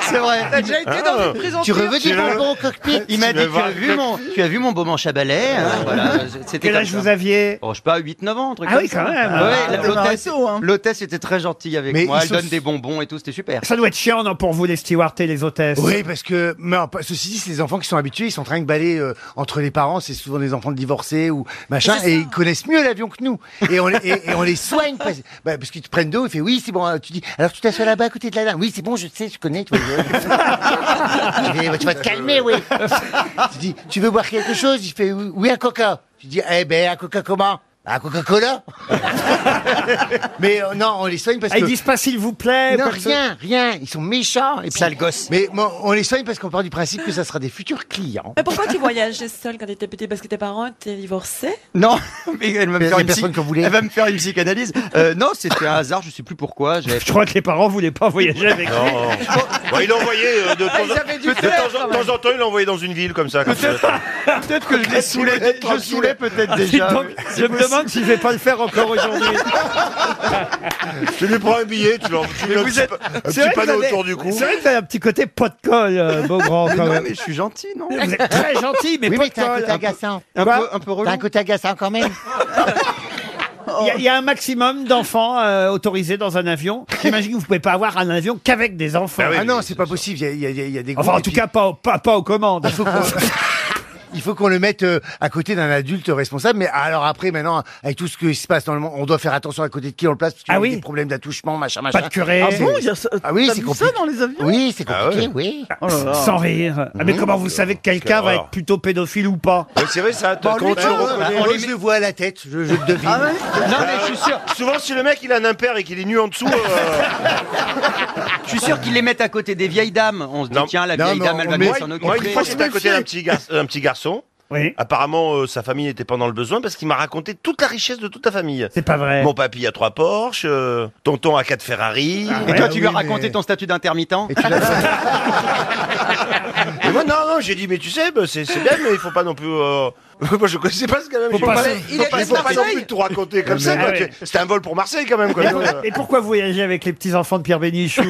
Speaker 17: C'est vrai.
Speaker 1: T'as déjà été dans une prison
Speaker 17: Tu
Speaker 1: turque
Speaker 17: reveux du
Speaker 1: Tu le-
Speaker 17: bonbon au cockpit Il m'a
Speaker 1: Tu
Speaker 17: dit
Speaker 1: le
Speaker 17: tu as,
Speaker 1: vois.
Speaker 17: vu mon, tu as vu mon beau manche à balai hein, voilà, c'était
Speaker 1: Quel
Speaker 17: comme
Speaker 1: âge
Speaker 17: ça.
Speaker 1: vous aviez
Speaker 17: oh, Je sais pas, 8-9 ans, un truc
Speaker 1: Ah
Speaker 17: comme
Speaker 1: oui,
Speaker 17: ça.
Speaker 1: quand même.
Speaker 17: Ah ouais,
Speaker 1: Ah,
Speaker 17: la-
Speaker 1: c'est
Speaker 17: l'hôtesse- L'hôtesse était très gentille avec
Speaker 1: Mais
Speaker 17: moi.
Speaker 1: ils
Speaker 17: Elle
Speaker 1: se
Speaker 17: donne
Speaker 1: f-
Speaker 17: des bonbons et tout, c'était super.
Speaker 1: Ça doit être chiant, non, pour vous, les stewards et les hôtesses.
Speaker 21: Oui, parce que mais, en- ceci dit, c'est les enfants qui sont habitués, ils sont en train de baller euh, entre les parents, c'est souvent des enfants de divorcés ou machin,
Speaker 4: C'est ça.
Speaker 21: et ils connaissent mieux l'avion que nous. Et on, les- et, et on les soigne parce, bah, parce qu'ils te prennent d'eau, ils font oui, c'est bon. hein. Tu dis alors tu t'assois là-bas à côté de la dame. Oui, c'est bon, je sais, je connais. Tu, vois, je- Je dis, tu vas te calmer, oui. tu dis tu veux boire quelque chose Il fait oui, oui, un coca. Tu dis eh ben un coca comment Un Coca-Cola. Mais euh, non, on les soigne parce
Speaker 1: Ah,
Speaker 21: que
Speaker 1: ils disent pas s'il vous plaît.
Speaker 21: non,
Speaker 1: parce que-
Speaker 21: rien, rien. Ils sont méchants. Et
Speaker 17: Sale gosse.
Speaker 21: Mais moi, on les soigne parce qu'on part du principe que ça sera des futurs clients.
Speaker 22: Mais pourquoi tu voyageais seul quand t'étais petit Parce que tes parents étaient divorcés
Speaker 17: Non, mais elle va me
Speaker 21: Mais
Speaker 17: faire
Speaker 21: les
Speaker 17: une
Speaker 21: personnes
Speaker 17: psy-
Speaker 21: que vous voulez.
Speaker 17: Elle va me faire une psychanalyse. Euh, non, c'était un hasard, je sais plus pourquoi. Je
Speaker 1: crois que les parents voulaient pas voyager avec
Speaker 17: lui.
Speaker 6: Bon, il l'a envoyé euh, de, temps,
Speaker 17: Ah, ils
Speaker 6: en-
Speaker 17: avaient dû
Speaker 6: de
Speaker 17: faire,
Speaker 6: temps en-
Speaker 17: quand même.
Speaker 6: temps en temps, il l'a envoyé dans une ville comme ça. comme ça.
Speaker 17: Peut-être que je les saoulais, je saoulais peut-être
Speaker 6: Ah, dis
Speaker 17: déjà.
Speaker 6: donc,
Speaker 1: Je me demande si je vais pas le faire encore aujourd'hui.
Speaker 6: Tu lui prends un billet, tu l'en- tu lui mets un petit, pa- un petit panneau autour du cou.
Speaker 1: C'est vrai que t'as un petit côté pot de colle, euh, Beaugrand,
Speaker 17: Mais
Speaker 1: quand
Speaker 17: non,
Speaker 1: même.
Speaker 17: mais je suis gentil, non
Speaker 1: Vous êtes très gentil, mais
Speaker 21: oui,
Speaker 1: pas
Speaker 21: mais
Speaker 1: de
Speaker 21: t'as un
Speaker 1: colle. Un
Speaker 21: côté
Speaker 1: peu-
Speaker 21: agaçant.
Speaker 1: un peu- un peu relou.
Speaker 21: T'as un côté agaçant quand même.
Speaker 1: Il y a- il y, a un maximum d'enfants euh, autorisés dans un avion. J'imagine que vous pouvez pas avoir un avion qu'avec des enfants.
Speaker 21: ah non, c'est pas possible. Il y a- il y, a- il y a- il y a des.
Speaker 1: Enfin, en tout cas, pas, au- pas, pas aux commandes.
Speaker 21: Il faut qu'on, il faut qu'on le mette euh, à côté d'un adulte responsable. Mais alors après, maintenant, avec tout ce qui se passe dans le monde, on doit faire attention à côté de qui on le place parce qu'il
Speaker 1: Ah
Speaker 21: y a
Speaker 1: oui.
Speaker 21: des problèmes d'attouchement, machin,
Speaker 1: Pas
Speaker 21: machin.
Speaker 1: de curé. Ah bon, il y a ça-
Speaker 21: ah oui,
Speaker 1: t'as
Speaker 21: c'est
Speaker 1: vu ça
Speaker 21: compliqué.
Speaker 1: dans les avions
Speaker 21: Oui, c'est
Speaker 1: Ah
Speaker 21: compliqué,
Speaker 1: ouais.
Speaker 21: oui.
Speaker 6: Oh
Speaker 1: Sans rire.
Speaker 6: Mmh.
Speaker 1: Ah, mais comment vous savez que quelqu'un va
Speaker 21: horreur.
Speaker 1: être plutôt pédophile ou pas
Speaker 6: C'est vrai, ça.
Speaker 21: Bon, lui,
Speaker 6: comment tu le
Speaker 21: ah,
Speaker 6: reconnais
Speaker 21: on les- je le vois à la tête, je, je le devine.
Speaker 1: Ah
Speaker 7: Ah
Speaker 17: Non, mais je suis sûr.
Speaker 6: Souvent, si le mec il a un impair et qu'il est nu en dessous.
Speaker 7: euh,
Speaker 17: Je suis sûr qu'ils les mettent à côté des vieilles dames. On se dit, tiens, la vieille dame, elle va bien s'en
Speaker 6: Moi, une
Speaker 17: occuper.
Speaker 6: fois,
Speaker 1: Eh ben,
Speaker 6: j'étais à côté d'un petit, gar- d'un petit garçon. Apparemment, euh, sa famille n'était pas dans le besoin parce qu'il m'a raconté toute la richesse de toute la famille.
Speaker 1: C'est pas vrai.
Speaker 6: Mon papy a trois Porsche, euh, tonton a quatre Ferrari.
Speaker 1: Ah
Speaker 17: Et toi, tu lui as raconté ton statut d'intermittent
Speaker 6: Et Ah, moi, non, non, j'ai dit, mais tu sais, bah, c'est c'est bien, mais il faut pas non plus. euh, Moi, je connaissais pas ce gars-même.
Speaker 1: Faut
Speaker 6: J'ai
Speaker 1: pas-
Speaker 6: dit,
Speaker 1: il
Speaker 6: faut
Speaker 1: est
Speaker 6: pas-
Speaker 1: de
Speaker 6: il faut pas non
Speaker 1: Marseille.
Speaker 6: plus tout raconter comme ça.
Speaker 1: Mais
Speaker 6: quoi.
Speaker 1: ouais.
Speaker 6: C'était un vol pour Marseille quand même. Quoi. euh.
Speaker 1: Et pour- Et pourquoi voyager avec les petits-enfants de Pierre Bénichou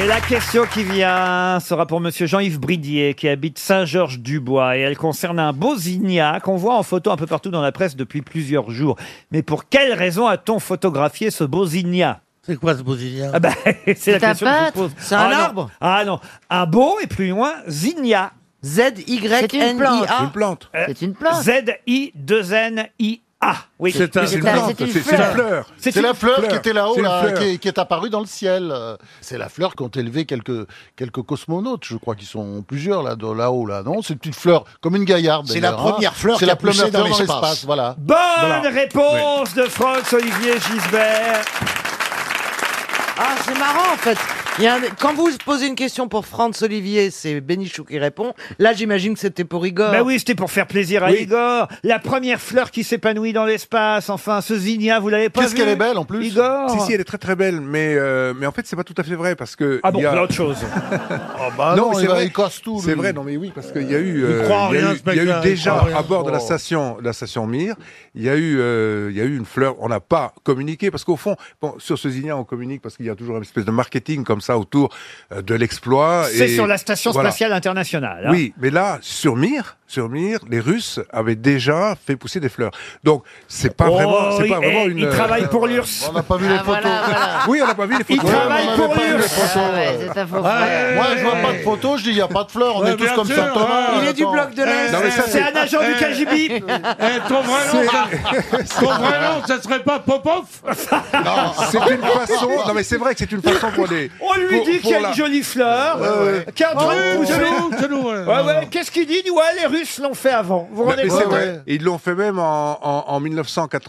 Speaker 1: Et la question qui vient sera pour Monsieur Jean-Yves Bridier, qui habite Saint-Georges-du-Bois, et elle concerne un Bosigna qu'on voit en photo un peu partout dans la presse depuis plusieurs jours. Mais pour quelle raison a-t-on photographié ce Bosigna
Speaker 2: C'est quoi ce bosilien
Speaker 1: ah bah, c'est la
Speaker 2: C'est un
Speaker 1: question que je vous
Speaker 2: pâtre.
Speaker 1: pose.
Speaker 2: C'est un
Speaker 1: Ah non.
Speaker 2: arbre
Speaker 1: Ah non, un beau et plus loin, Zinnia. Euh, Z-Y-N-I-A.
Speaker 2: C'est une plante.
Speaker 1: C'est une plante. Z-I-2-N-I-A. Ah oui.
Speaker 2: C'est un-
Speaker 1: Mais
Speaker 2: c'est une plante,
Speaker 1: une
Speaker 2: c'est- c'est
Speaker 1: fleur.
Speaker 2: une fleur.
Speaker 1: C'est
Speaker 13: C'est
Speaker 1: une
Speaker 13: la fleur,
Speaker 1: fleur.
Speaker 13: qui était là-haut,
Speaker 1: C'est une
Speaker 13: là,
Speaker 1: fleur.
Speaker 13: qui, est- qui est apparue dans le ciel. Euh, C'est la fleur qu'ont élevé quelques, quelques cosmonautes, je crois qu'ils sont plusieurs là, de là-haut. Là. Non, c'est une petite fleur, comme une gaillarde.
Speaker 18: C'est la
Speaker 13: d'ailleurs, hein.
Speaker 18: première fleur
Speaker 13: C'est
Speaker 18: qui a
Speaker 13: la première
Speaker 18: poussé dans
Speaker 13: fleur dans
Speaker 18: l'espace.
Speaker 13: l'espace. Voilà.
Speaker 1: Bonne réponse de Franck Olivier Gisbert.
Speaker 17: Ah, c'est marrant en fait. Il y a un- Quand vous posez une question pour Franz Olivier, c'est Bénichou qui répond. Là, j'imagine que c'était pour Igor.
Speaker 1: Ben oui, c'était pour faire plaisir à
Speaker 17: Oui.
Speaker 1: Igor. La première fleur qui s'épanouit dans l'espace. Enfin, ce zinnia, vous l'avez pas vu Igor
Speaker 11: Si, si, elle est très très belle, mais, euh, mais en fait, c'est pas tout à fait vrai parce que.
Speaker 1: Ah bon,
Speaker 11: il y a...
Speaker 1: plein d'autres choses.
Speaker 13: bah non,
Speaker 11: mais
Speaker 13: il va- il casse tout,
Speaker 11: C'est
Speaker 13: lui.
Speaker 11: vrai, non, mais oui, parce qu'il y a eu.
Speaker 13: Il
Speaker 11: euh,
Speaker 13: croit en
Speaker 11: il y a
Speaker 13: rien,
Speaker 11: eu-
Speaker 13: ce
Speaker 11: Il y
Speaker 13: mec-là,
Speaker 11: a eu
Speaker 13: il
Speaker 11: déjà,
Speaker 13: croit en rien.
Speaker 11: à bord de la
Speaker 13: Oh.
Speaker 11: station, la station Mire, il y a eu, euh, il y a eu une fleur. On n'a pas communiqué parce qu'au fond, bon, sur ce Zinnia, on communique parce qu'il y a toujours une espèce de marketing comme ça autour euh, de l'exploit.
Speaker 1: C'est
Speaker 11: et
Speaker 1: sur la station
Speaker 11: voilà.
Speaker 1: spatiale internationale. hein.
Speaker 11: Oui, mais là, sur Mir, sur Mir, les Russes avaient déjà fait pousser des fleurs. Donc, c'est pas
Speaker 1: Oh,
Speaker 11: vraiment, c'est
Speaker 1: il-
Speaker 11: pas vraiment
Speaker 1: eh,
Speaker 11: une.
Speaker 1: il travaille
Speaker 13: euh,
Speaker 1: pour l'URSS.
Speaker 11: On n'a pas vu
Speaker 1: Ah, voilà, voilà.
Speaker 11: Oui, on n'a pas vu les
Speaker 1: Il
Speaker 11: photos.
Speaker 1: travaille
Speaker 11: On n'avait
Speaker 1: pour
Speaker 11: pas vu les
Speaker 1: l'URSS.
Speaker 11: photos.
Speaker 1: Ah ouais, c'est un faux frère.
Speaker 13: Moi, je vois pas de photos, je dis, il n'y a pas de fleurs, on
Speaker 1: Ouais,
Speaker 13: est tous
Speaker 1: bien
Speaker 13: comme
Speaker 1: sûr,
Speaker 13: ça.
Speaker 2: hein.
Speaker 13: Thomas,
Speaker 1: ouais. Il est du
Speaker 13: attends.
Speaker 1: bloc de l'Est. Eh, c'est un agent du KGB.
Speaker 13: eh,
Speaker 2: ton vrai nom, ça, ton Eh, vrai nom, ça serait pas Popov
Speaker 11: Non, c'est une façon. Non, mais c'est vrai que c'est une façon pour les.
Speaker 1: On lui
Speaker 11: pour-
Speaker 1: dit qu'il y a
Speaker 11: pour
Speaker 1: une
Speaker 11: la-
Speaker 1: jolie fleur.
Speaker 11: Ouais,
Speaker 2: euh,
Speaker 11: ouais.
Speaker 1: qui est en train de
Speaker 11: Oh,
Speaker 1: pousser.
Speaker 11: c'est nous, c'est
Speaker 2: nous, ouais.
Speaker 1: Ouais, ouais, Qu'est-ce qu'il dit Il dit, Ouais, les Russes l'ont fait avant. Vous vous
Speaker 11: Mais-
Speaker 1: rendez
Speaker 11: mais
Speaker 1: compte hein?
Speaker 11: c'est vrai. Et Ils l'ont fait même en, en, en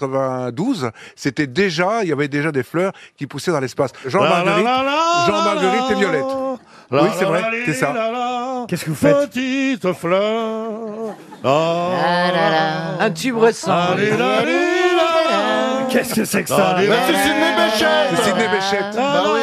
Speaker 11: 1992. C'était déjà, il y avait déjà des fleurs qui poussaient dans l'espace. Jean
Speaker 2: La, la,
Speaker 11: Marguerite,
Speaker 2: la, la,
Speaker 11: Jean Marguerite et
Speaker 2: la,
Speaker 11: Violette.
Speaker 2: la,
Speaker 11: oui, c'est
Speaker 2: la,
Speaker 11: vrai,
Speaker 2: la,
Speaker 11: c'est ça.
Speaker 2: la, la,
Speaker 1: Qu'est-ce que
Speaker 11: vous faites
Speaker 2: Petite fleur. Ah,
Speaker 17: Un tube récent.
Speaker 7: Ah,
Speaker 1: Qu'est-ce que c'est que ça
Speaker 17: Mais c'est
Speaker 1: Sidney
Speaker 17: Bechet
Speaker 11: C'est Sidney Bechet. Oh
Speaker 1: Bah oui.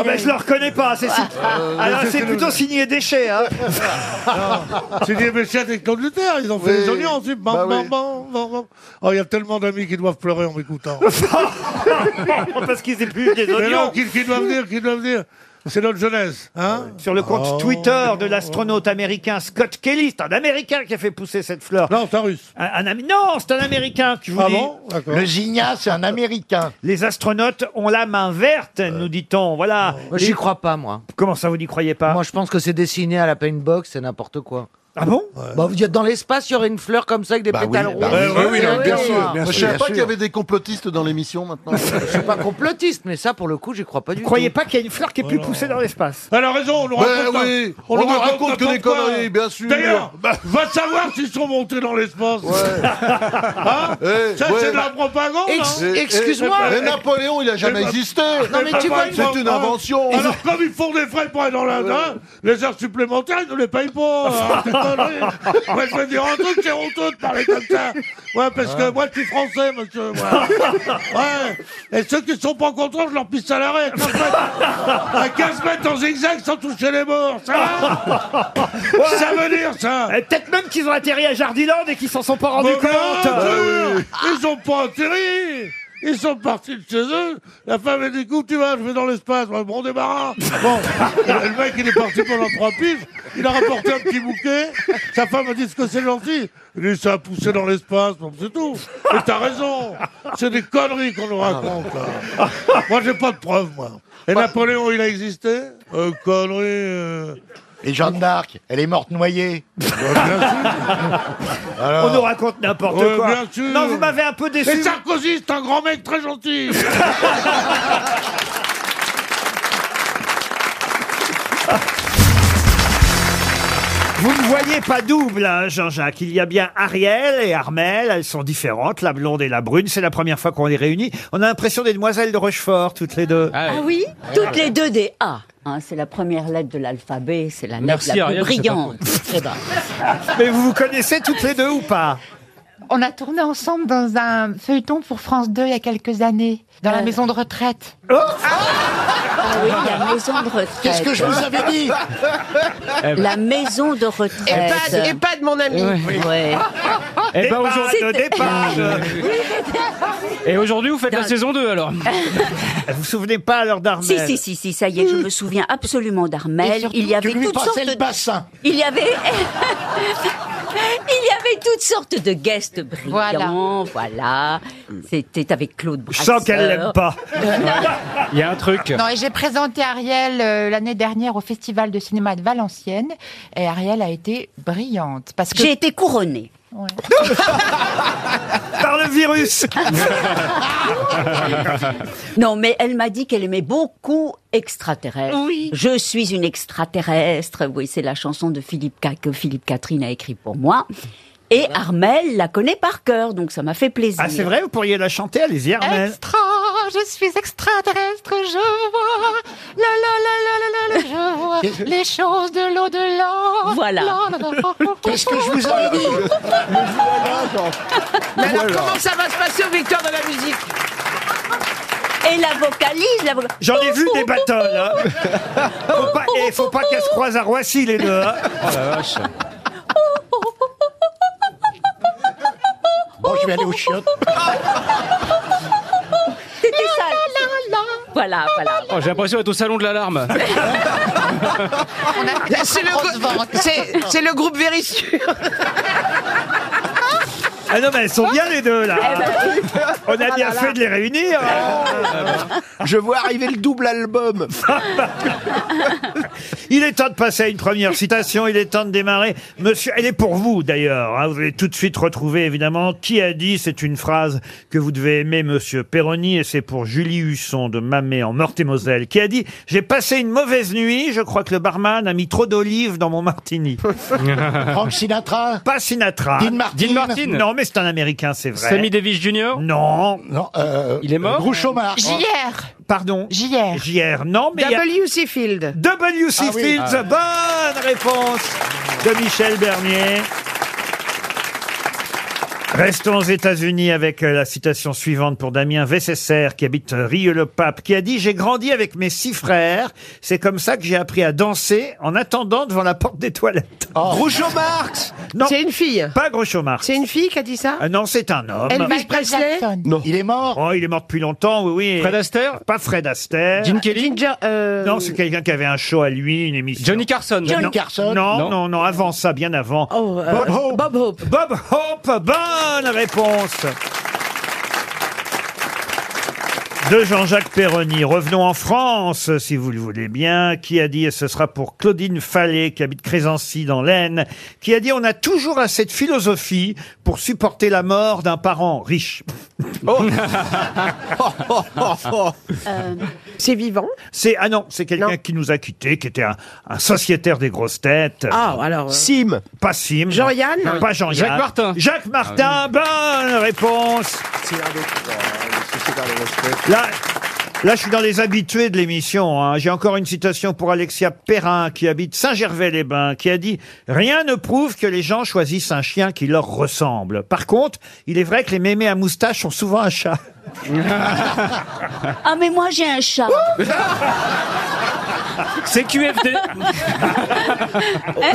Speaker 1: Ah ben, je le reconnais pas. C'est Sid-
Speaker 11: Euh,
Speaker 1: Alors
Speaker 2: mais c'est
Speaker 1: c'est
Speaker 2: le-
Speaker 1: plutôt signé déchet. Hein.
Speaker 2: C'est des messieurs avec l'Angleterre, ils ont fait
Speaker 1: Oui.
Speaker 2: les oignons ensuite. Bam,
Speaker 1: Bah
Speaker 2: bam,
Speaker 1: oui.
Speaker 2: bam, bam, bam. Oh, il y a tellement d'amis qui doivent pleurer en m'écoutant.
Speaker 1: Parce qu'ils épluchent des
Speaker 2: Mais
Speaker 1: oignons.
Speaker 2: non, qu'ils qu'ils doivent dire, qu'ils doivent dire. C'est notre jeunesse, hein
Speaker 1: Sur le compte Twitter de l'astronaute américain Scott Kelly, c'est un américain qui a fait pousser cette fleur.
Speaker 2: Non, c'est un russe.
Speaker 1: non, c'est un américain qui vous
Speaker 2: Ah
Speaker 1: dis.
Speaker 2: bon D'accord.
Speaker 1: Le Zigna, c'est un américain. Euh. Les astronautes ont la main verte, nous dit-on. Voilà.
Speaker 17: Moi, j'y crois pas, moi.
Speaker 1: Comment ça, Ah, vous n'y croyez pas
Speaker 17: Moi, je pense que c'est dessiné à la paintbox, c'est n'importe quoi.
Speaker 1: Ah bon
Speaker 17: Bah, vous dites, dans l'espace, il y aurait une fleur comme ça avec des pétales
Speaker 13: bah
Speaker 17: rouges.
Speaker 13: Je savais pas qu'il y avait des complotistes dans l'émission maintenant.
Speaker 17: Je suis pas complotiste, mais ça, pour le coup, j'y crois pas du tout.
Speaker 1: Croyez pas qu'il y a une fleur qui est plus poussée dans l'espace.
Speaker 2: Elle a raison, on nous
Speaker 17: Ben
Speaker 2: raconte.
Speaker 17: oui,
Speaker 2: Bah on
Speaker 17: on
Speaker 2: nous
Speaker 17: nous
Speaker 2: raconte,
Speaker 17: raconte que
Speaker 2: n'importe
Speaker 17: des
Speaker 2: quoi.
Speaker 13: conneries, bien sûr. Bah.
Speaker 2: D'ailleurs, va savoir s'ils sont montés dans l'espace. Hein Ça,
Speaker 13: Eh, ouais. Eh,
Speaker 2: c'est de la propagande.
Speaker 13: Ex-
Speaker 2: hein.
Speaker 13: excuse-moi. Mais Napoléon, il a jamais
Speaker 2: Eh ben-
Speaker 13: existé.
Speaker 2: Eh
Speaker 13: Non, mais
Speaker 2: ben,
Speaker 13: tu vois,
Speaker 2: par
Speaker 13: c'est une
Speaker 2: exemple, hein.
Speaker 13: invention.
Speaker 2: Alors, comme ils font des frais pour aller dans l'Inde, hein, les heures supplémentaires, ils ne les payent pas. hein. C'est connerie. Moi, je vais dire en toute c'est honteux de parler comme ça. Ouais, parce que moi, je suis français, monsieur. Ouais. Ouais. Et ceux qui ne sont pas contents, je leur pisse à l'arrêt. À 15 mètres- à 15 mètres en zigzag sans toucher les morts. Ça va Ça veut dire ça.
Speaker 1: Eh, Peut-être même qu'ils ont atterri à Jardiland et qu'ils s'en sont pas rendus
Speaker 2: Mais
Speaker 1: compte.
Speaker 2: non, Ils ont pas atterri Ils sont partis de chez eux La femme, elle dit, écoute, tu vas, je vais dans l'espace, Ouais, bon débarras Bon, le mec, il est parti pendant trois piges, il a rapporté un petit bouquet, sa femme a dit, ce que c'est gentil Il dit, ça a poussé dans l'espace, bon, c'est tout Mais t'as raison C'est des conneries qu'on nous raconte,
Speaker 1: Ah
Speaker 2: là Moi, j'ai pas de preuves, moi Et
Speaker 1: Bah.
Speaker 2: Napoléon, il a existé euh, Conneries euh.
Speaker 18: Et Jeanne d'Arc, elle est morte noyée.
Speaker 1: On nous raconte n'importe
Speaker 2: Ouais,
Speaker 1: quoi.
Speaker 2: Ah. Euh, bien sûr.
Speaker 1: Non, vous m'avez un peu
Speaker 2: Mais
Speaker 1: déçu.
Speaker 2: Sarkozy, c'est un grand mec très gentil
Speaker 1: Vous ne voyez pas double, hein, Jean-Jacques. Il y a bien Ariel et Armel. Elles sont différentes, la blonde et la brune. C'est la première fois qu'on les réunit. On a l'impression des demoiselles de Rochefort, toutes les deux.
Speaker 15: Ah oui Toutes les deux des A. Hein, c'est la première lettre de l'alphabet, c'est la lettre
Speaker 1: Merci,
Speaker 15: la plus
Speaker 1: Ariel, c'est pas
Speaker 15: brillante. Eh ben,
Speaker 1: Mais vous vous connaissez toutes les deux ou pas
Speaker 12: On a tourné ensemble dans un feuilleton pour France 2 il y a quelques années, dans
Speaker 7: Euh.
Speaker 12: la maison de retraite.
Speaker 1: Oh.
Speaker 15: ah oui, la maison de retraite.
Speaker 12: Qu'est-ce que je vous avais dit
Speaker 1: Eh ben.
Speaker 15: La maison de retraite.
Speaker 1: EHPAD,
Speaker 15: pas de mon ami. Ouais.
Speaker 6: Eh ben, aujourd'hui-
Speaker 15: C'était-
Speaker 6: Et aujourd'hui, vous faites la
Speaker 15: Dingue.
Speaker 6: saison 2 alors
Speaker 1: Vous vous souvenez pas alors d'Armel
Speaker 15: Si, si, si, si, ça y est, je me souviens absolument
Speaker 12: Et
Speaker 15: d'Armel.
Speaker 12: surtout
Speaker 15: Il y avait
Speaker 12: que lui
Speaker 15: toutes
Speaker 12: passait
Speaker 15: sortes
Speaker 12: le
Speaker 15: de... Il y avait... Il y avait toutes sortes de guests brillants, voilà. C'était avec Claude
Speaker 1: Je
Speaker 15: Brasseur.
Speaker 1: sens qu'elle l'aime pas.
Speaker 6: Il y a un truc.
Speaker 12: Non, et j'ai présenté Ariel euh, l'année dernière au Festival de cinéma de Valenciennes, et Ariel a été brillante. parce que
Speaker 15: J'ai été couronnée.
Speaker 23: Ouais.
Speaker 1: Par le virus
Speaker 15: Non, mais elle m'a dit qu'elle aimait beaucoup extraterrestres.
Speaker 23: Oui.
Speaker 15: Je suis une extraterrestre. Oui, c'est la chanson de Philippe Ca- que Philippe Catherine a écrite pour moi. Et Armel la connaît par cœur, donc ça m'a fait plaisir.
Speaker 1: Ah, c'est vrai, vous pourriez la chanter, allez-y, Armel.
Speaker 23: Extra, je suis extraterrestre, je vois. La la la la la la, la, je vois
Speaker 1: Qu'est-ce que-
Speaker 23: les choses de l'au-delà.
Speaker 15: Voilà.
Speaker 23: La, la, la.
Speaker 18: Qu'est-ce que je vous avais dit
Speaker 23: Mais alors,
Speaker 15: Voilà.
Speaker 23: comment ça va se passer aux victoires de la musique
Speaker 15: Et la vocalise, la vocalise.
Speaker 1: J'en ai vu des battles. hein. Faut pas, et faut pas qu'elles se croisent à Roissy, les deux. hein.
Speaker 14: Oh
Speaker 8: Euh.
Speaker 18: Bon, je vais aller aux chiottes.
Speaker 15: C'était ça. Voilà, voilà.
Speaker 14: Oh, j'ai l'impression d'être au salon de l'alarme.
Speaker 8: Ah, C'est le, grou- c'est- c'est le groupe Vérissure.
Speaker 1: Ah non, mais elles sont bien, les deux, là. On a bien fait de les réunir. hein.
Speaker 4: Ah, Je vois arriver le double album.
Speaker 1: Il est temps de passer à une première citation, il est temps de démarrer. Monsieur, elle est pour vous d'ailleurs. hein. Vous allez tout de suite retrouver évidemment qui a dit, c'est une phrase que vous devez aimer monsieur Perroni et c'est pour Julie Husson de Mamé en Meurthe-et-Moselle qui a dit "J'ai passé une mauvaise nuit, je crois que le barman a mis trop d'olives dans mon martini."
Speaker 18: Frank Sinatra
Speaker 1: Pas Sinatra.
Speaker 18: Dean Martin Dean Martin
Speaker 1: Non, Oh, mais c'est un américain, c'est vrai.
Speaker 14: Sammy Davis Jr.
Speaker 1: Non.
Speaker 18: Non, euh,
Speaker 14: Il est mort
Speaker 18: Grouchomar.
Speaker 1: JR. Pardon JR. JR, non, mais. il y a-
Speaker 8: W.C. Field.
Speaker 1: W.C.
Speaker 8: Ah oui.
Speaker 1: Fields, bonne réponse de Michel Bernier. Restons aux États-Unis avec euh, la citation suivante pour Damien Vessesser, qui habite euh, Rieux-le-Pape, qui a dit J'ai grandi avec mes six frères. C'est comme ça que j'ai appris à danser en attendant devant la porte des toilettes.
Speaker 7: Oh.
Speaker 4: Groucho Marx
Speaker 1: Non.
Speaker 8: C'est une fille.
Speaker 1: Pas Groucho Marx.
Speaker 8: C'est une fille qui a dit ça
Speaker 1: Ah non, c'est un homme.
Speaker 8: Elvis Presley
Speaker 1: Il est mort. Oh, il est mort depuis longtemps, oui, oui. Fred
Speaker 14: Astaire
Speaker 1: Pas Fred Astaire.
Speaker 14: Gene Kelly
Speaker 8: euh,
Speaker 1: Non, c'est quelqu'un qui avait un show à lui, une émission.
Speaker 14: Johnny Carson. Johnny
Speaker 1: Non,
Speaker 14: Carson.
Speaker 1: Non, non,
Speaker 14: Non.
Speaker 1: non, avant ça, bien avant.
Speaker 8: Oh,
Speaker 14: euh,
Speaker 1: Bob Hope. Bob Hope, bonne réponse. De Jean-Jacques Perroni. Revenons en France, si vous le voulez bien, qui a dit, et ce sera pour Claudine Fallet, qui habite Crésancy dans l'Aisne, qui a dit, on a toujours assez de philosophie pour supporter la mort d'un parent riche.
Speaker 8: C'est vivant
Speaker 1: C'est ah non, c'est quelqu'un qui nous a quittés, qui était un, un sociétaire des grosses têtes.
Speaker 8: Ah, alors, euh,
Speaker 1: Sim. Pas Sim.
Speaker 8: Jean-Yann
Speaker 1: Non, Pas Jean-Yann.
Speaker 14: Jacques Martin. Ah
Speaker 1: Jacques Martin. Bonne réponse.
Speaker 13: hein,
Speaker 1: Là. Là, je suis dans les habitués de l'émission. hein. J'ai encore une citation pour Alexia Perrin, qui habite Saint-Gervais-les-Bains, qui a dit « Rien ne prouve que les gens choisissent un chien qui leur ressemble. Par contre, il est vrai que les mémés à moustache ont souvent un chat. »
Speaker 15: Ah, mais moi j'ai un chat.
Speaker 14: C'est QFD.
Speaker 1: Mais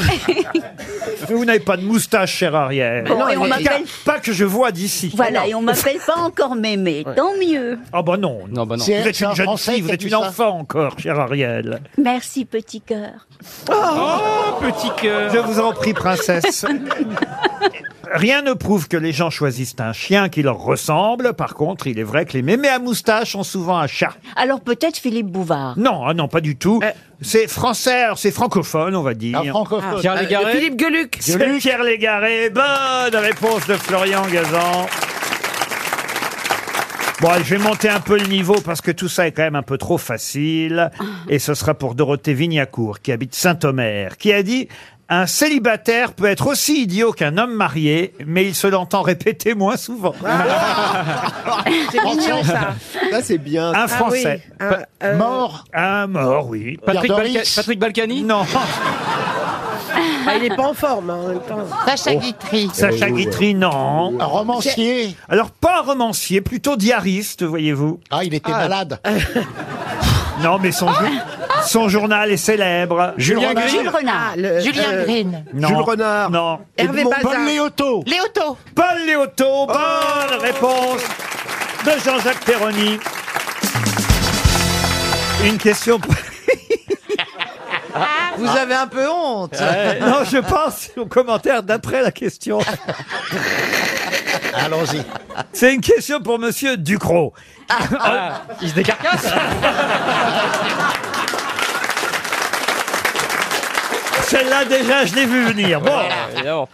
Speaker 1: Vous n'avez pas de moustache, cher Ariel.
Speaker 15: Bon, et on m'appelle-
Speaker 1: Pas que je vois d'ici.
Speaker 15: Voilà, et on m'appelle pas encore mémé. Tant mieux.
Speaker 1: Ah bah non, non,
Speaker 14: bah non.
Speaker 1: Vous
Speaker 14: C'est-
Speaker 1: êtes
Speaker 14: c'est
Speaker 1: une
Speaker 14: un
Speaker 1: jeune
Speaker 14: Français
Speaker 1: fille,
Speaker 14: qui
Speaker 1: vous
Speaker 14: a
Speaker 1: êtes
Speaker 14: dit
Speaker 1: une
Speaker 14: ça.
Speaker 1: enfant encore, cher Ariel.
Speaker 15: Merci, petit cœur.
Speaker 14: Oh, petit cœur.
Speaker 1: Je vous en prie, princesse. Rien ne prouve que les gens choisissent un chien qui leur ressemble. Par contre, il est vrai que les mémés à moustache ont souvent un chat.
Speaker 15: Alors peut-être Philippe Bouvard. Euh.
Speaker 1: Non, ah non, pas du tout. C'est français, alors c'est francophone, on va dire.
Speaker 8: Ah, euh, Philippe Gueluc.
Speaker 1: C'est Pierre Légaré. Bonne réponse de Florian Gazan. Bon, allez, je vais monter un peu le niveau parce que tout ça est quand même un peu trop facile. Et ce sera pour Dorothée Vignacourt, qui habite Saint-Omer, qui a dit Un célibataire peut être aussi idiot qu'un homme marié, mais il se l'entend répéter moins souvent.
Speaker 8: Ah, C'est mignon, ça.
Speaker 4: Ça, c'est bien.
Speaker 1: Un Français.
Speaker 8: Ah oui, un, euh,
Speaker 1: Mort Un mort, oui.
Speaker 14: Patrick,
Speaker 1: Balkany.
Speaker 14: Balka- Patrick Balkany
Speaker 1: Non.
Speaker 8: Ah, il est pas en forme hein, en même temps.
Speaker 12: Sacha Guitry.
Speaker 1: Oh. Sacha Guitry, non.
Speaker 18: Un romancier
Speaker 1: Alors, pas romancier, plutôt diariste, voyez-vous.
Speaker 18: Ah, il était malade.
Speaker 1: Non, mais son, jour- son journal est célèbre.
Speaker 18: Julien Renard.
Speaker 15: Jules Renard.
Speaker 12: Julien Green.
Speaker 1: Non.
Speaker 4: Jules Renard.
Speaker 1: Non.
Speaker 8: Hervé
Speaker 4: Edmond
Speaker 8: Bazin.
Speaker 4: Paul Léoto.
Speaker 12: Léoto.
Speaker 1: Paul Léoto,
Speaker 8: Oh.
Speaker 1: bonne réponse de Jean-Jacques Perroni. Une question. pour-
Speaker 8: Vous avez un peu honte.
Speaker 1: non, je pense au commentaire d'après la question.
Speaker 18: Allons-y.
Speaker 1: C'est une question pour Monsieur Ducrot.
Speaker 14: Ah, il se décarcasse.
Speaker 1: Celle-là, déjà, je l'ai vu venir. Bon,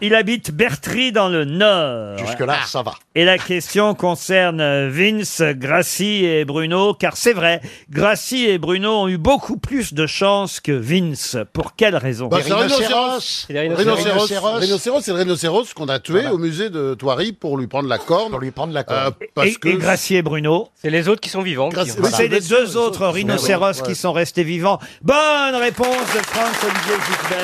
Speaker 1: il habite Bertry dans le Nord.
Speaker 18: Jusque-là, ça va.
Speaker 1: Et la question concerne euh, Vince, Grassi et Bruno, car c'est vrai, Grassi et Bruno ont eu beaucoup plus de chance que Vince. Pour quelle raison
Speaker 13: Bah, c'est un rhinocéros.
Speaker 1: Des
Speaker 13: Rhinocéros.
Speaker 1: rhinocéros.
Speaker 13: Rhinocéros, c'est le rhinocéros qu'on a tué
Speaker 1: Voilà.
Speaker 13: au musée de Thoiry pour lui prendre la corne. Pour lui prendre la corne. parce
Speaker 1: Et,
Speaker 13: que
Speaker 1: et Gracier et Bruno.
Speaker 14: C'est les autres qui sont vivants. qui-
Speaker 1: C'est
Speaker 14: voilà.
Speaker 1: les deux autres rhinocéros qui sont restés vivants. Bonne réponse de Franz-Olivier Gisbert.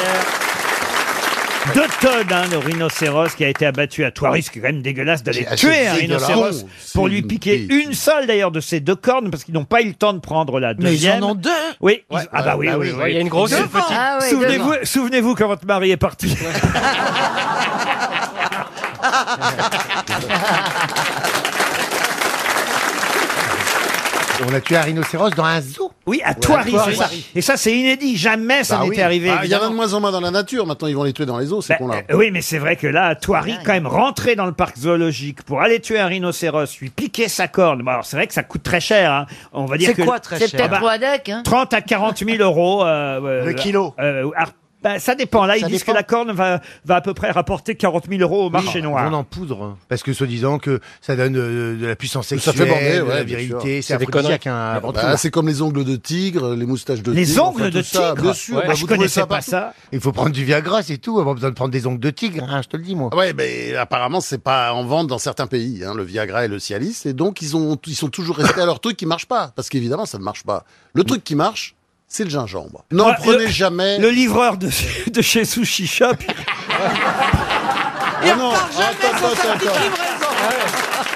Speaker 1: Deux tonnes, hein, le rhinocéros qui a été abattu à Toiry, ce qui est quand même dégueulasse d'aller
Speaker 13: C'est assez
Speaker 1: tuer un
Speaker 13: dégueulasse.
Speaker 1: rhinocéros
Speaker 13: Con,
Speaker 1: pour
Speaker 13: c'est
Speaker 1: lui
Speaker 13: une
Speaker 1: piquer une seule d'ailleurs de ses deux cornes parce qu'ils n'ont pas eu le temps de prendre la
Speaker 13: Mais ils
Speaker 1: deuxième.
Speaker 13: en ont deux
Speaker 1: Oui. ils- Ah bah oui,
Speaker 13: bah
Speaker 1: oui,
Speaker 13: oui.
Speaker 1: oui.
Speaker 13: Il y a une grosse et une
Speaker 1: Devant.
Speaker 13: petite. Ah oui,
Speaker 1: Souvenez-vous,
Speaker 13: devant.
Speaker 1: souvenez-vous quand votre mari est parti.
Speaker 21: On a tué un rhinocéros dans un zoo.
Speaker 1: Oui, à
Speaker 21: Thoiry,
Speaker 1: Thoiry, c'est ça. Et ça, c'est inédit. Jamais ça
Speaker 13: Bah
Speaker 1: n'était
Speaker 13: oui.
Speaker 1: arrivé.
Speaker 13: Ah, Il y en a de
Speaker 1: évidemment.
Speaker 13: moins en moins dans la nature. Maintenant, ils vont les tuer dans les eaux, ces cons-là.
Speaker 1: Euh, Oui, mais c'est vrai que là, à Thoiry, quand même, rentrer dans le parc zoologique pour aller tuer un rhinocéros, lui piquer sa corne, bon, alors c'est vrai que ça coûte très cher. hein. On va dire
Speaker 10: C'est
Speaker 1: que-
Speaker 10: quoi très C'est cher peut-être
Speaker 1: Ah bah,
Speaker 10: Roadec, hein.
Speaker 1: 30 à 40 000 euros. euh,
Speaker 10: Le
Speaker 1: euh,
Speaker 10: kilo.
Speaker 1: euh, ah, bah, ça dépend. Là, ils disent que la corne va, va à peu près rapporter 40 000 euros au marché
Speaker 21: Oui,
Speaker 1: noir.
Speaker 21: On en poudre. Parce que soi-disant que ça donne euh, de la puissance
Speaker 13: Ça fait
Speaker 21: sexuelle,
Speaker 13: bander,
Speaker 21: de la
Speaker 13: ouais, bien
Speaker 21: virilité, c'est
Speaker 13: sûr. C'est des
Speaker 21: aphrodisiaque
Speaker 13: conneries.
Speaker 21: hein, avant
Speaker 13: Bah,
Speaker 21: tout.
Speaker 13: c'est comme les ongles de tigre, les moustaches de
Speaker 21: Les
Speaker 13: tigre.
Speaker 21: ongles de
Speaker 13: tout ça,
Speaker 21: tigre
Speaker 13: Bien sûr,
Speaker 21: Ouais,
Speaker 13: bah,
Speaker 21: je
Speaker 13: vous trouvez
Speaker 21: connaissais pas
Speaker 13: partout.
Speaker 21: ça. Il faut prendre du Viagra, c'est tout, avant besoin de prendre des ongles de tigre, hein, je te le dis moi.
Speaker 13: Ah Ouais, mais apparemment c'est pas en vente dans certains pays, hein, le Viagra et le Cialis, et donc ils ont ils sont toujours restés à leur truc qui marche pas, parce qu'évidemment ça ne marche pas. Le truc qui marche, c'est le gingembre. N'en
Speaker 1: Ouais,
Speaker 13: prenez
Speaker 1: le-
Speaker 13: jamais.
Speaker 1: Le livreur de, de chez Sushi Shop,
Speaker 13: Ah non, attends, attends, attends. Ah,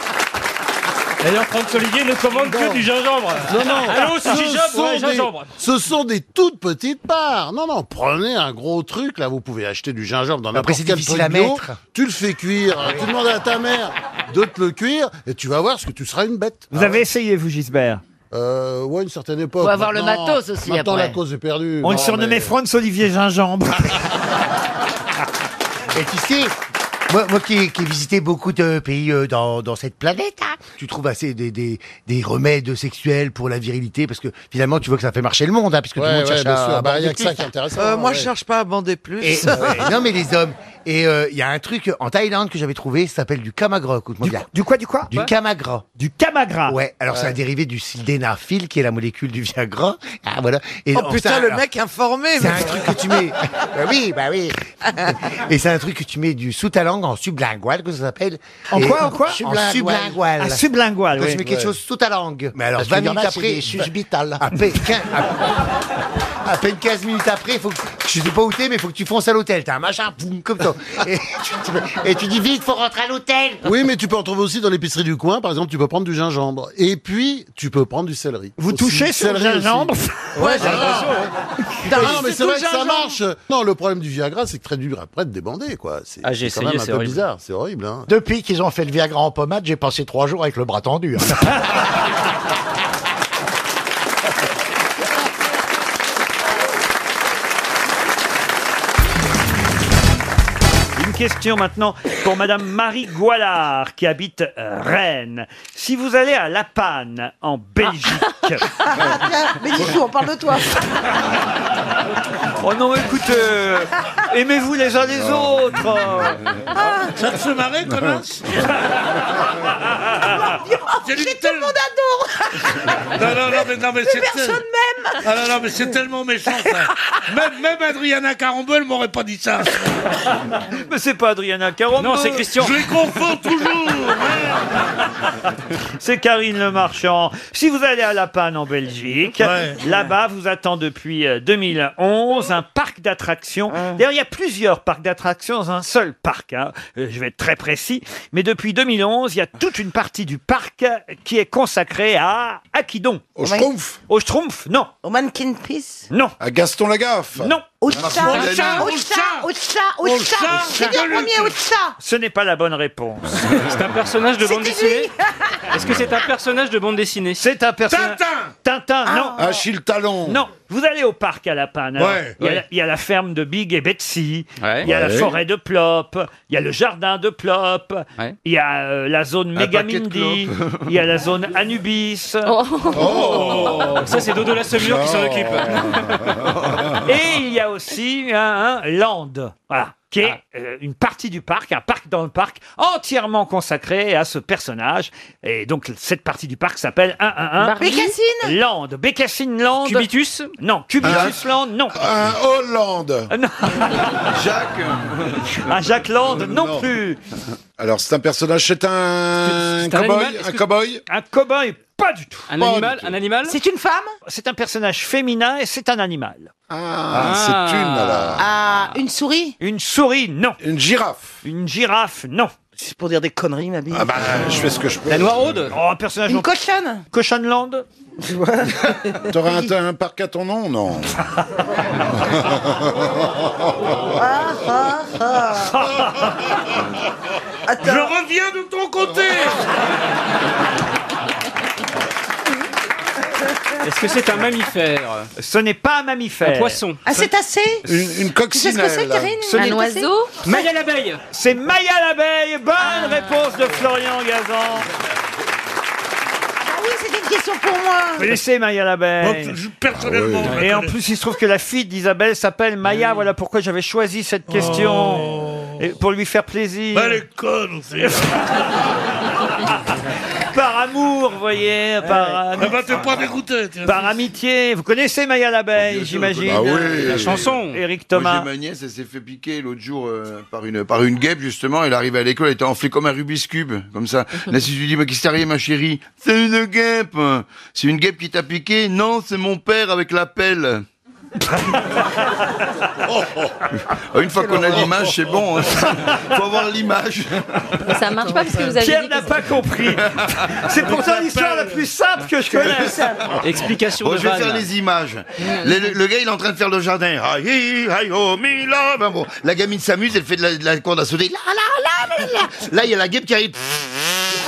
Speaker 14: D'ailleurs, Franck Olivier ne commande que du gingembre.
Speaker 13: Non, non.
Speaker 14: Allô,
Speaker 13: Ce
Speaker 14: sushi job,
Speaker 13: sont
Speaker 14: ouais,
Speaker 13: des-
Speaker 14: gingembre.
Speaker 13: Ce sont des toutes petites parts. Non, non, prenez un gros truc. Là, vous pouvez acheter du gingembre dans
Speaker 21: Après,
Speaker 13: n'importe
Speaker 21: c'est
Speaker 13: quel
Speaker 21: difficile
Speaker 13: truc
Speaker 21: à
Speaker 13: bio.
Speaker 21: mettre.
Speaker 13: Tu le fais cuire. Tu demandes à ta mère de te le cuire et tu vas voir ce que tu seras une bête. Ah
Speaker 1: vous avez essayé, vous, Gisbert
Speaker 13: Euh, ouais, une certaine époque.
Speaker 10: Faut avoir le
Speaker 13: Maintenant-
Speaker 10: matos aussi,
Speaker 13: Maintenant,
Speaker 10: après.
Speaker 13: la cause est perdue.
Speaker 1: On le
Speaker 13: Non,
Speaker 1: surnommait
Speaker 13: mais- euh, Ah.
Speaker 1: Franz Olivier Gingembre.
Speaker 13: bah.
Speaker 21: Et tu sais, moi, moi qui, ai- qui ai visité beaucoup de pays euh, dans, dans cette planète, hein, tu trouves assez des, des, des remèdes sexuels pour la virilité, parce que finalement tu vois que ça fait marcher le monde, hein, parce que tout
Speaker 13: Ouais,
Speaker 21: le monde
Speaker 13: ouais,
Speaker 21: cherche
Speaker 13: bien
Speaker 21: à
Speaker 13: sûr. Bah,
Speaker 21: aborder
Speaker 13: y a que
Speaker 21: plus.
Speaker 13: ça qui est intéressant,
Speaker 8: Euh, moi, je cherche pas à bander plus.
Speaker 21: Et- ouais, non mais les hommes. Et euh, il y a un truc en Thaïlande que j'avais trouvé, ça s'appelle du kamagra. Du,
Speaker 1: du quoi, du quoi
Speaker 21: Du kamagra.
Speaker 1: Du kamagra.
Speaker 21: Ouais. Alors c'est
Speaker 8: Ouais.
Speaker 21: un dérivé du sildenafil qui est la molécule du Viagra. Ah voilà.
Speaker 8: oh
Speaker 21: donc,
Speaker 8: putain,
Speaker 21: ça,
Speaker 8: le
Speaker 21: alors,
Speaker 8: mec informé.
Speaker 21: C'est un truc que tu mets. bah oui, bah oui. Et c'est un truc que tu mets du sous ta langue en sublingual, que ça s'appelle.
Speaker 1: En
Speaker 21: Et-
Speaker 1: quoi, en quoi
Speaker 21: En sublingual.
Speaker 1: Ah, sublingual,
Speaker 21: Donc
Speaker 1: oui.
Speaker 21: tu mets quelque
Speaker 1: Ouais.
Speaker 21: chose sous ta langue. Mais alors, Parce 20 qu'il y en minutes a, c'est après. des subitales. À peine, quin- à- à peine 15 minutes après, faut que, je sais pas où t'es, mais faut que tu fonces à l'hôtel. T'as un machin, boum, comme toi. Et tu, et tu dis vite, faut rentrer à l'hôtel.
Speaker 13: Oui, mais tu peux en trouver aussi dans l'épicerie du coin. Par exemple, tu peux prendre du gingembre. Et puis, tu peux prendre du céleri.
Speaker 1: Vous
Speaker 13: Aussi,
Speaker 1: touchez sur le
Speaker 13: céleri aussi.
Speaker 1: gingembre
Speaker 13: Ouais,
Speaker 1: Ouais, j'ai
Speaker 13: alors.
Speaker 1: l'impression,
Speaker 13: Non,
Speaker 1: Putain,
Speaker 13: mais
Speaker 1: c'est
Speaker 13: c'est
Speaker 1: tout
Speaker 13: vrai que ça
Speaker 1: gingembre.
Speaker 13: marche. Non, le problème du Viagra, c'est que très dur après de débander, quoi. C'est
Speaker 14: Ah, j'ai
Speaker 13: c'est
Speaker 14: essayé,
Speaker 13: quand même un
Speaker 14: c'est
Speaker 13: peu
Speaker 14: horrible.
Speaker 13: bizarre. C'est horrible, hein.
Speaker 18: Depuis qu'ils ont fait le Viagra en pommade, j'ai passé trois jours avec le bras tendu. hein.
Speaker 1: Une question maintenant pour Madame Marie Goualard qui habite euh, Rennes. Si vous allez à La Panne
Speaker 10: Ah.
Speaker 1: en Belgique,
Speaker 8: Mais du coup, on parle de toi.
Speaker 1: oh non, écoute, euh, aimez-vous les uns les autres.
Speaker 2: Ça te fait marrer, connasse J'ai lu tel-
Speaker 10: adore
Speaker 2: Non, non, non, mais, non, mais
Speaker 10: Plus
Speaker 2: c'est
Speaker 10: personne
Speaker 2: même Ah non, non, mais c'est tellement méchant, ça Même, même Adriana Carambol m'aurait pas dit ça
Speaker 1: Mais c'est pas Adriana Caron.
Speaker 2: Non, c'est Christian. Je les confonds toujours
Speaker 1: C'est Karine Le Marchand. Si vous allez à La Panne en Belgique, là-bas vous attend depuis euh, 2011 un parc d'attractions. D'ailleurs, il y a plusieurs parcs d'attractions dans un seul parc. hein. Euh, Je vais être très précis, mais depuis 2011, il y a toute une partie du parc euh, qui est consacrée à à qui donc Au Schtroumpf. Au Schtroumpf, non.
Speaker 10: Au Mannequin Peace
Speaker 1: Non. À Gaston Lagaffe. Non.
Speaker 10: Au chat, au chat, au chat, au chat, au
Speaker 1: Au
Speaker 10: chat.
Speaker 1: chat.
Speaker 10: J'ai dit en premier au chat.
Speaker 1: Ce n'est pas la bonne réponse.
Speaker 14: C'est un personnage de bande dessinée Est-ce que c'est un personnage de bande dessinée
Speaker 1: C'est un personnage. Tintin, non.
Speaker 13: Achille Talon.
Speaker 1: Non, vous allez au parc à la panne. alors.
Speaker 13: Ouais,
Speaker 1: il, y a
Speaker 13: ouais.
Speaker 1: la, il y a la ferme de Big et Betsy. Il y a la
Speaker 14: Ah. Ouais.
Speaker 1: forêt de Plop. Il y a le jardin de Plop. Il y a euh, la zone
Speaker 14: Un paquet de
Speaker 1: Megamindi.
Speaker 14: clopes.
Speaker 1: Il y a la zone Anubis.
Speaker 14: Ça, c'est Dodo la Semure qui s'en occupe.
Speaker 1: Et il y a aussi un, un land, voilà, qui est
Speaker 14: Ah.
Speaker 1: euh, une partie du parc, un parc dans le parc, entièrement consacré à ce personnage. Et donc, cette partie du parc s'appelle 111.
Speaker 22: Barbie Bécassine
Speaker 1: Land. Bécassine Land. Cubitus Non,
Speaker 9: Ah.
Speaker 1: Cubitus Land, non. Un Hollande Jacques Un Jacques Land, non,
Speaker 9: Non.
Speaker 1: plus
Speaker 9: Alors, c'est un personnage, c'est un
Speaker 1: C'est un
Speaker 9: cowboy,
Speaker 1: animal, est-ce
Speaker 9: un
Speaker 1: que-
Speaker 9: cowboy,
Speaker 1: un cowboy, pas du tout.
Speaker 9: Un Pas animal, du tout. un
Speaker 1: animal C'est une femme C'est un personnage féminin et c'est un animal.
Speaker 9: Ah, c'est une, alors.
Speaker 1: Ah, une souris Une souris, non. Une girafe Une girafe, non. C'est pour dire des conneries, ma bille.
Speaker 9: Ah bah, je fais ce que je peux.
Speaker 1: Oh, un personnage.
Speaker 9: Une
Speaker 1: cochonne Cochonland
Speaker 9: T'aurais un, t'as un parc à ton nom, non
Speaker 2: Je reviens de ton côté
Speaker 1: Est-ce que c'est un mammifère Ce n'est pas un mammifère.
Speaker 14: Un poisson.
Speaker 1: Ah,
Speaker 10: Un cétacé
Speaker 1: Une,
Speaker 10: coccinelle. Ah, Tu sais ce que c'est, Karine Un oiseau
Speaker 1: Maya l'abeille Ah. C'est Maya l'abeille Bonne réponse de Florian Gazan
Speaker 10: Ah Bah oui, c'était une question pour moi.
Speaker 1: Laissez Maya l'abeille
Speaker 10: Moi,
Speaker 2: personnellement,
Speaker 9: Ah
Speaker 2: je la
Speaker 1: Et en
Speaker 2: connais.
Speaker 1: plus, il se trouve que la fille d'Isabelle s'appelle Maya. Voilà pourquoi j'avais choisi cette question. Et pour lui faire plaisir.
Speaker 2: Oh. Bah, elle est conne aussi
Speaker 1: Par amour, vous voyez, par
Speaker 2: Ah bah, t'es pas dégoûté tiens.
Speaker 1: Par amitié, vous connaissez Maya l'abeille, j'imagine.
Speaker 9: Ah oui. La chanson.
Speaker 1: Eric Thomas.
Speaker 9: Moi, j'ai ma nièce, elle s'est fait piquer l'autre jour euh, par une par une guêpe justement. Elle arrive à l'école, elle était enflée comme un Rubik's cube, comme ça. Là, si tu lui dis, mais qu'est-ce qui t'est arrivé, ma chérie C'est une guêpe. C'est une guêpe qui t'a piqué Non, c'est mon père avec la pelle. oh. Ah, Une fois qu'on a l'image, c'est bon. hein. Faut avoir l'image.
Speaker 19: Ça marche pas parce que vous avez
Speaker 1: Pierre
Speaker 19: dit
Speaker 1: n'a pas compris. C'est pourtant l'histoire la plus simple que je connaisse.
Speaker 9: Bon, je vais faire les images. Le, le- le gars, il est en train de faire le jardin. Aïe, aïe, oh, Mila. Ben bon, la gamine s'amuse, elle fait de la, de la corde à sauter. Là,
Speaker 10: Ah,
Speaker 9: là, là, là, là. Là, il y a la guêpe qui arrive.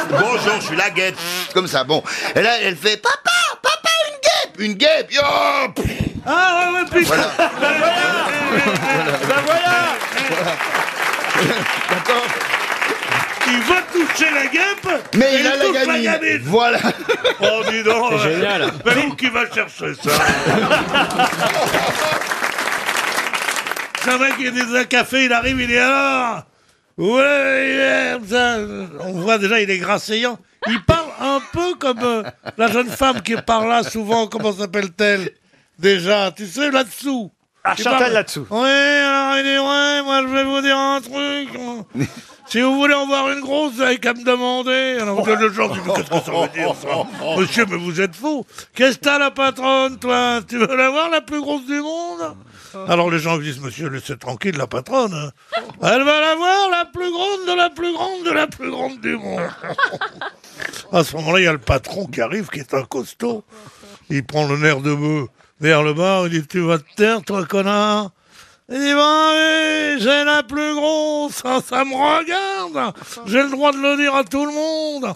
Speaker 9: Bonjour, je suis la guêpe. Comme ça, bon. Et là, elle fait Papa, papa, une guêpe, une guêpe. Yo
Speaker 2: Ah ouais, ouais, putain
Speaker 1: Ben
Speaker 2: Ah,
Speaker 1: voilà
Speaker 9: D'accord
Speaker 2: Il va toucher la guêpe
Speaker 9: Mais
Speaker 2: et
Speaker 9: il a la
Speaker 2: touche
Speaker 9: gamine.
Speaker 2: gamine.
Speaker 9: Voilà
Speaker 2: Oh dis donc
Speaker 9: C'est
Speaker 2: ouais.
Speaker 9: génial.
Speaker 2: Mais où qui va chercher ça Ça va qu'il est dans un café, il arrive, il est alors Ouais, il est comme ça. on voit déjà, il est grasseillant. Il parle un peu comme euh, la jeune femme qui parle là souvent, comment s'appelle-t-elle Déjà, tu sais, là-dessous.
Speaker 1: Ah,
Speaker 2: Qui
Speaker 1: Chantal
Speaker 2: parle-
Speaker 1: là-dessous.
Speaker 2: Ouais, alors il est, ouais, moi je vais vous dire un truc. Si vous voulez en voir une grosse, vous n'avez qu'à me demander. Alors, le- le genre, dit, mais qu'est-ce que ça veut dire, ça Oh, Monsieur, mais vous êtes fou. Qu'est-ce que t'as, la patronne, toi Tu veux la voir, la plus grosse du monde Alors, les gens disent, monsieur, laissez tranquille la patronne. hein. Elle va la voir, la plus grande de la plus grande de la plus grande du monde. À ce moment-là, il y a le patron qui arrive, qui est un costaud. Il prend le nerf de bœuf vers le bas, il dit Tu vas te taire, toi, connard Il dit Bah oui, j'ai la plus grosse, ça, ça me regarde J'ai le droit de le dire à tout le monde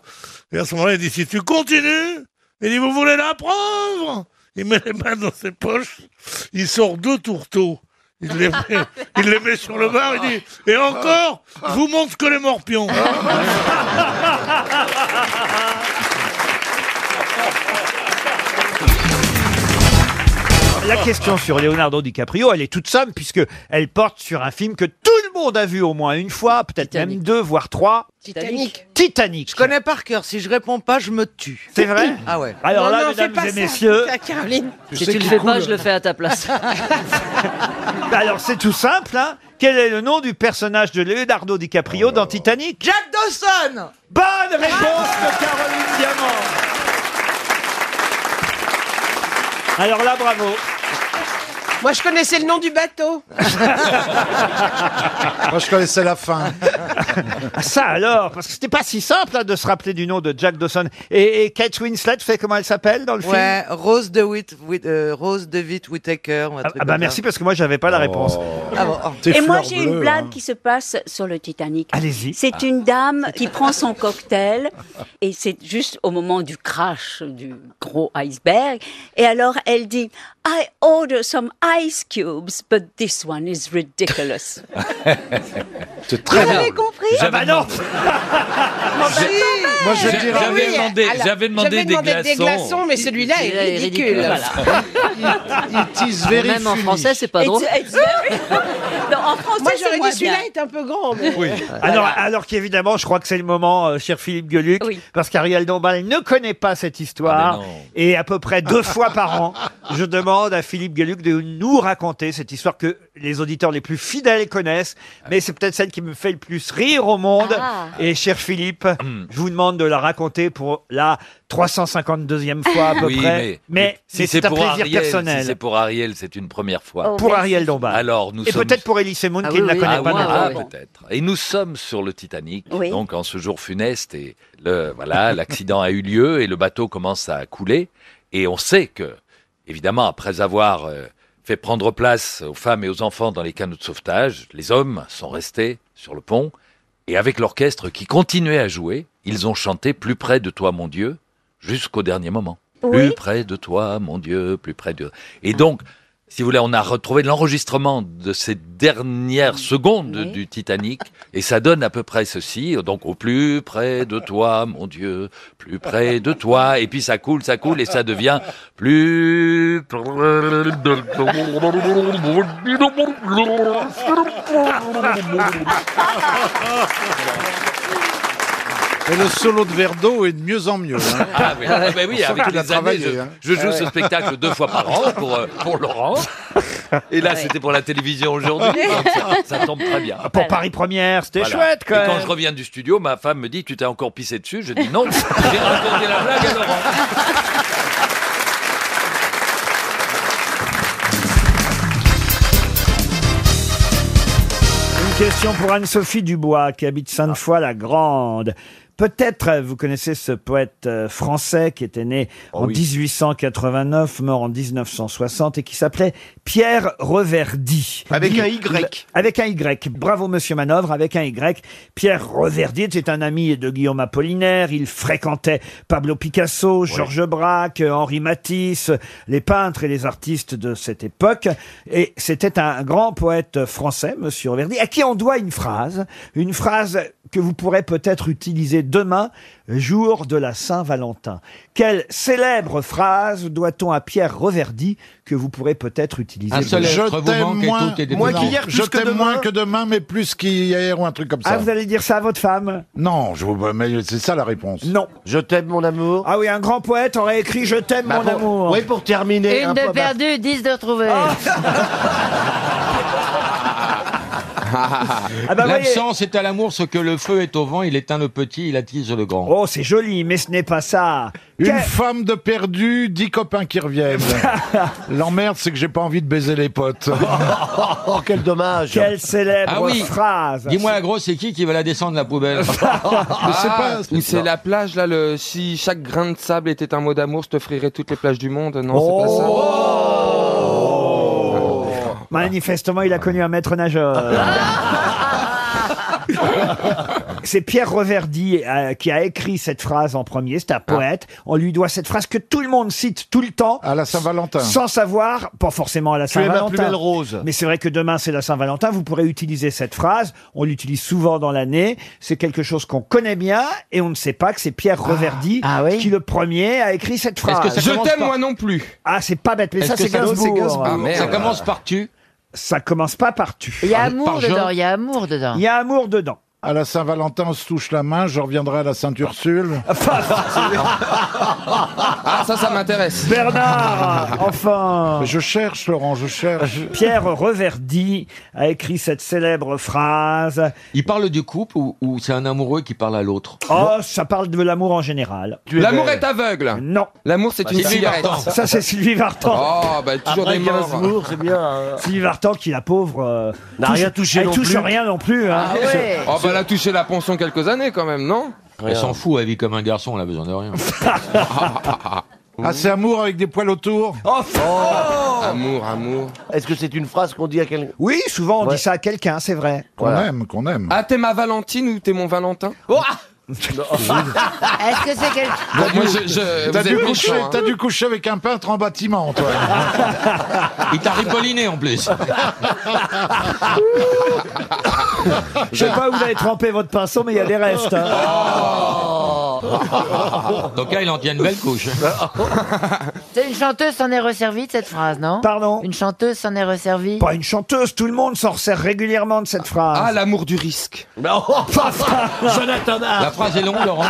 Speaker 2: Et à ce moment-là, il dit Si tu continues, il dit Vous voulez la preuve Il met les mains dans ses poches, il sort deux tourteaux. Il les, met, il les met sur le bar, il dit Et encore, je vous montre que les morpions
Speaker 1: La question sur Leonardo DiCaprio, elle est toute simple puisque elle porte sur un film que tout le monde a vu au moins une fois, peut-être même deux, voire trois.
Speaker 8: Titanic.
Speaker 1: Titanic.
Speaker 8: Je connais par cœur. Si je réponds pas, je me tue.
Speaker 1: C'est vrai
Speaker 8: Ah ouais.
Speaker 1: Alors là, mesdames et messieurs,
Speaker 12: Ah,
Speaker 19: Si tu le fais pas, je le fais à ta place.
Speaker 1: Bah alors c'est tout simple, hein. Quel est le nom du personnage de Leonardo DiCaprio dans Titanic Jack Dawson Bonne réponse de Caroline Diamant Alors là, bravo
Speaker 10: Moi, je connaissais le nom du bateau.
Speaker 1: Moi, je connaissais la fin. Ah, ça alors, parce que c'était pas si simple hein, de se rappeler du nom de Jack Dawson. Et, et Kate Winslet, fait comment elle s'appelle dans le film
Speaker 8: Ouais, Rose de Witt, Witt- euh, Rose de Witt Whittaker. ou un truc
Speaker 1: Ah bah
Speaker 8: comme
Speaker 1: merci
Speaker 8: ça.
Speaker 1: parce que moi j'avais pas la réponse.
Speaker 8: Ah bon, oh.
Speaker 15: Et moi, j'ai une blague qui se passe sur le Titanic.
Speaker 1: Allez-y.
Speaker 15: Ah. C'est une dame qui prend son cocktail et c'est juste au moment du crash du gros iceberg. Et alors, elle dit I order some ice cubes, but this one is ridiculous.
Speaker 9: C'est
Speaker 19: Ah bah
Speaker 15: Vous avez compris
Speaker 1: Ah bah non
Speaker 6: Moi, je dirais- J'avais demandé- j'avais demandé des glaçons.
Speaker 12: mais celui-là
Speaker 6: Celui-là
Speaker 12: est
Speaker 6: est
Speaker 12: ridicule.
Speaker 6: ridicule, voilà.
Speaker 12: It is
Speaker 6: very Même en funny. français, c'est pas drôle.
Speaker 12: It's- it's very- Moi, j'aurais dit celui-là est un peu grand. mais-
Speaker 1: Ah, Alors, alors qu'évidemment, je crois que c'est le moment, euh, cher Philippe Gueluc, parce qu'Ariel Dombal ne connaît pas cette histoire. et à peu près deux fois par an, je demande à Philippe Gueluc de nous raconter cette histoire que les auditeurs les plus fidèles connaissent. Mais c'est peut-être celle qui me fait le plus rire au monde.
Speaker 6: Ah.
Speaker 1: Et cher Philippe, je vous demande de la raconter pour la 352e fois à peu
Speaker 6: Oui,
Speaker 1: près.
Speaker 6: mais-
Speaker 1: mais c'est un plaisir
Speaker 3: Ariel,
Speaker 1: personnel.
Speaker 3: Si c'est pour Ariel, c'est une première fois.
Speaker 1: Oh, Pour merci. Ariel Dombal.
Speaker 3: Alors, nous
Speaker 1: et
Speaker 3: sommes-
Speaker 1: peut-être pour Elise Moon
Speaker 3: Ah
Speaker 1: qui
Speaker 3: oui,
Speaker 1: ne la
Speaker 3: oui.
Speaker 1: connaît
Speaker 3: Ah,
Speaker 1: pas
Speaker 3: moi,
Speaker 1: non
Speaker 3: ah,
Speaker 1: plus.
Speaker 3: peut-être. Et nous sommes sur le Titanic,
Speaker 1: Oui.
Speaker 3: donc en ce jour funeste, et le, voilà, l'accident a eu lieu et le bateau commence à couler. Et on sait que, évidemment, après avoir euh, fait prendre place aux femmes et aux enfants dans les canots de sauvetage, les hommes sont restés sur le pont et avec l'orchestre qui continuait à jouer, ils ont chanté Plus près de toi, mon Dieu, jusqu'au dernier moment.
Speaker 8: Oui.
Speaker 3: Plus près de toi, mon Dieu, plus près de. Et donc, si vous voulez, on a retrouvé l'enregistrement de ces dernières secondes du Titanic, et ça donne à peu près ceci. Donc, au plus près de toi, mon Dieu, plus près de toi. Et puis ça coule, ça coule, et ça devient plus. près
Speaker 13: Et le solo de Verdo est de mieux en mieux. hein.
Speaker 3: Ah oui, ah bah oui,
Speaker 13: On sent
Speaker 3: avec
Speaker 13: qu'il
Speaker 3: les
Speaker 13: a
Speaker 3: années,
Speaker 13: travaillé,
Speaker 3: je,
Speaker 13: hein.
Speaker 3: je joue
Speaker 13: Ah
Speaker 3: ce
Speaker 13: ouais.
Speaker 3: spectacle deux fois par an pour, euh, pour Laurent. Et là, c'était pour la télévision aujourd'hui. donc ça, ça tombe très bien.
Speaker 1: Ah. Pour Paris Première, c'était
Speaker 3: Voilà.
Speaker 1: chouette quand
Speaker 3: Et quand
Speaker 1: même.
Speaker 3: je reviens du studio, ma femme me dit Tu t'es encore pissé dessus Je dis non, j'ai raconté la blague à Laurent.
Speaker 1: Une question pour Anne-Sophie Dubois qui habite Sainte-Foy-la-Grande. Peut-être euh, vous connaissez ce poète euh, français qui était né
Speaker 3: Oh
Speaker 1: en 1889, mort en 1960 et qui s'appelait Pierre Reverdy.
Speaker 18: Avec
Speaker 1: Il-
Speaker 18: un Y.
Speaker 1: il- Avec un Y. Bravo Monsieur Manœuvre, avec un Y. Pierre Reverdy était un ami de Guillaume Apollinaire. Il fréquentait Pablo Picasso, Georges Braque, Henri Matisse, les peintres et les artistes de cette époque. Et c'était un grand poète français, Monsieur Reverdy, à qui on doit une phrase, une phrase que vous pourrez peut-être utiliser demain, jour de la Saint-Valentin. Quelle célèbre phrase doit-on à Pierre Reverdy que vous pourrez peut-être utiliser
Speaker 13: Ah,
Speaker 8: Un seul
Speaker 1: demain
Speaker 8: être vous manque et tout est détruit. Moins qu'hier, plus
Speaker 13: Je
Speaker 8: que
Speaker 13: t'aime
Speaker 8: demain.
Speaker 13: moins que demain, mais plus qu'hier ou un truc comme ça.
Speaker 1: Ah, vous allez dire ça à votre femme
Speaker 13: Non, je vous... mais c'est ça la réponse.
Speaker 1: Non.
Speaker 13: Je t'aime, mon amour.
Speaker 1: Ah oui, un grand poète aurait écrit Je t'aime,
Speaker 13: mon amour.
Speaker 1: Oui,
Speaker 13: pour terminer. bah.
Speaker 1: un
Speaker 24: Une de
Speaker 1: point bas.
Speaker 24: perdue, dix de retrouvée.
Speaker 12: Oh.
Speaker 1: Ah bah voyez.
Speaker 8: L'absence est à l'amour ce que le feu est au vent, il éteint le petit, il attise le grand.
Speaker 1: Oh, c'est joli, mais ce n'est pas ça.
Speaker 13: Une femme de perdu, dix copains qui reviennent. L'emmerde, c'est que j'ai pas envie de baiser les potes. oh, quel dommage.
Speaker 1: Quelle célèbre
Speaker 8: Ah oui.
Speaker 1: phrase.
Speaker 8: Dis-moi la grosse, c'est qui qui va la descendre la poubelle
Speaker 5: Ah, ou c'est la plage là, le si chaque grain de sable était un mot d'amour, je t'offrirais toutes les plages du monde. Non, c'est
Speaker 13: Oh.
Speaker 5: pas ça.
Speaker 1: Oh,
Speaker 8: Oh.
Speaker 1: Manifestement, il a connu un maître nageur. C'est Pierre Reverdy euh, qui a écrit cette phrase en premier. C'est un
Speaker 13: Ah.
Speaker 1: poète. On lui doit cette phrase que tout le monde cite tout le temps.
Speaker 13: À la Saint-Valentin.
Speaker 1: Sans savoir, pas forcément à la
Speaker 13: Tu es ma
Speaker 1: Saint-Valentin.
Speaker 13: plus belle rose.
Speaker 1: Mais c'est vrai que demain, c'est la Saint-Valentin. Vous pourrez utiliser cette phrase. On l'utilise souvent dans l'année. C'est quelque chose qu'on connaît bien et on ne sait pas que c'est
Speaker 13: Ah.
Speaker 1: Pierre Reverdy qui, le premier, a écrit cette phrase.
Speaker 5: Est-ce que ça Je commence t'aime, par- moi non plus.
Speaker 1: Ah, c'est pas bête. Mais
Speaker 5: Est-ce
Speaker 1: ça,
Speaker 5: que
Speaker 1: c'est
Speaker 5: ça-
Speaker 1: Gainsbourg.
Speaker 5: c'est Gainsbourg. Ah, merde.
Speaker 8: Ça commence par tu.
Speaker 1: Ça commence pas par tu.
Speaker 24: Il y a amour dedans, il y a amour dedans.
Speaker 1: Il y a amour dedans.
Speaker 13: À la Saint-Valentin, on se touche la main, je reviendrai à la Sainte-Ursule.
Speaker 5: Ah, ça, ça m'intéresse.
Speaker 1: Bernard, enfin.
Speaker 13: Je cherche, Laurent, je cherche.
Speaker 1: Pierre Reverdy a écrit cette célèbre phrase.
Speaker 8: Il parle du couple ou, ou c'est un amoureux qui parle à l'autre
Speaker 1: Oh, ça parle de l'amour en général.
Speaker 5: L'amour est aveugle.
Speaker 1: Non.
Speaker 5: L'amour, c'est
Speaker 1: Bah,
Speaker 5: une
Speaker 1: Sylvie
Speaker 5: cigarette.
Speaker 1: Vartan. Ça, c'est Sylvie Vartan.
Speaker 5: Oh, bah, toujours des morts.
Speaker 1: c'est bien. Sylvie Vartan, qui la pauvre. euh,
Speaker 5: N'a
Speaker 1: touche-
Speaker 5: rien touché
Speaker 1: Elle
Speaker 5: non
Speaker 1: touche
Speaker 5: plus.
Speaker 1: rien non plus. hein.
Speaker 6: Ah
Speaker 8: Ah,
Speaker 5: Oh, bah, elle a touché la pension quelques années quand même, non
Speaker 8: Elle s'en fout, elle vit comme un garçon, elle a besoin de rien.
Speaker 13: Ah, c'est amour avec des poils autour
Speaker 18: Oh,
Speaker 13: Oh.
Speaker 5: Amour, amour.
Speaker 18: Est-ce que c'est une phrase qu'on dit à quelqu'un
Speaker 1: Oh. Oui, souvent on
Speaker 18: Ouais.
Speaker 1: dit ça à quelqu'un, c'est vrai.
Speaker 13: Qu'on aime, qu'on aime.
Speaker 1: Oh.
Speaker 5: Ah, t'es ma Valentine ou t'es mon Valentin Est-ce que c'est quelque
Speaker 8: Bon, moi, je- je-
Speaker 13: T'as
Speaker 8: vous
Speaker 13: dû,
Speaker 8: êtes
Speaker 13: coucher-
Speaker 8: méchant, hein.
Speaker 13: t'as dû coucher avec un peintre en bâtiment, toi.
Speaker 8: Il t'a ripolliné en plus.
Speaker 1: Je sais pas où vous avez trempé votre pinceau, mais il y a des restes. hein.
Speaker 8: Donc là, il en tient une belle couche.
Speaker 1: Bah.
Speaker 20: C'est une chanteuse s'en est resservie de cette phrase, Ah, non
Speaker 1: Pardon
Speaker 20: Une chanteuse s'en est resservie.
Speaker 1: Pas une chanteuse, tout le monde s'en resserre régulièrement de cette phrase. Ah,
Speaker 8: l'amour du risque.
Speaker 2: oh,
Speaker 1: Jonathan
Speaker 8: Hart. La phrase est longue, Laurent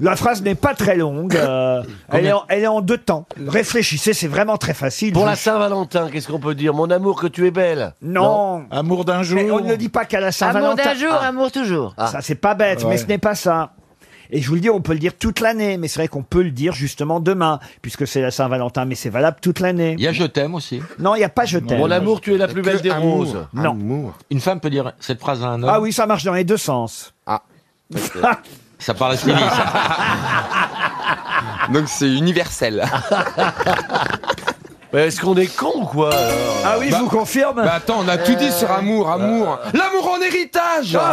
Speaker 1: La phrase n'est pas très longue. euh, elle, est
Speaker 18: Combien
Speaker 1: en, elle est en deux temps. Réfléchissez, c'est vraiment très facile.
Speaker 18: Pour
Speaker 1: Je-
Speaker 18: Oh, la Saint-Valentin, qu'est-ce qu'on peut dire Mon amour, que tu es belle.
Speaker 1: Non.
Speaker 18: Amour d'un
Speaker 1: Mais on ne le dit pas qu'à la Saint-Valentin.
Speaker 18: Amour d'un jour,
Speaker 20: amour toujours.
Speaker 1: Ah.
Speaker 20: Ah.
Speaker 1: Ça, c'est pas bête,
Speaker 18: Ouais.
Speaker 1: mais ce n'est pas ça. Et je vous le dis, on peut le dire toute l'année, mais c'est vrai qu'on peut le dire justement demain, puisque c'est la Saint-Valentin, mais c'est valable toute l'année.
Speaker 8: Il y a je t'aime aussi.
Speaker 1: Non, il n'y a pas je t'aime.
Speaker 8: Mon amour, tu es la plus belle des
Speaker 1: amour.
Speaker 8: roses.
Speaker 1: Non.
Speaker 8: Une femme peut dire cette phrase à un homme.
Speaker 1: Ah oui, ça marche dans les deux sens.
Speaker 8: Ah. Ça parle à Sylvie, ça. Donc c'est universel.
Speaker 18: Est-ce qu'on est con ou quoi alors
Speaker 1: Ah oui,
Speaker 8: Bah-
Speaker 1: je vous confirme. Euh,
Speaker 8: bah attends, on a tout dit sur amour, amour. L'amour en héritage
Speaker 1: Ah,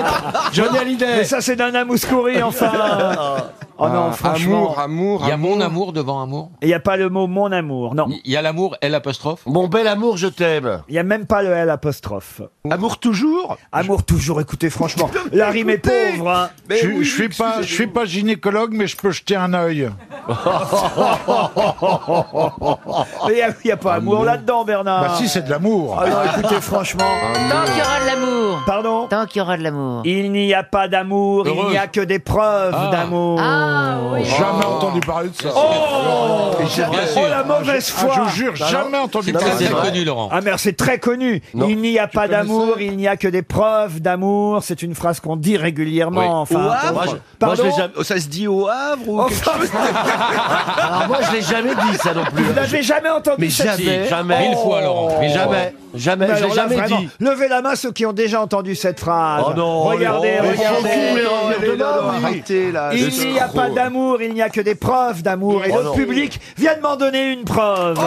Speaker 1: Euh,
Speaker 8: Johnny Hallyday.
Speaker 1: Mais ça, c'est Nana Mouskouri, enfin. Oh non, franchement.
Speaker 8: Amour, amour. Il y a mon amour devant amour.
Speaker 1: Et Il n'y a pas le mot mon amour, non.
Speaker 8: Il y a l'amour, L apostrophe.
Speaker 18: Mon bel amour, je t'aime.
Speaker 1: Il n'y a même pas le L apostrophe.
Speaker 18: Amour toujours
Speaker 1: Amour toujours, écoutez, franchement, la rime est pauvre. hein.
Speaker 13: je, je suis pas, je suis pas gynécologue, mais je peux jeter un œil.
Speaker 1: Il n'y a, il y a pas amour, là-dedans, Bernard.
Speaker 13: Bah si, c'est de l'amour.
Speaker 1: Ah non, écoutez, franchement.
Speaker 20: Tant qu'il y aura de l'amour.
Speaker 1: Pardon
Speaker 20: Tant qu'il y aura de l'amour.
Speaker 1: Il n'y a pas d'amour, il
Speaker 20: Heureuse.
Speaker 1: n'y a que des preuves d'amour.
Speaker 20: Ah oui.
Speaker 13: Jamais entendu parler de ça.
Speaker 1: Oh,
Speaker 13: Et j'ai-
Speaker 1: Bien sûr. Oh, la mauvaise
Speaker 13: Ah, je-
Speaker 1: foi Bah,
Speaker 13: ah, je vous jure, jamais entendu
Speaker 8: C'est
Speaker 13: parler
Speaker 8: très
Speaker 13: de ça.
Speaker 8: inconnu, Laurent.
Speaker 1: Ah merde, c'est très connu.
Speaker 8: Non.
Speaker 1: Il n'y a pas
Speaker 8: connais
Speaker 1: d'amour, il n'y a que des preuves d'amour. C'est une phrase qu'on dit régulièrement.
Speaker 8: Oui.
Speaker 1: Enfin,
Speaker 18: Au Havre
Speaker 1: bon,
Speaker 18: Moi, je-
Speaker 1: pardon.
Speaker 18: moi, je l'ai jamais- Ça se dit au Havre ou quelque chose
Speaker 21: Ah,
Speaker 18: Alors, moi, je l'ai jamais dit ça non plus.
Speaker 1: Vous n'avez jamais entendu
Speaker 18: Mais
Speaker 1: cette
Speaker 18: jamais, jamais.
Speaker 1: Oh.
Speaker 18: Mais jamais, jamais,
Speaker 1: Mais
Speaker 18: je l'ai
Speaker 1: alors là,
Speaker 18: jamais
Speaker 1: vraiment,
Speaker 18: dit.
Speaker 1: Levez la main ceux qui ont déjà entendu cette phrase.
Speaker 18: Oh non,
Speaker 1: regardez,
Speaker 18: Laurent,
Speaker 1: regardez.
Speaker 18: mais vous, Laurent,
Speaker 1: regardez,
Speaker 18: mais là,
Speaker 1: là,
Speaker 18: non,
Speaker 1: oui.
Speaker 18: arrêtez, là,
Speaker 1: Il
Speaker 18: ce
Speaker 1: n'y a
Speaker 18: trop.
Speaker 1: pas d'amour, il n'y a que des preuves d'amour. Et
Speaker 18: Oh
Speaker 1: le
Speaker 18: non. Oh.
Speaker 1: public vient de m'en donner une preuve.